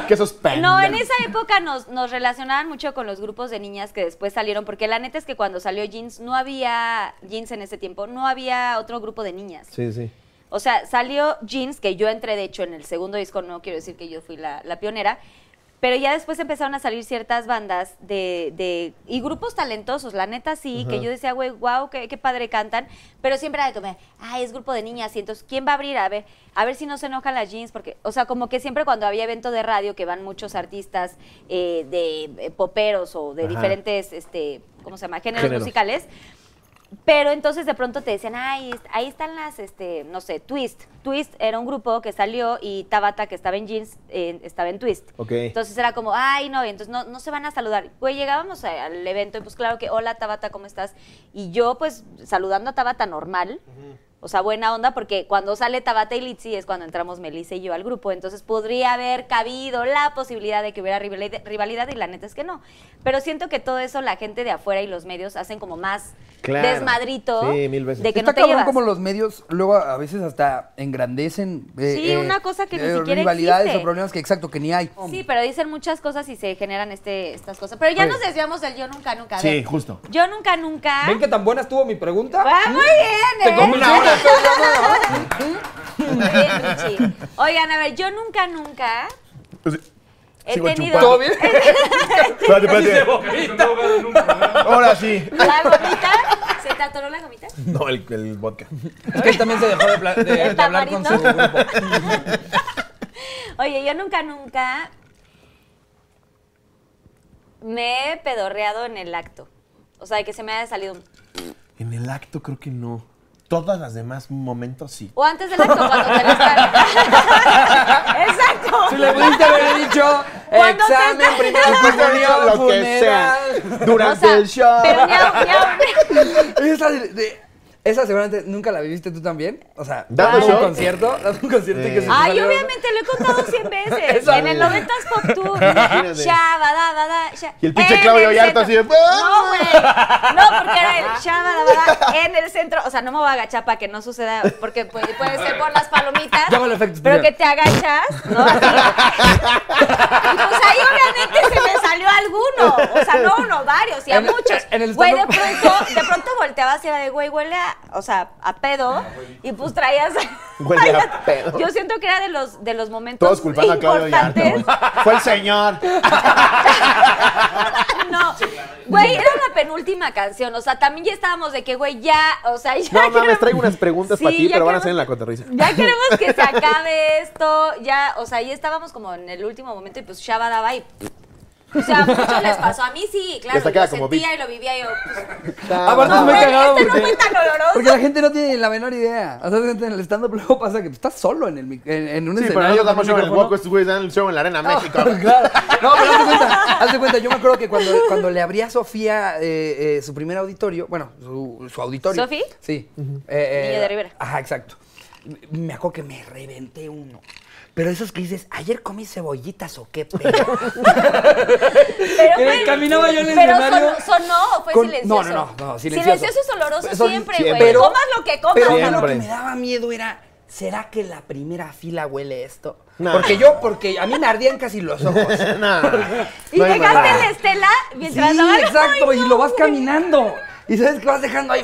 Speaker 3: que esos pendejos.
Speaker 2: No, en esa época nos, nos relacionaban mucho con los grupos de niñas que después salieron, porque la neta es que cuando salió Jeans, no había Jeans en ese tiempo, no había otro grupo de niñas.
Speaker 3: Sí, sí.
Speaker 2: O sea, salió Jeans, que yo entré, de hecho, en el segundo disco, no quiero decir que yo fui la, la pionera, pero ya después empezaron a salir ciertas bandas de, de- y grupos talentosos, la neta sí, que yo decía, güey, wow, qué, qué padre cantan, pero siempre era de como, ay, es grupo de niñas, y entonces, ¿quién va a abrir? A ver, a ver si no se enojan las Jeans, porque, o sea, como que siempre cuando había evento de radio que van muchos artistas eh, de eh, poperos o de
Speaker 3: Ajá.
Speaker 2: diferentes, este, ¿cómo se llama?, géneros.
Speaker 3: Géneros.
Speaker 2: musicales, pero entonces de pronto te decían, ay, es- ahí están las, este, no sé, Twist. Twist era un grupo que salió y Tabata, que estaba en jeans, eh, estaba en Twist.
Speaker 3: Ok.
Speaker 2: Entonces era como, ay, no, y entonces no, no se van a saludar. Pues llegábamos a- al evento y pues claro que, hola Tabata, ¿cómo estás? Y yo pues saludando a Tabata normal, o sea, buena onda, porque cuando sale Tabata y Litsi es cuando entramos Melissa y yo al grupo. Entonces podría haber cabido la posibilidad de que hubiera rivalid- rivalidad y la neta es que no. Pero siento que todo eso la gente de afuera y los medios hacen como más
Speaker 3: Claro.
Speaker 2: desmadrito
Speaker 3: Sí, mil veces.
Speaker 2: de que
Speaker 4: Está
Speaker 2: no te
Speaker 4: cabrón
Speaker 2: llevas.
Speaker 4: como los medios luego a a veces hasta engrandecen. eh,
Speaker 2: Sí,
Speaker 4: eh,
Speaker 2: una cosa que ni siquiera
Speaker 4: Rivalidades
Speaker 2: existe.
Speaker 4: o problemas que exacto que ni hay.
Speaker 2: Sí, pero dicen muchas cosas y se generan este, estas cosas. Pero ya
Speaker 3: Oye.
Speaker 2: nos desviamos del yo nunca, nunca. A
Speaker 3: Sí,
Speaker 2: ver,
Speaker 3: justo.
Speaker 2: Yo nunca, nunca.
Speaker 4: ¿Ven que tan buena estuvo mi pregunta?
Speaker 2: Ah, muy bien, ¿eh? Muy bien, Richie. Oigan, a ver, yo nunca, nunca
Speaker 6: Pues,
Speaker 2: he
Speaker 3: Sigo
Speaker 2: tenido...
Speaker 4: ¿Todo bien?
Speaker 3: Espérate, espérate.
Speaker 7: Nunca he ahogado en un programa.
Speaker 3: Ahora sí.
Speaker 2: La gomita. ¿Se te atoró la gomita?
Speaker 3: No, el, el vodka.
Speaker 4: Es que él también se dejó de, pla- de-
Speaker 2: ¿El
Speaker 4: de hablar con su
Speaker 2: tamarindo?
Speaker 4: grupo.
Speaker 2: Oye, yo nunca, nunca me he pedorreado en el acto. O sea, de que se me haya salido un...
Speaker 3: En el acto creo que no. Todas las demás momentos sí.
Speaker 2: O antes del acto, cuando te lo están... Exacto.
Speaker 4: Si le pudiste haber dicho
Speaker 2: Cuando te
Speaker 4: examen,
Speaker 2: está-
Speaker 4: primero comunión,
Speaker 3: lo que sea.
Speaker 4: funeral.
Speaker 2: O
Speaker 3: Durante
Speaker 2: sea,
Speaker 3: el show.
Speaker 2: Pero miau, miau.
Speaker 4: Esa, de- de- esa seguramente nunca la viviste tú también. O sea,
Speaker 3: ¿Dando
Speaker 4: dando un
Speaker 3: show?
Speaker 4: concierto, dando un concierto y que se te
Speaker 2: Ay,
Speaker 4: salió-
Speaker 2: obviamente lo he contado 100 veces.
Speaker 4: Esa-
Speaker 2: en el 90 s Pop Tour.
Speaker 3: Imagínate.
Speaker 2: Shaba, da, da, da, sha-
Speaker 3: Y el pinche
Speaker 2: en
Speaker 3: Claudio
Speaker 2: el
Speaker 3: Yarto
Speaker 2: centro.
Speaker 3: así de, ¡ah!
Speaker 2: No, güey. No, porque era el shaba, da, da, da, en el centro. O sea, no me voy a agachar para que no suceda, porque puede, puede ser por las palomitas.
Speaker 4: Llámalo efecto
Speaker 2: Pero
Speaker 4: especial.
Speaker 2: que te agachas, ¿no? Así. Y pues ahí obviamente se me salió alguno. O sea, no uno, varios y a
Speaker 4: En-
Speaker 2: muchos.
Speaker 4: en el
Speaker 2: Güey, de
Speaker 4: stand-up.
Speaker 2: pronto, de pronto volteabas y era de, güey, huele a, o sea, a pedo.
Speaker 6: Ah,
Speaker 2: Y pues traías.
Speaker 3: Huele a pedo.
Speaker 2: Yo siento que era de los, de los momentos
Speaker 3: Todos culpando a Claudio Yarto.
Speaker 2: importantes.
Speaker 3: güey. Fue el señor.
Speaker 2: no. Güey, era la penúltima canción. O sea, también ya estábamos de que, güey, ya, o sea, ya.
Speaker 6: No, mames,
Speaker 2: queremos-
Speaker 6: traigo unas preguntas para
Speaker 2: Sí,
Speaker 6: ti,
Speaker 2: ya
Speaker 6: pero van a
Speaker 2: queremos-
Speaker 6: ser en la cotorrisa.
Speaker 2: Ya queremos que se acabe esto. Ya, o sea, ya estábamos como en el último momento y pues Shabba daba y. O sea, mucho les pasó. A mí sí, claro.
Speaker 6: Les sacaba
Speaker 2: Yo
Speaker 6: como
Speaker 2: sentía y lo vivía y yo. pues,
Speaker 4: Aparte es muy
Speaker 2: güey,
Speaker 4: cagado
Speaker 2: este no
Speaker 4: porque,
Speaker 2: fue tan doloroso.
Speaker 4: porque la gente no tiene la menor idea. O sea, en el stand-up luego pasa que estás solo en, el, mic- en, en un
Speaker 6: Sí, pero
Speaker 4: escenario. con
Speaker 6: ellos damos
Speaker 4: un
Speaker 6: show en el
Speaker 4: micrófono.
Speaker 6: Hueco, estos güeyes dan el show en la Arena México.
Speaker 4: Claro. No, pero hazte cuenta, hazte cuenta, yo me acuerdo que cuando, cuando le abrí a Sofía eh, eh, su primer auditorio, bueno, su, su auditorio.
Speaker 2: ¿Sofi?
Speaker 4: Sí. Eh, eh,
Speaker 2: Niño de Rivera.
Speaker 4: Ajá, exacto. Me acuerdo que me reventé uno. Pero esos que dices, ayer comí cebollitas o qué pedo.
Speaker 2: Pero,
Speaker 4: Eh,
Speaker 2: güey,
Speaker 4: caminaba yo en el
Speaker 2: pero
Speaker 4: escenario
Speaker 2: son- sonó o fue
Speaker 4: con-
Speaker 2: silencioso.
Speaker 4: No, no, no, no, silencioso.
Speaker 2: es doloroso
Speaker 4: Son-
Speaker 2: siempre,
Speaker 6: siempre.
Speaker 2: güey.
Speaker 6: Pero-
Speaker 2: comas lo que comas.
Speaker 4: Pero
Speaker 2: mamá.
Speaker 4: a mí lo que
Speaker 6: Siempre.
Speaker 4: me daba miedo era, ¿será que la primera fila huele esto?
Speaker 6: No.
Speaker 4: Porque yo, porque a mí me ardían casi los ojos.
Speaker 6: No.
Speaker 2: Y
Speaker 6: no hay
Speaker 2: llegaste
Speaker 6: manera.
Speaker 2: a la estela mientras
Speaker 4: sí,
Speaker 2: daba-
Speaker 4: exacto,
Speaker 2: Ay,
Speaker 4: y
Speaker 2: no,
Speaker 4: lo vas
Speaker 2: güey.
Speaker 4: caminando. Y sabes que vas dejando ahí.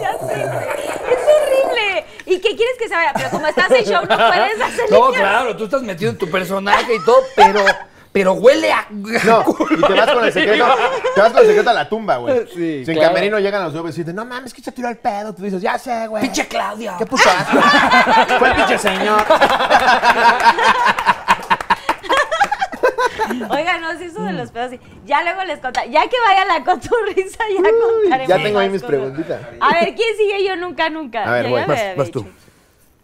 Speaker 2: Ya sé, güey. Es horrible. ¿Y qué quieres que se vaya? Pero como estás en show, no puedes hacer
Speaker 4: No,
Speaker 2: líneas.
Speaker 4: claro, tú estás metido en tu personaje y todo, pero, pero huele a.
Speaker 6: No, y te vas con el secreto, te vas con el secreto a la tumba, güey.
Speaker 4: Sí,
Speaker 6: si en
Speaker 4: claro.
Speaker 6: camerino llegan los jóvenes y dicen, no mames, que se tiró el pedo, tú dices, ya sé, güey.
Speaker 4: Pinche Claudia.
Speaker 6: ¿Qué puto
Speaker 12: Ah,
Speaker 6: asco? Fue el pinche señor.
Speaker 2: Oigan, no, si eso de los pedos. sí. Ya luego les contaré. Ya que vaya la coturriza, ya contaremos.
Speaker 6: Ya tengo ahí
Speaker 2: más
Speaker 6: mis
Speaker 2: cosas.
Speaker 6: preguntitas.
Speaker 2: A ver, ¿quién sigue yo nunca, nunca?
Speaker 6: A ver,
Speaker 2: Ya
Speaker 6: voy.
Speaker 2: me
Speaker 6: Vas-
Speaker 2: había
Speaker 4: vas tú.
Speaker 2: dicho.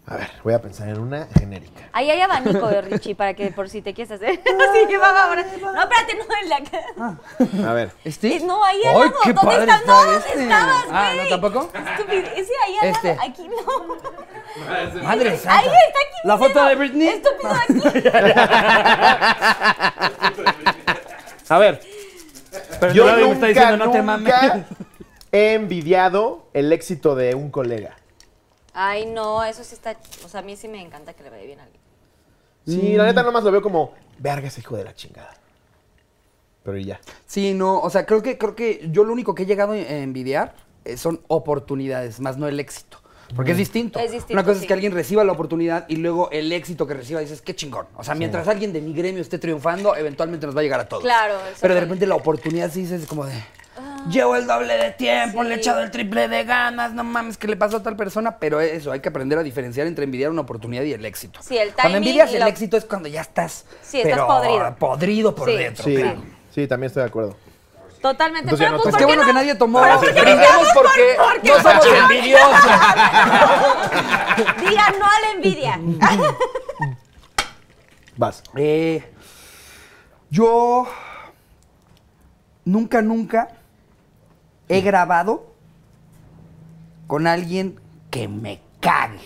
Speaker 6: A ver, voy a pensar en una genérica.
Speaker 2: Ahí hay abanico, eh, Richie, para que por si te quieres hacer. Así que vamos ahora. No, espérate, no, en la cara.
Speaker 6: A ver.
Speaker 4: ¿Este?
Speaker 2: No, ahí al
Speaker 4: Ay,
Speaker 2: lado.
Speaker 4: qué
Speaker 2: ¿Dónde
Speaker 4: padre
Speaker 2: estás?
Speaker 4: está
Speaker 2: no, ¿dónde
Speaker 4: este.
Speaker 2: estabas, güey?
Speaker 4: Ah, ¿no tampoco?
Speaker 2: Estúpido. Ese ahí al
Speaker 4: Este.
Speaker 2: lado. Aquí no.
Speaker 4: Madre santa.
Speaker 2: Ahí está aquí.
Speaker 4: La
Speaker 2: mismo.
Speaker 4: foto de Britney.
Speaker 2: Estúpido aquí.
Speaker 12: A ver. Pero
Speaker 6: Yo
Speaker 12: nadie
Speaker 6: nunca,
Speaker 12: me está diciendo no te mames.
Speaker 6: nunca he envidiado el éxito de un colega.
Speaker 2: Ay, no, eso sí está. O sea, a mí sí me encanta que le vaya bien a alguien.
Speaker 6: Sí,
Speaker 12: Mm.
Speaker 6: la neta nomás lo veo como, verga ese hijo de la chingada. Pero y ya.
Speaker 4: Sí, no, o sea, creo que, creo que yo lo único que he llegado a envidiar eh, son oportunidades, más no el éxito. Porque es distinto.
Speaker 2: Es distinto,
Speaker 4: Una cosa
Speaker 2: sí.
Speaker 4: es que alguien reciba la oportunidad y luego el éxito que reciba dices, qué chingón. O sea, mientras alguien de mi gremio esté triunfando, eventualmente nos va a llegar a todos.
Speaker 2: Claro,
Speaker 4: Pero de
Speaker 2: exactamente. Ah.
Speaker 4: repente la oportunidad sí dices como de, llevo el doble de tiempo, le he
Speaker 2: Sí.
Speaker 4: echado el triple de ganas, no mames, ¿qué le pasó a tal persona? Pero eso, hay que aprender a diferenciar entre envidiar una oportunidad y el éxito.
Speaker 2: Sí, el
Speaker 4: Cuando
Speaker 2: timing
Speaker 4: envidias
Speaker 2: y
Speaker 4: el
Speaker 2: lo-
Speaker 4: éxito es cuando ya estás,
Speaker 2: Sí, estás
Speaker 4: pero
Speaker 2: podrido.
Speaker 4: podrido por
Speaker 2: Sí.
Speaker 4: dentro.
Speaker 6: Sí,
Speaker 4: claro.
Speaker 6: sí, también estoy de acuerdo.
Speaker 2: Totalmente.
Speaker 6: Entonces ya
Speaker 2: Pero
Speaker 6: no
Speaker 2: pues,
Speaker 4: Pues
Speaker 2: ¿por
Speaker 4: qué
Speaker 2: qué
Speaker 4: bueno
Speaker 2: no?
Speaker 4: que nadie tomó.
Speaker 2: Pero porque
Speaker 4: Brindemos
Speaker 2: brindamos por-
Speaker 4: porque,
Speaker 2: porque
Speaker 4: no somos
Speaker 2: somos
Speaker 4: envidiosos.
Speaker 2: Diga no a la envidia.
Speaker 6: Vas.
Speaker 4: Eh, yo nunca, nunca he grabado con alguien que me cague.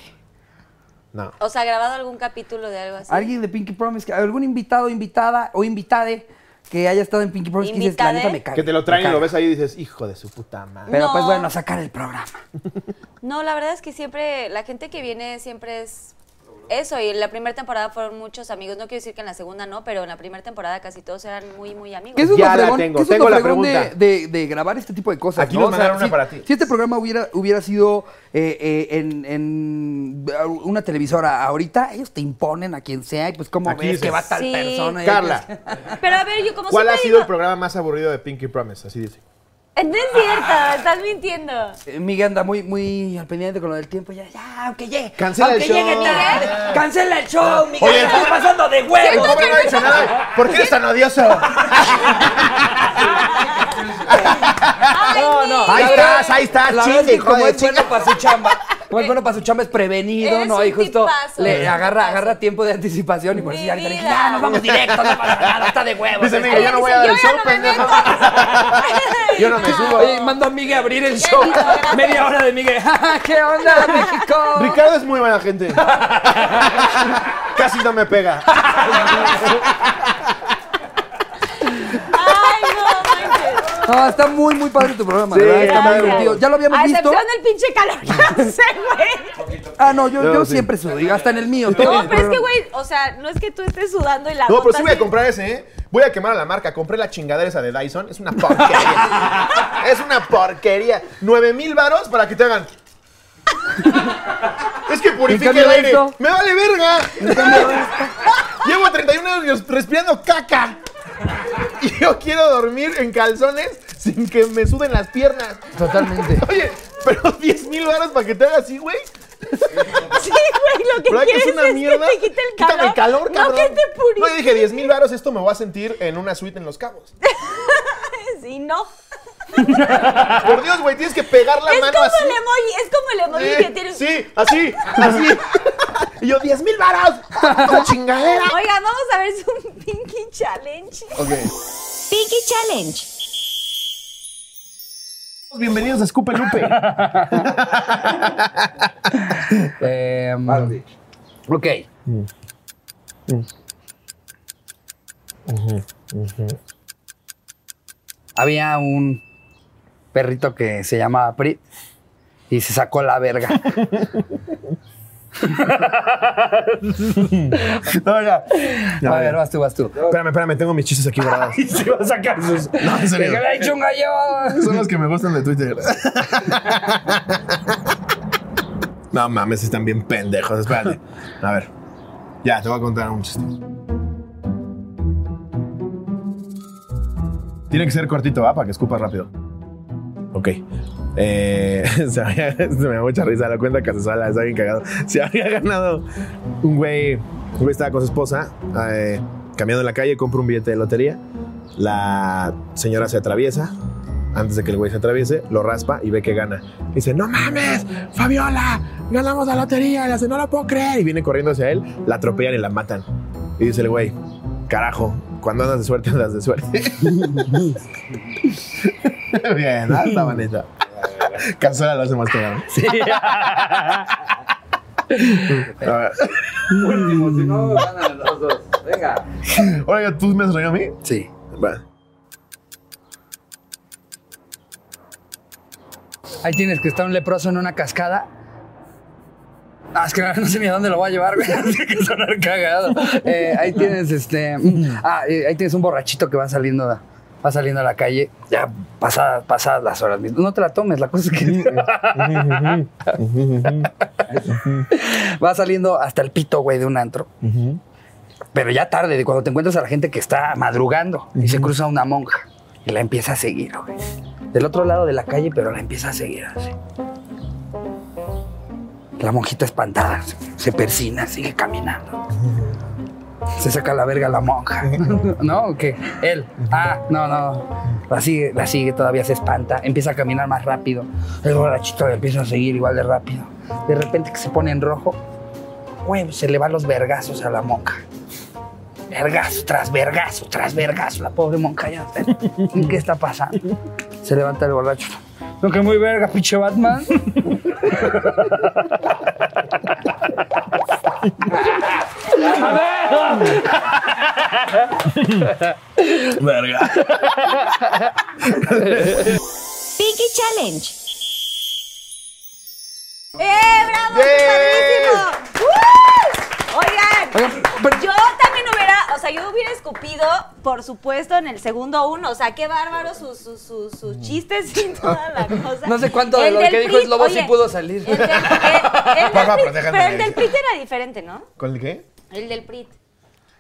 Speaker 6: No.
Speaker 2: O sea, grabado algún capítulo de algo así.
Speaker 4: Alguien de Pinky Promise, que- algún invitado, invitada o invitade que haya estado en Pinky Promise que dices, la
Speaker 2: Invitade.
Speaker 4: neta me cague.
Speaker 6: Que te lo traen
Speaker 4: me
Speaker 6: y lo
Speaker 4: cague".
Speaker 6: ves ahí y dices, hijo de su puta madre.
Speaker 4: Pero pues
Speaker 2: No.
Speaker 4: bueno, a sacar el programa.
Speaker 2: No, la verdad es que siempre, la gente que viene siempre es eso. Y en la primera temporada fueron muchos amigos. No quiero decir que en la segunda no, pero en la primera temporada casi todos eran muy, muy amigos.
Speaker 4: Que eso es
Speaker 6: Ya
Speaker 4: lo
Speaker 6: la
Speaker 4: fregón-
Speaker 6: tengo,
Speaker 4: que eso es
Speaker 6: tengo
Speaker 4: lo
Speaker 6: la
Speaker 4: fregón de-
Speaker 6: pregunta.
Speaker 4: De, de grabar este tipo de cosas.
Speaker 6: Aquí
Speaker 4: ¿no?
Speaker 6: nos
Speaker 4: O sea,
Speaker 6: mandaron una
Speaker 4: si,
Speaker 6: para ti.
Speaker 4: Si este programa hubiera, hubiera sido eh, eh, en, en una televisora ahorita, ellos te imponen a quien sea y pues cómo
Speaker 6: Aquí
Speaker 4: ves
Speaker 6: dices,
Speaker 4: que va tal
Speaker 2: Sí.
Speaker 4: persona. y pues-
Speaker 6: Carla,
Speaker 2: Pero a ver, yo como
Speaker 6: ¿cuál
Speaker 2: siempre
Speaker 6: ha sido el
Speaker 2: digo-
Speaker 6: programa más aburrido de Pinky Promise? Así dice.
Speaker 2: No es cierto, estás mintiendo.
Speaker 4: Eh, Miguel anda muy, muy al pendiente con lo del tiempo. Ya, ya, aunque llegue.
Speaker 6: Cancela el
Speaker 4: aunque
Speaker 6: show.
Speaker 4: llegue tarde,
Speaker 6: Miguel.
Speaker 4: Cancela el show, Miguel.
Speaker 6: Oye, el
Speaker 4: estás
Speaker 6: pobre-
Speaker 4: pasando de
Speaker 12: Pues
Speaker 4: huevo.
Speaker 6: joven no ha dicho nada. ¿Por qué eres tan odioso?
Speaker 2: Ay,
Speaker 4: No, no.
Speaker 2: Miguel,
Speaker 6: Ahí
Speaker 4: la
Speaker 6: estás, ahí estás,
Speaker 4: la verdad
Speaker 6: chingue,
Speaker 4: es que
Speaker 6: hijo
Speaker 4: como
Speaker 6: de
Speaker 4: es bueno para su chamba. Como es bueno para su chamba, es prevenido,
Speaker 2: Eres
Speaker 4: ¿no? Y
Speaker 2: un
Speaker 4: justo
Speaker 2: tipazo, eres
Speaker 4: le
Speaker 2: un
Speaker 4: agarra,
Speaker 2: tipazo.
Speaker 4: agarra tiempo de anticipación y por eso
Speaker 2: Mi
Speaker 4: ya le dije,
Speaker 2: vida.
Speaker 4: ya, nos vamos directo, no pasa nada, está de eh". huevo.
Speaker 6: Dice Miguel, yo no voy a dar el
Speaker 2: Dice,
Speaker 6: show,
Speaker 2: yo no me
Speaker 6: pendejo. Yo no me subo.
Speaker 4: Oye, mando a Miguel a abrir el show.
Speaker 2: lindo, gracias.
Speaker 4: Media hora de Miguel. "Ja, ja, ¿Qué onda, México?
Speaker 6: Ricardo es muy buena gente. Casi no me pega.
Speaker 2: Ay, no, manches.
Speaker 4: No, está muy, muy padre tu programa.
Speaker 6: Sí,
Speaker 4: de verdad, está muy
Speaker 6: gracias.
Speaker 4: divertido. Ya lo habíamos
Speaker 2: A
Speaker 4: visto.
Speaker 2: excepción del pinche calor que hace, güey.
Speaker 4: Ah, no, yo,
Speaker 6: Yo
Speaker 4: yo
Speaker 6: sí.
Speaker 4: siempre sudo, digo, hasta en el mío. todo
Speaker 2: No,
Speaker 4: el
Speaker 2: pero es que,
Speaker 4: programa.
Speaker 2: güey, o sea, no es que tú estés sudando y la
Speaker 6: No, pero
Speaker 2: gota
Speaker 6: sí voy a
Speaker 2: así-
Speaker 6: comprar ese, ¿eh? Voy a quemar a la marca. Compré la chingadera esa de Dyson. Es una porquería. es una porquería. 9 mil varos para que te hagan. es que purifica
Speaker 4: cambio
Speaker 6: el aire.
Speaker 4: esto.
Speaker 6: ¡Me vale verga! Llevo 31 años respirando caca. y yo quiero dormir en calzones sin que me suden las piernas.
Speaker 4: Totalmente.
Speaker 6: Oye, pero 10 mil baros para que te haga así, güey.
Speaker 2: Sí, güey, lo que
Speaker 6: ¿Verdad que
Speaker 2: quieres
Speaker 6: es una mierda?
Speaker 2: que te quite el calor.
Speaker 6: Quítame el calor,
Speaker 2: No,
Speaker 6: cabrón.
Speaker 2: que te
Speaker 6: No, yo
Speaker 2: purifique.
Speaker 6: dije 10 mil baros, esto me voy a sentir en una suite en Los Cabos.
Speaker 2: Sí, no.
Speaker 6: Por Dios, güey, tienes que pegar la
Speaker 2: Es
Speaker 6: mano
Speaker 2: como
Speaker 6: así. Eh,
Speaker 2: el emoji, es como el emoji que tiene...
Speaker 6: sí, así, así. Y yo, 10 mil varas. ¡Esta chingadera!
Speaker 2: Oiga, vamos a ver si un Pinky Challenge.
Speaker 6: Ok.
Speaker 2: Pinky Challenge.
Speaker 6: Bienvenidos a Scoop Lupe.
Speaker 4: Eh, ok. Había un perrito que se llamaba Pri y se sacó la verga. Ahora, a ver, vas tú, vas tú.
Speaker 6: espérame, espérame, tengo mis chistes aquí guardados.
Speaker 13: Y se va a sacar sus.
Speaker 6: No, en
Speaker 4: ¡Que
Speaker 6: serio.
Speaker 4: le ha hecho un gallo!
Speaker 6: Son los que me gustan de Twitter. No mames, están bien pendejos. Espérate. A ver. Ya, te voy a contar un chiste. Tiene que ser cortito, ¿va? Para que escupas rápido. Ok. Eh, se, había- se me da mucha risa la cuenta que se sale, está bien cagado. Se había ganado un güey, un güey estaba con su esposa, eh, caminando en la calle, compra un billete de lotería. La señora se atraviesa. Antes de que el güey se atraviese, lo raspa y ve que gana. Dice, no mames, Fabiola, ganamos la lotería. Y le hace, no lo puedo creer. Y viene corriendo hacia él, la atropellan y la matan. Y dice el güey, carajo, cuando andas de suerte, andas de suerte. Bien, ¿no? está bonito. Cazuela lo hace más cagado.
Speaker 4: Sí.
Speaker 6: A ver.
Speaker 14: Último, si no, ganan los dos. Venga.
Speaker 6: Oiga, ¿tú me has reído a mí?
Speaker 4: sí.
Speaker 6: Va.
Speaker 4: Ahí tienes que está un leproso en una cascada. Ah, es que no sé ni a dónde lo voy a llevar, güey. Tiene que sonar cagado. Eh, ahí tienes este. Ah, eh, ahí tienes un borrachito que va saliendo, a- va saliendo a la calle. Ya pasadas, pasadas las horas. No te la tomes, la cosa es que. va saliendo hasta el pito, güey, de un antro. Pero ya tarde, de cuando te encuentras a la gente que está madrugando y se cruza una monja y la empieza a seguir, güey. Del otro lado de la calle, pero la empieza a seguir así. La monjita espantada se- se persina, sigue caminando. Se saca la verga la monja. ¿No? ¿O qué? Él. Ah, no, no. La sigue, la sigue, todavía se espanta. Empieza a caminar más rápido. El borrachito le empieza a seguir igual de rápido. De repente que se pone en rojo, güey, se le van los vergazos a la monja. Vergazo tras vergazo, tras vergazo. La pobre monja ya. ¿y ¿Qué está pasando? Se levanta el borracho. Lo que muy verga, pinche Batman.
Speaker 6: Verga.
Speaker 2: Pinky Challenge. ¡Eh, bravo!
Speaker 6: ¡Bien!
Speaker 2: ¡Está padrísimo! ¡Uh!
Speaker 4: Oigan,
Speaker 2: Oigan,
Speaker 4: pero-
Speaker 2: yo también hubiera, o sea, yo hubiera escupido, por supuesto, en el segundo uno. O sea, qué bárbaro sus, sus, sus, sus chistes y toda la cosa.
Speaker 4: Mm. No sé cuánto de
Speaker 2: El
Speaker 4: lo
Speaker 2: del
Speaker 4: que dijo el
Speaker 2: PRI,
Speaker 4: lobo sí
Speaker 2: oye,
Speaker 4: pudo salir.
Speaker 2: el del- el- el del
Speaker 6: Papá,
Speaker 2: PRI,
Speaker 6: protéjame.
Speaker 2: pero el del PRIT era diferente, ¿no?
Speaker 6: ¿Con el qué?
Speaker 2: El del PRIT.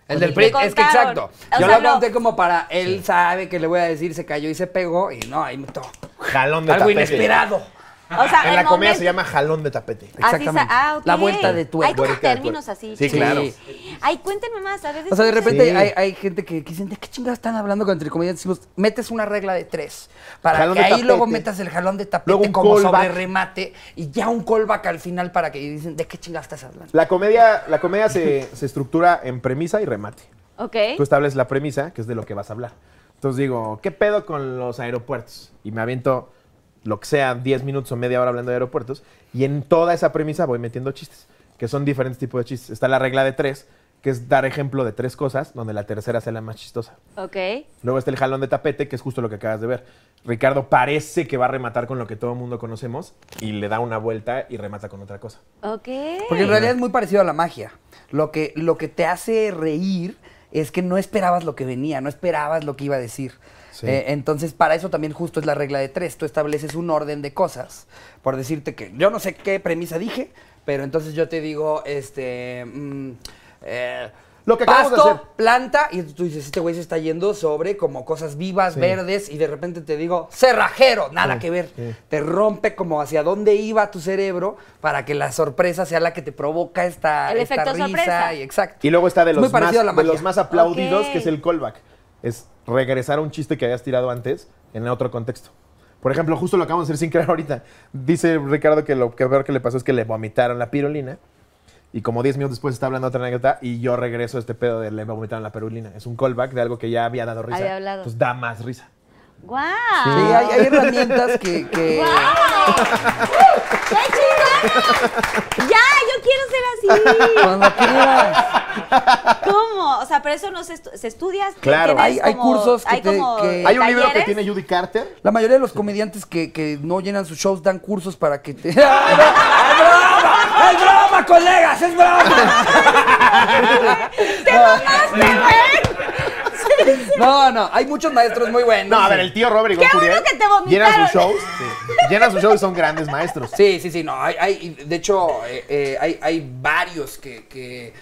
Speaker 4: El del
Speaker 2: Le
Speaker 4: PRI, es que
Speaker 2: contaron.
Speaker 4: exacto.
Speaker 2: O
Speaker 4: Yo
Speaker 2: sea,
Speaker 4: lo
Speaker 2: no.
Speaker 4: conté como para él sabe que le voy a decir, se cayó y se pegó, y no, ahí me to-
Speaker 6: Jalón de
Speaker 4: Algo
Speaker 6: tapete.
Speaker 4: inesperado.
Speaker 2: O sea,
Speaker 6: En
Speaker 2: el
Speaker 6: la comedia
Speaker 2: momento-
Speaker 6: se llama jalón de tapete.
Speaker 2: Así sa-
Speaker 4: Exactamente.
Speaker 2: ah, ok.
Speaker 4: La vuelta de tuerca.
Speaker 2: Hay como
Speaker 6: Vuelta de
Speaker 2: términos
Speaker 6: tuerca.
Speaker 2: así.
Speaker 6: Sí, claro.
Speaker 2: Ay, cuéntenme más, a veces.
Speaker 4: O sea, de
Speaker 2: no sé-
Speaker 4: repente
Speaker 6: Sí.
Speaker 4: hay, hay gente que, que dicen, ¿de qué chingados están hablando con entre comillas? Decimos, metes una regla de tres. Para
Speaker 6: Jalón
Speaker 4: que
Speaker 6: de
Speaker 4: ahí luego
Speaker 6: tapete.
Speaker 4: metas el jalón de
Speaker 6: Luego
Speaker 4: tapete
Speaker 6: un
Speaker 4: como
Speaker 6: callback.
Speaker 4: sobre remate y ya un callback al final para que y dicen, ¿de qué chingados estás hablando?
Speaker 6: La comedia, la comedia se, se estructura en premisa y remate.
Speaker 2: Ok.
Speaker 4: Pues-
Speaker 6: Tú estableces la premisa, que es de lo que vas a hablar. Entonces digo, ¿qué pedo con los aeropuertos? Y me aviento lo que sea, 10 minutos o media hora hablando de aeropuertos. Y en toda esa premisa voy metiendo chistes, que son diferentes tipos de chistes. Está la regla de tres, que es dar ejemplo de tres cosas, donde la tercera sea la más chistosa.
Speaker 2: Ok.
Speaker 6: Luego está el jalón de tapete, que es justo lo que acabas de ver. Ricardo parece que va a rematar con lo que todo el mundo conocemos y le da una vuelta y remata con otra cosa.
Speaker 2: Ok.
Speaker 4: Porque en realidad es muy parecido a la magia. Lo que, lo que te hace reír es que no esperabas lo que venía, no esperabas lo que iba a decir.
Speaker 6: Sí.
Speaker 4: Eh, entonces, para eso también justo es la regla de tres. Tú estableces un orden de cosas. Por decirte que yo no sé qué premisa dije, pero entonces yo te digo, este... mm, eh,
Speaker 6: Lo que acabamos de hacer.
Speaker 4: Pasto, planta, y tú dices, este güey se está yendo sobre como cosas vivas, verdes, y de repente te digo, cerrajero, nada que ver. Te rompe como hacia dónde iba tu cerebro para que la sorpresa sea la que te provoca esta,
Speaker 2: El
Speaker 4: esta
Speaker 2: efecto
Speaker 4: risa.
Speaker 2: sorpresa.
Speaker 4: Y exacto.
Speaker 6: Y luego está de
Speaker 4: Es
Speaker 6: los,
Speaker 4: muy
Speaker 6: más,
Speaker 4: parecido a la
Speaker 6: de
Speaker 4: magia.
Speaker 6: los más aplaudidos,
Speaker 2: Ok.
Speaker 6: que es el callback. Es regresar a un chiste que habías tirado antes en otro contexto. Por ejemplo, justo lo acabamos de hacer sin creer ahorita. Dice Ricardo que lo que peor que le pasó es que le vomitaron la pirulina. Y como 10 minutos después está hablando otra anécdota y yo regreso a este pedo de le vomitaron la pirulina. Es un callback de algo que ya había dado risa.
Speaker 2: Había hablado.
Speaker 6: Entonces da más risa.
Speaker 2: ¡Guau!
Speaker 4: Sí, hay,
Speaker 2: Ah.
Speaker 4: hay herramientas que... que-
Speaker 2: ¡Uh! ¡Qué chingón! ¡Ya! ¡Yo quiero ser así!
Speaker 4: Cuando quieras.
Speaker 2: ¿Cómo? O sea, pero eso no se, estu- se estudia. ¿Qué
Speaker 6: Claro.
Speaker 2: tienes
Speaker 4: Hay- hay
Speaker 2: como-
Speaker 4: cursos que
Speaker 2: hay
Speaker 4: te-
Speaker 2: como
Speaker 4: que-
Speaker 6: Hay un libro que
Speaker 2: talleres?
Speaker 6: tiene Judy Carter.
Speaker 4: La mayoría de los comediantes que, que no llenan sus shows dan cursos para que te. ¡Ah, ¡Es broma! ¡Es broma, colegas! ¡Es broma! No, no, hay muchos maestros muy buenos.
Speaker 6: No, a ver, el tío Robert y
Speaker 2: Qué bueno que te vomitaron.
Speaker 6: Llena sus shows. sí. Llena sus shows y son grandes maestros.
Speaker 4: Sí, sí, sí, no. Hay, hay- de hecho, eh, eh, hay, hay varios que, que-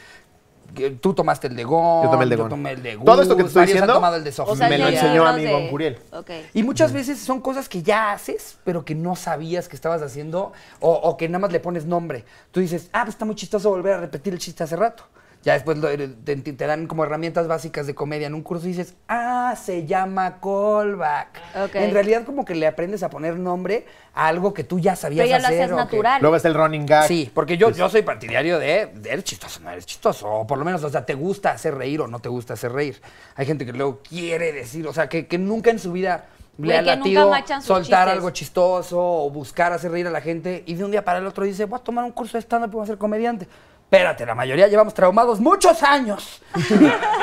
Speaker 4: que Tú tomaste el de Gon.
Speaker 6: Yo tomé el de Gon.
Speaker 4: tomé el de
Speaker 6: Todo esto que
Speaker 4: Gus,
Speaker 6: te estoy
Speaker 4: varios han
Speaker 6: diciendo,
Speaker 4: tomado el de Sofía.
Speaker 2: O sea,
Speaker 6: me lo
Speaker 2: llenas
Speaker 6: enseñó a
Speaker 2: libros
Speaker 6: mí
Speaker 2: de-
Speaker 6: Iván Curiel.
Speaker 2: Ok.
Speaker 4: Y muchas veces son cosas que ya haces, pero que no sabías que estabas haciendo o, o que nada más le pones nombre. Tú dices, ah, pues está muy chistoso volver a repetir el chiste hace rato. Ya después lo- te, te dan como herramientas básicas de comedia en un curso y dices, ah, se llama callback.
Speaker 2: Ok.
Speaker 4: En realidad como que le aprendes a poner nombre a algo que tú ya sabías
Speaker 2: Pero ya lo
Speaker 4: hacer.
Speaker 2: haces
Speaker 4: o que-
Speaker 2: natural.
Speaker 6: Luego está el running gag.
Speaker 4: Sí, porque yo, yo soy partidario de, de eres chistoso, no eres chistoso. O por lo menos, o sea, te gusta hacer reír o no te gusta hacer reír. Hay gente que luego quiere decir, o sea, que, que nunca en su vida le
Speaker 2: Güey,
Speaker 4: ha
Speaker 2: que nunca
Speaker 4: latido
Speaker 2: machan sus
Speaker 4: soltar
Speaker 2: chistes.
Speaker 4: algo chistoso o buscar hacer reír a la gente. Y de un día para el otro dice, voy a tomar un curso de stand-up y voy a ser comediante. Espérate, la mayoría llevamos traumados muchos años.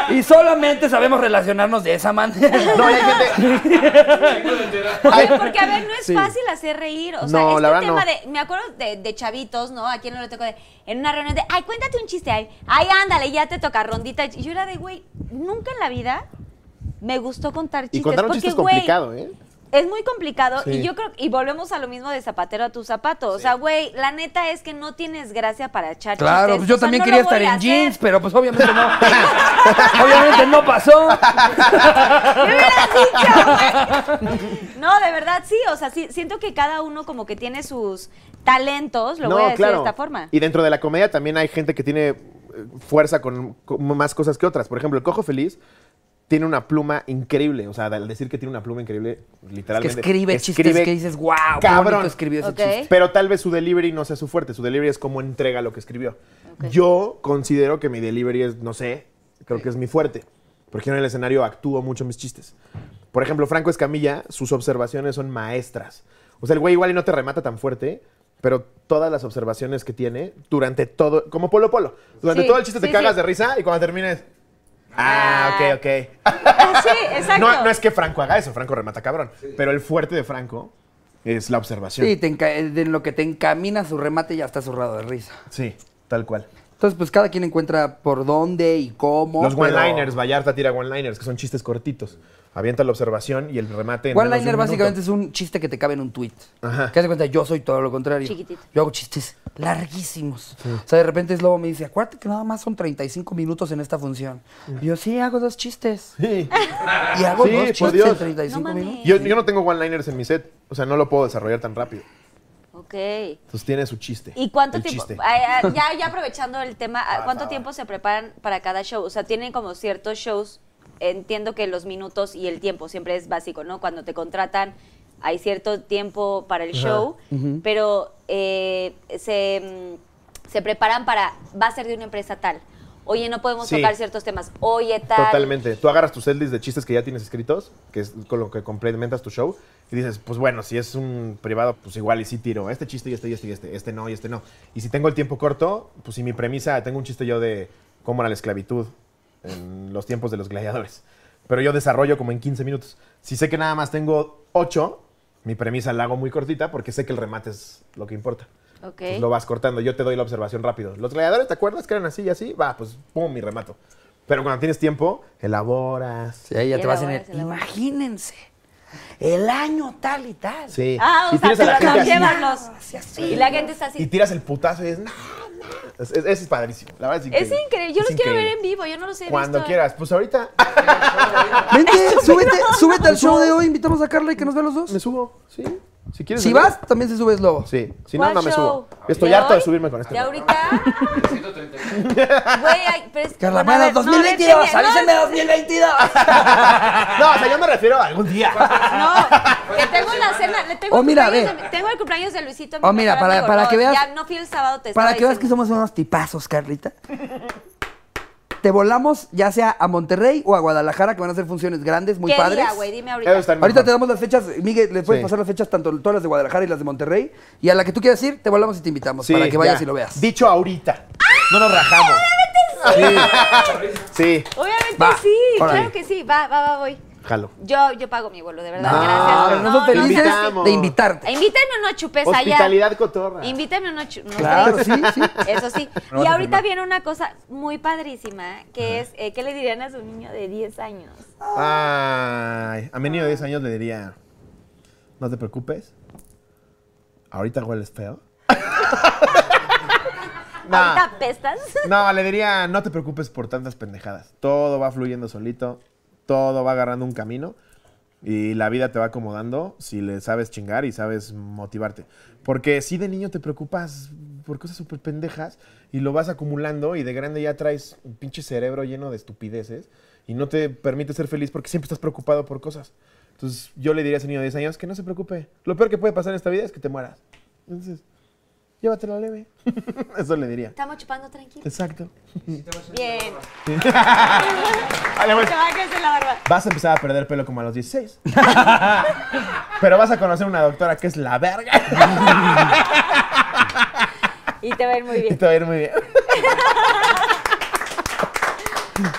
Speaker 4: y solamente sabemos relacionarnos de esa manera.
Speaker 6: No, y hay gente.
Speaker 2: Oye, porque a ver, no es fácil hacer reír. O sea,
Speaker 6: No,
Speaker 2: este
Speaker 6: la verdad
Speaker 2: tema
Speaker 6: no.
Speaker 2: de. Me acuerdo de, de chavitos, ¿no? Aquí no lo tengo de. En una reunión de. Ay, cuéntate un chiste. Ay, ay ándale, ya te toca rondita. Y yo era de, güey, nunca en la vida me gustó contar chistes.
Speaker 6: Y contar un
Speaker 2: porque,
Speaker 6: chiste es
Speaker 2: güey,
Speaker 6: complicado, ¿eh?
Speaker 2: Es muy complicado
Speaker 6: Sí.
Speaker 2: y yo creo y volvemos a lo mismo de zapatero a tu zapato. O sea, güey, la neta es que no tienes gracia para echar
Speaker 4: Claro,
Speaker 2: chistes.
Speaker 4: pues yo
Speaker 2: O sea,
Speaker 4: también
Speaker 2: no
Speaker 4: quería
Speaker 2: lo voy
Speaker 4: estar en
Speaker 2: a hacer.
Speaker 4: jeans, pero pues obviamente no. obviamente no pasó.
Speaker 2: Me hubieras dicho, güey.
Speaker 4: pues.
Speaker 2: No, de verdad sí, o sea, sí, siento que cada uno como que tiene sus talentos, lo
Speaker 6: no,
Speaker 2: voy a decir
Speaker 6: claro.
Speaker 2: de esta forma.
Speaker 6: Y dentro de la comedia también hay gente que tiene eh, fuerza con, con más cosas que otras. Por ejemplo, el Cojo Feliz tiene una pluma increíble. O sea, al decir que tiene una pluma increíble,
Speaker 4: que
Speaker 6: literalmente.
Speaker 4: escribe, chistes que dices, wow,
Speaker 6: cabrón".
Speaker 4: qué bonito escribió ese
Speaker 2: Ok.
Speaker 4: chiste.
Speaker 6: Pero tal vez su delivery no sea su fuerte. Su delivery es cómo entrega lo que escribió. Yo considero que mi delivery es, no sé, creo que es mi fuerte. Porque yo en el escenario actúo mucho mis chistes. Por ejemplo, Franco Escamilla, sus observaciones son maestras. O sea, el güey igual y no te remata tan fuerte, pero todas las observaciones que tiene durante todo, como Polo Polo, durante
Speaker 2: Sí,
Speaker 6: todo el chiste te
Speaker 2: sí,
Speaker 6: cagas
Speaker 2: sí.
Speaker 6: de risa y cuando termines... Ah,
Speaker 2: Ah.
Speaker 6: ok, ok.
Speaker 2: Ah, sí, exacto.
Speaker 6: No, no es que Franco haga eso, Franco remata cabrón. Pero el fuerte de Franco es la observación.
Speaker 4: Sí, te enca- en lo que te encamina su remate ya está zurrado de risa.
Speaker 6: sí tal cual.
Speaker 4: Entonces, pues cada quien encuentra por dónde y cómo.
Speaker 6: Los
Speaker 4: pero-
Speaker 6: one-liners, Vallarta tira one-liners, que son chistes cortitos. Avienta la observación y el remate. en menos de
Speaker 4: One-liner
Speaker 6: un
Speaker 4: básicamente
Speaker 6: minuto.
Speaker 4: es un chiste que te cabe en un tweet.
Speaker 6: Ajá.
Speaker 4: Que hace cuenta, yo soy todo lo contrario.
Speaker 2: Chiquitito.
Speaker 4: Yo hago chistes larguísimos. O sea, de repente es lobo me dice, acuérdate que nada más son 35 minutos en esta función. Y yo, sí, hago dos chistes.
Speaker 6: Sí.
Speaker 4: Y hago
Speaker 6: Sí,
Speaker 4: dos
Speaker 6: por
Speaker 4: chistes
Speaker 6: Dios.
Speaker 4: en 35
Speaker 2: No mames.
Speaker 4: minutos.
Speaker 6: Yo, yo no tengo one-liners en mi set. O sea, no lo puedo desarrollar tan rápido.
Speaker 2: Ok.
Speaker 6: Entonces tiene su chiste.
Speaker 2: ¿Y cuánto
Speaker 6: el
Speaker 2: tiempo?
Speaker 6: chiste.
Speaker 2: ay, ay, ya, ya aprovechando el tema, ah, ¿cuánto tiempo se preparan para cada show? O sea, tienen como ciertos shows, entiendo que los minutos y el tiempo siempre es básico, ¿no? Cuando te contratan hay cierto tiempo para el show, pero eh, se, mm, se preparan para, va a ser de una empresa tal. Oye, no podemos
Speaker 6: Sí.
Speaker 2: tocar ciertos temas. Oye, tal.
Speaker 6: Totalmente. Tú agarras tus setlist de chistes que ya tienes escritos, que es con lo que complementas tu show, y dices, pues bueno, si es un privado, pues igual y sí tiro este chiste y este y este y este, este no y este no. Y si tengo el tiempo corto, pues si mi premisa, tengo un chiste yo de cómo era la esclavitud en los tiempos de los gladiadores, pero yo desarrollo como en 15 minutos. Si sé que nada más tengo 8, mi premisa la hago muy cortita porque sé que el remate es lo que importa.
Speaker 2: Ok.
Speaker 6: Entonces, Pues lo vas cortando. Yo te doy la observación rápido. Los gladiadores, ¿te acuerdas que eran así y así? Va, pues pum, mi remato. Pero cuando tienes tiempo, elaboras.
Speaker 4: Sí, ahí ya
Speaker 2: Y
Speaker 4: te vas en
Speaker 2: elaboras,
Speaker 4: el.
Speaker 2: elaboras.
Speaker 4: Imagínense. El año tal y tal.
Speaker 6: Sí.
Speaker 2: Ah, o
Speaker 6: y
Speaker 2: sea,
Speaker 6: tienes a la
Speaker 2: pero
Speaker 6: gente
Speaker 2: no,
Speaker 6: así.
Speaker 2: llévalos.
Speaker 4: Así, así.
Speaker 2: Y la gente está
Speaker 6: Y
Speaker 2: así.
Speaker 6: tiras el putazo y dices, no, Es, es, es padrísimo. La verdad es
Speaker 2: Es
Speaker 6: increíble.
Speaker 2: increíble. Yo
Speaker 6: Es
Speaker 2: los quiero ver
Speaker 6: increíble.
Speaker 2: en vivo. Yo no los he
Speaker 6: Cuando
Speaker 2: visto.
Speaker 6: quieras. Pues ahorita
Speaker 4: Vente, súbete, súbete al show de hoy. Invitamos a Carla y que nos vea los dos.
Speaker 6: me subo. Sí. Si quieres.
Speaker 4: Si
Speaker 6: me-
Speaker 4: vas, también se sube es lobo.
Speaker 6: Sí. Si no,
Speaker 2: ¿Cuál
Speaker 6: no me
Speaker 2: show?
Speaker 6: subo. Estoy
Speaker 2: ¿De
Speaker 6: harto de
Speaker 2: hoy?
Speaker 6: subirme con este esto.
Speaker 2: ¿De ahorita? Güey, ay, pero es que...
Speaker 4: Carla,
Speaker 2: bueno, a
Speaker 4: bueno,
Speaker 2: ver, no,
Speaker 4: 2022,
Speaker 2: depende,
Speaker 4: avísenme 2022.
Speaker 6: No, o sea, yo me refiero a algún día.
Speaker 2: No, que tengo la cena, le tengo
Speaker 4: Oh,
Speaker 2: el
Speaker 4: mira,
Speaker 2: cumpleaños
Speaker 4: ve.
Speaker 2: de- tengo el cumpleaños de Luisito. mi
Speaker 4: Oh, mira,
Speaker 2: mejor
Speaker 4: para-
Speaker 2: amigo.
Speaker 4: para
Speaker 2: No,
Speaker 4: que veas-
Speaker 2: Ya no fui el sábado, te
Speaker 4: Para
Speaker 2: estaba
Speaker 4: que veas que
Speaker 2: diciendo.
Speaker 4: somos unos tipazos, Carlita. Te volamos ya sea a Monterrey o a Guadalajara, que van a hacer funciones grandes, muy
Speaker 2: ¿Qué
Speaker 4: padres.
Speaker 2: día, güey? Dime ahorita.
Speaker 6: Eso está
Speaker 4: Ahorita
Speaker 6: mejor.
Speaker 4: te damos las fechas, Miguel, les puedes
Speaker 6: Sí.
Speaker 4: pasar las fechas tanto todas las de Guadalajara y las de Monterrey. Y a la que tú quieras ir, te volamos y te invitamos
Speaker 6: Sí,
Speaker 4: para que vayas
Speaker 6: ya.
Speaker 4: y lo veas.
Speaker 6: Dicho ahorita. No nos rajamos. Sí. Sí,
Speaker 2: Obviamente
Speaker 4: Va,
Speaker 2: sí,
Speaker 4: órale.
Speaker 2: claro que sí. Va, va, va, voy.
Speaker 6: jalo.
Speaker 2: Yo, yo pago mi vuelo, de verdad.
Speaker 4: No,
Speaker 2: Gracias.
Speaker 4: pero
Speaker 2: No,
Speaker 4: Ah, nosotros
Speaker 2: no,
Speaker 4: felices
Speaker 2: no, no.
Speaker 6: invitamos.
Speaker 4: de invitarte.
Speaker 2: Invítame una chupeza allá.
Speaker 6: Hospitalidad cotorra.
Speaker 2: Invítame una chupeza.
Speaker 4: Claro, sí, sí.
Speaker 2: Eso sí.
Speaker 4: No vas
Speaker 2: y
Speaker 4: a
Speaker 2: ahorita
Speaker 4: firmar.
Speaker 2: viene una cosa muy padrísima, que es, eh, ¿qué le dirían a su niño de 10 años?
Speaker 6: Ay, a mi niño de 10 años le diría, no te preocupes, ahorita hueles feo. no,
Speaker 2: ¿Ahorita apestas?
Speaker 6: no, le diría, no te preocupes por tantas pendejadas. Todo va fluyendo solito, todo va agarrando un camino y la vida te va acomodando si le sabes chingar y sabes motivarte. Porque si de niño te preocupas por cosas súper pendejas y lo vas acumulando y de grande ya traes un pinche cerebro lleno de estupideces y no te permite ser feliz porque siempre estás preocupado por cosas. Entonces yo le diría a ese niño de 10 años que no se preocupe. Lo peor que puede pasar en esta vida es que te mueras. Entonces, llévatela leve. Eso le diría.
Speaker 2: Estamos chupando tranquilo.
Speaker 6: Exacto.
Speaker 2: Bien.
Speaker 6: Vale, pues,
Speaker 2: Te va a crecer la barba.
Speaker 6: Vas a empezar a perder pelo como a los 16. Pero vas a conocer una doctora que es la verga.
Speaker 2: Y te va a ir muy
Speaker 6: Y
Speaker 2: bien.
Speaker 6: te va a ir muy bien.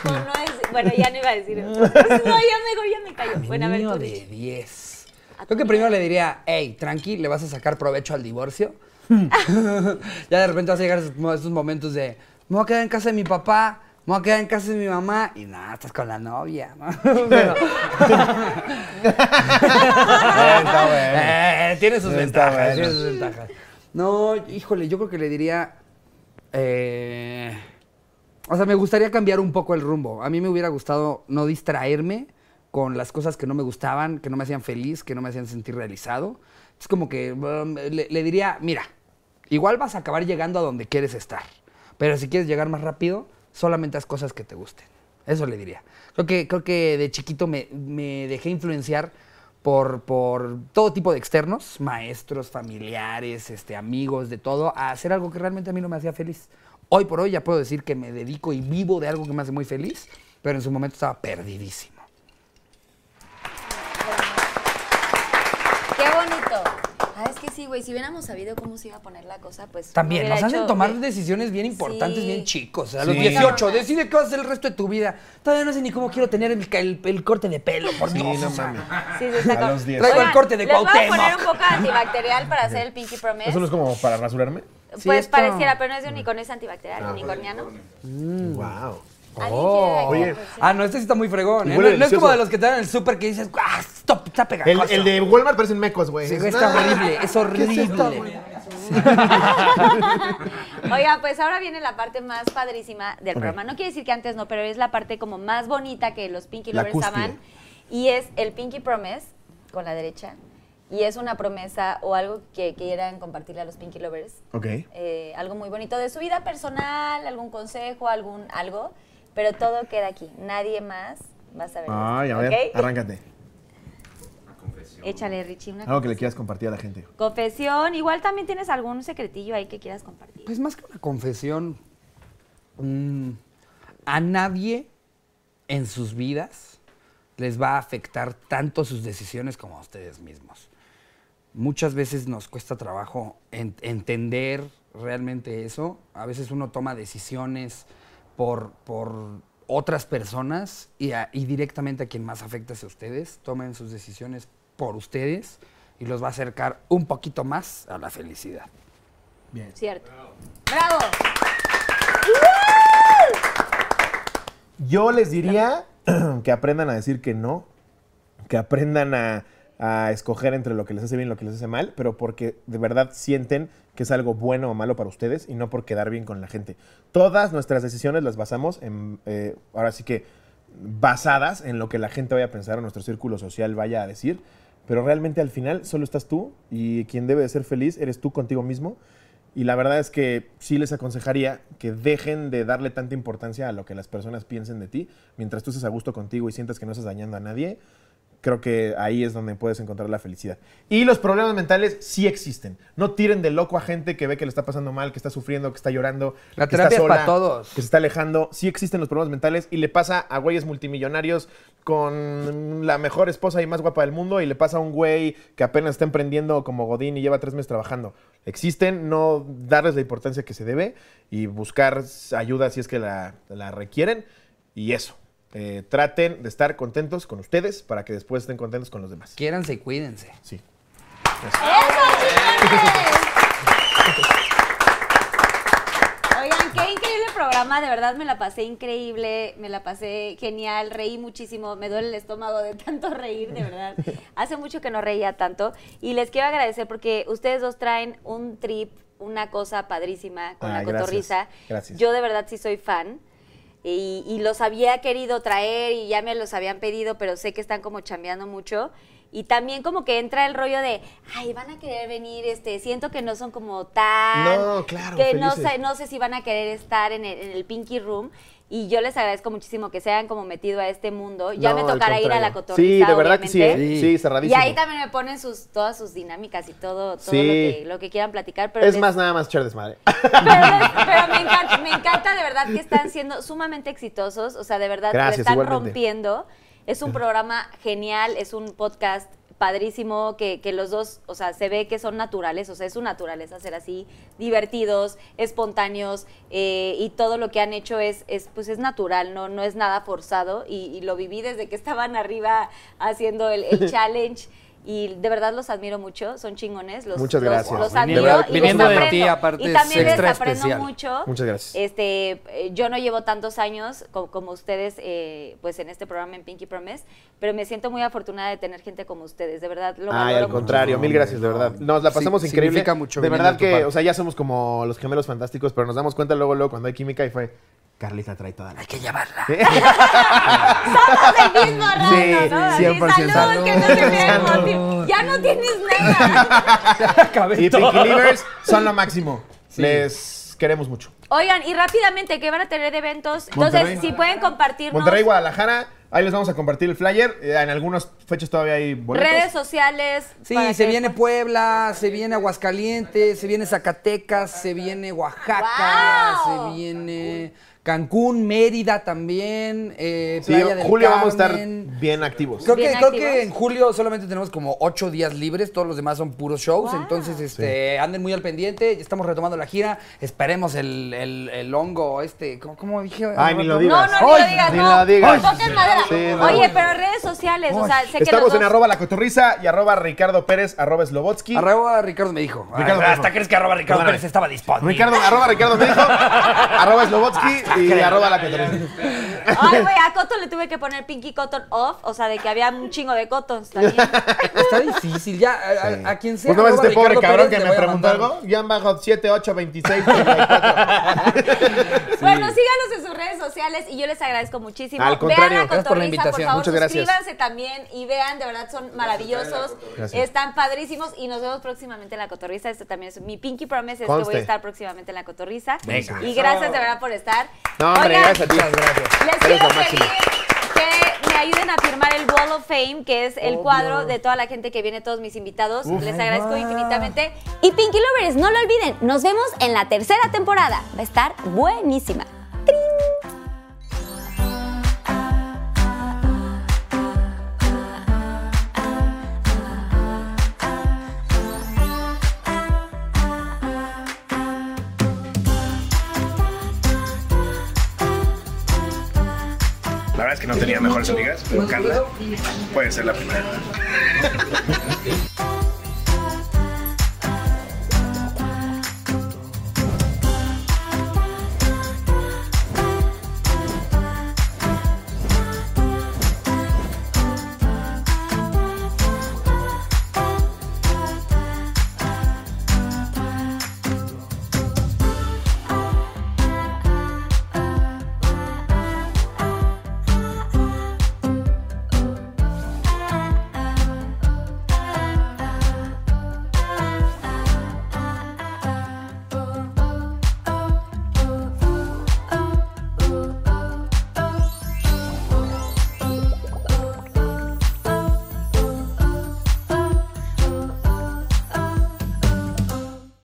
Speaker 2: Como no es- bueno, ya no iba a decir eso. No, ya mejor ya me callo. Bueno, a ver,
Speaker 4: niño
Speaker 2: tú
Speaker 4: de
Speaker 2: di.
Speaker 4: 10. Creo que primero le diría, hey, tranqui, le vas a sacar provecho al divorcio. ya de repente vas a llegar a esos, mo- esos momentos de, me voy a quedar en casa de mi papá, me voy a quedar en casa de mi mamá, y nada, estás con la novia. ¿no? Pero-
Speaker 6: Está bueno.
Speaker 4: Eh, tiene sus
Speaker 6: Está
Speaker 4: ventajas,
Speaker 6: bueno.
Speaker 4: tiene sus ventajas. No, híjole, yo creo que le diría... eh, o sea, me gustaría cambiar un poco el rumbo. A mí me hubiera gustado no distraerme con las cosas que no me gustaban, que no me hacían feliz, que no me hacían sentir realizado. Es como que um, le, le diría, mira, igual vas a acabar llegando a donde quieres estar, pero si quieres llegar más rápido, solamente haz cosas que te gusten. Eso le diría. Creo que, creo que de chiquito me, me dejé influenciar por, por todo tipo de externos, maestros, familiares, este, amigos, de todo, a hacer algo que realmente a mí no me hacía feliz. Hoy por hoy ya puedo decir que me dedico y vivo de algo que me hace muy feliz, pero en su momento estaba perdidísimo.
Speaker 2: Qué bonito. Ah, es que sí, güey. Si hubiéramos sabido cómo se iba a poner la cosa, pues.
Speaker 4: También
Speaker 2: hubiera
Speaker 4: nos hacen
Speaker 2: hecho-
Speaker 4: tomar decisiones bien importantes,
Speaker 2: Sí.
Speaker 4: bien chicos. A los
Speaker 6: Sí.
Speaker 4: 18, decide qué vas a hacer el resto de tu vida. Todavía no sé ni cómo quiero tener el, ca- el- el corte de pelo, por
Speaker 6: Sí,
Speaker 4: Dios.
Speaker 6: no
Speaker 4: o sea.
Speaker 6: mames.
Speaker 2: Sí, sí, está
Speaker 6: A
Speaker 2: cabrón.
Speaker 6: los 10.
Speaker 4: Traigo el
Speaker 2: Oigan,
Speaker 4: corte de
Speaker 2: les voy a
Speaker 4: Cuauhtémoc.
Speaker 2: poner un poco de antibacterial para hacer el Pinky Promise.
Speaker 6: Eso no es como para rasurarme.
Speaker 4: Sí,
Speaker 2: Pues
Speaker 4: esto-
Speaker 2: pareciera, pero no es de unicornio, es antibacterial, unicorniano.
Speaker 6: Mm. Wow.
Speaker 2: ¿Alguien
Speaker 4: Oh.
Speaker 2: quiere de
Speaker 6: Oye.
Speaker 2: aquí?
Speaker 4: Ah, no, este sí está muy fregón. ¿eh?
Speaker 6: Huele
Speaker 4: No, no es como
Speaker 6: delicioso.
Speaker 4: de los que te dan en el súper que dices, ¡ah, stop, está
Speaker 6: El,
Speaker 4: pegajoso!
Speaker 6: el de Walmart parecen mecos, güey.
Speaker 4: Sí, güey,
Speaker 6: Es-
Speaker 4: está
Speaker 6: ¡Ah!
Speaker 4: horrible, es horrible.
Speaker 2: Oigan, pues ahora viene la parte más padrísima del programa. No quiere decir que antes no, pero es la parte como más bonita que los Pinky
Speaker 6: La
Speaker 2: Lovers
Speaker 6: cúspide.
Speaker 2: aman. Y es el Pinky Promise, con la derecha. Y es una promesa o algo que quieran compartirle a los Pinky Lovers
Speaker 6: Ok.
Speaker 2: eh, algo muy bonito de su vida personal, algún consejo, algún algo, pero todo queda aquí. Nadie más va a saber.
Speaker 6: Ay, a
Speaker 2: esto,
Speaker 6: ver,
Speaker 2: ¿ok?
Speaker 6: arráncate.
Speaker 2: Échale, Richie, una
Speaker 6: Algo que le quieras compartir a la gente.
Speaker 2: confesión. Igual también tienes algún secretillo ahí que quieras compartir.
Speaker 4: Pues más que una confesión, mm, a nadie en sus vidas les va a afectar tanto sus decisiones como a ustedes mismos. Muchas veces nos cuesta trabajo en- entender realmente eso. A veces uno toma decisiones por, por otras personas y, a- y directamente a quien más afecta es a ustedes. Tomen sus decisiones por ustedes y los va a acercar un poquito más a la felicidad.
Speaker 2: Cierto. ¡Bravo!
Speaker 6: Yo les diría que aprendan a decir que no, que aprendan a a escoger entre lo que les hace bien y lo que les hace mal, pero porque de verdad sienten que es algo bueno o malo para ustedes y no por quedar bien con la gente. Todas nuestras decisiones las basamos en, eh, ahora sí que basadas en lo que la gente vaya a pensar o nuestro círculo social vaya a decir, pero realmente al final solo estás tú y quien debe de ser feliz eres tú contigo mismo. Y la verdad es que sí les aconsejaría que dejen de darle tanta importancia a lo que las personas piensen de ti. Mientras tú estés a gusto contigo y sientas que no estás dañando a nadie, creo que ahí es donde puedes encontrar la felicidad. Y los problemas mentales sí existen. No tiren de loco a gente que ve que le está pasando mal, que está sufriendo, que está llorando.
Speaker 4: La
Speaker 6: que
Speaker 4: terapia
Speaker 6: está
Speaker 4: es
Speaker 6: sola,
Speaker 4: para todos.
Speaker 6: Que se está alejando. Sí existen los problemas mentales y le pasa a güeyes multimillonarios con la mejor esposa y más guapa del mundo y le pasa a un güey que apenas está emprendiendo como Godín y lleva tres meses trabajando. Existen, no darles la importancia que se debe y buscar ayuda si es que la, la requieren y eso. Eh, traten de estar contentos con ustedes para que después estén contentos con los demás.
Speaker 4: Quiéranse y cuídense.
Speaker 6: Sí.
Speaker 2: Oigan, qué increíble programa, de verdad me la pasé increíble, me la pasé genial, reí muchísimo, me duele el estómago de tanto reír, de verdad. Hace mucho que no reía tanto y les quiero agradecer porque ustedes dos traen un trip, una cosa padrísima con
Speaker 6: Ay,
Speaker 2: la cotorriza.
Speaker 6: gracias, gracias.
Speaker 2: Yo de verdad sí soy fan. Y, y los había querido traer y ya me los habían pedido, pero sé que están como chambeando mucho. Y también como que entra el rollo de, ay, van a querer venir, este, siento que no son como tan...
Speaker 6: No, claro,
Speaker 2: Que no
Speaker 6: felices.
Speaker 2: sé, no sé si van a querer estar en el, en el Pinky Room. Y yo les agradezco muchísimo que se hayan como metido a este mundo. Ya
Speaker 6: No,
Speaker 2: me
Speaker 6: al
Speaker 2: tocará ir a la
Speaker 6: contrario.
Speaker 2: cotorriza,
Speaker 6: Sí, de verdad que sí, ¿eh?
Speaker 2: obviamente.
Speaker 6: sí,
Speaker 2: Y
Speaker 6: cerradísimo.
Speaker 2: ahí también me ponen sus, todas sus dinámicas y todo, todo
Speaker 6: Sí.
Speaker 2: lo, que, lo que quieran platicar. Pero
Speaker 6: Es
Speaker 2: les-
Speaker 6: más, nada más echar desmadre.
Speaker 2: pero, pero me, encanta, me encanta de verdad que están siendo sumamente exitosos. O sea, de verdad, que
Speaker 6: Gracias,
Speaker 2: están
Speaker 6: igualmente.
Speaker 2: rompiendo. Es un programa genial, es un podcast padrísimo, que, que los dos, o sea, se ve que son naturales, o sea, es su naturaleza ser así, divertidos, espontáneos, eh, y todo lo que han hecho es, es pues es natural, no, no es nada forzado, y, y lo viví desde que estaban arriba haciendo el, el challenge, y de verdad los admiro mucho, son chingones, los,
Speaker 6: Muchas
Speaker 2: los-
Speaker 6: gracias.
Speaker 2: los
Speaker 6: Wow.
Speaker 2: admiro
Speaker 6: De verdad,
Speaker 2: y los
Speaker 4: viniendo de ti,
Speaker 2: aprendo.
Speaker 4: aparte,
Speaker 2: y
Speaker 4: es
Speaker 2: también les
Speaker 4: extra
Speaker 2: aprendo
Speaker 4: especial.
Speaker 2: mucho.
Speaker 6: Muchas gracias.
Speaker 2: Este, eh, yo no llevo tantos años co- como, ustedes, eh, pues en este programa en Pinky Promise, pero me siento muy afortunada de tener gente como ustedes, de verdad. Lo
Speaker 6: Ay,
Speaker 2: valoro
Speaker 6: al
Speaker 2: mucho.
Speaker 6: contrario, mil gracias, de verdad. Nos la
Speaker 4: Sí,
Speaker 6: pasamos increíble.
Speaker 4: significa mucho
Speaker 6: de
Speaker 4: venir
Speaker 6: verdad
Speaker 4: de tu
Speaker 6: que,
Speaker 4: parte.
Speaker 6: o sea, ya somos como los gemelos fantásticos, pero nos damos cuenta luego, luego, cuando hay química y fue, Carlita trae toda la...
Speaker 4: Hay que llevarla.
Speaker 6: ¿Eh?
Speaker 2: Somos el mismo rano,
Speaker 6: Sí,
Speaker 2: ¿no? Así,
Speaker 6: 100%.
Speaker 2: salud, que no te vean
Speaker 6: Salud.
Speaker 2: motivo. Ya no tienes nada.
Speaker 6: Y Pinky Livers son lo máximo. Les queremos mucho.
Speaker 2: Oigan, y rápidamente, ¿qué van a tener de eventos? Entonces,
Speaker 6: Monterrey.
Speaker 2: si pueden compartirnos
Speaker 6: Monterrey, Guadalajara, ahí les vamos a compartir el flyer. Eh, en algunas fechas todavía hay boletos.
Speaker 2: redes sociales.
Speaker 4: Sí,
Speaker 2: para
Speaker 4: se
Speaker 2: que-
Speaker 4: viene Puebla, se viene Aguascalientes, se viene Zacatecas, se viene Oaxaca,
Speaker 2: ¡Guau!
Speaker 4: se viene Cancún, Mérida también, eh,
Speaker 6: Sí,
Speaker 4: Playa del
Speaker 6: julio vamos a
Speaker 4: Carmen.
Speaker 6: estar bien activos.
Speaker 4: Creo
Speaker 2: Bien
Speaker 4: que, creo
Speaker 2: activos.
Speaker 4: que en julio solamente tenemos como ocho días libres, todos los demás son puros shows,
Speaker 2: Wow.
Speaker 4: entonces este, anden muy al pendiente, ya estamos retomando la gira, esperemos el, el- el hongo este, ¿cómo, cómo dije?
Speaker 6: Ay, ni lo
Speaker 2: No,
Speaker 6: digas.
Speaker 2: no, ni lo digas,
Speaker 6: Ni
Speaker 2: no.
Speaker 6: lo digas.
Speaker 2: Toquen madera.
Speaker 6: Sí, no.
Speaker 2: Oye, pero redes sociales, o sea, sé que
Speaker 6: Estamos
Speaker 2: los
Speaker 6: en
Speaker 2: dos-
Speaker 6: arroba la cotorriza y arroba Ricardo Pérez, arroba Slobotsky.
Speaker 4: Arroba Ricardo me dijo.
Speaker 6: Ricardo
Speaker 4: Ay,
Speaker 6: me
Speaker 4: hasta
Speaker 6: dijo.
Speaker 4: crees que arroba Ricardo
Speaker 6: Perdóname.
Speaker 4: Pérez estaba disponible.
Speaker 6: Ricardo, arroba Ricardo Mejo, arroba Slobotsky y arroba la cotorriza.
Speaker 2: Ay, güey, a Cotton le tuve que poner Pinky Cotton off, o sea, de que había un chingo de Cottons también.
Speaker 4: Está difícil, ya, a, a- a quien sea.
Speaker 6: Pues no ves
Speaker 4: arroba
Speaker 6: este pobre
Speaker 4: Ricardo Pérez
Speaker 6: cabrón que
Speaker 4: le
Speaker 6: me
Speaker 4: voy a
Speaker 6: preguntó
Speaker 4: mandar.
Speaker 6: algo. Ya han bajado 7, 8, 26, 34.
Speaker 2: Bueno, síganos en sus redes sociales y yo les agradezco muchísimo.
Speaker 6: Al contrario.
Speaker 2: vean a
Speaker 4: Gracias por la
Speaker 2: Cotorrisa,
Speaker 4: invitación.
Speaker 2: favor,
Speaker 6: Muchas gracias.
Speaker 2: suscríbanse también y vean, de verdad son maravillosos,
Speaker 6: Gracias.
Speaker 2: están padrísimos y nos vemos próximamente en La Cotorrisa. Esto también es mi Pinky Promise, es que
Speaker 6: Conste.
Speaker 2: voy a estar próximamente en La Cotorrisa.
Speaker 6: Venga.
Speaker 2: Y gracias de verdad por estar.
Speaker 6: No, hombre,
Speaker 2: Oigan,
Speaker 6: gracias a ti.
Speaker 2: Les
Speaker 6: Eres
Speaker 2: quiero
Speaker 6: lo
Speaker 2: pedir
Speaker 6: máximo.
Speaker 2: que me ayuden a firmar el Wall of Fame, que es el cuadro de toda la gente que viene, todos mis invitados. Les agradezco infinitamente.
Speaker 15: Y Pinky Lovers, no lo olviden, nos vemos en la tercera temporada. Va a estar buenísima.
Speaker 16: La verdad es que no tenía mejores amigas, pero Carla puede ser la primera.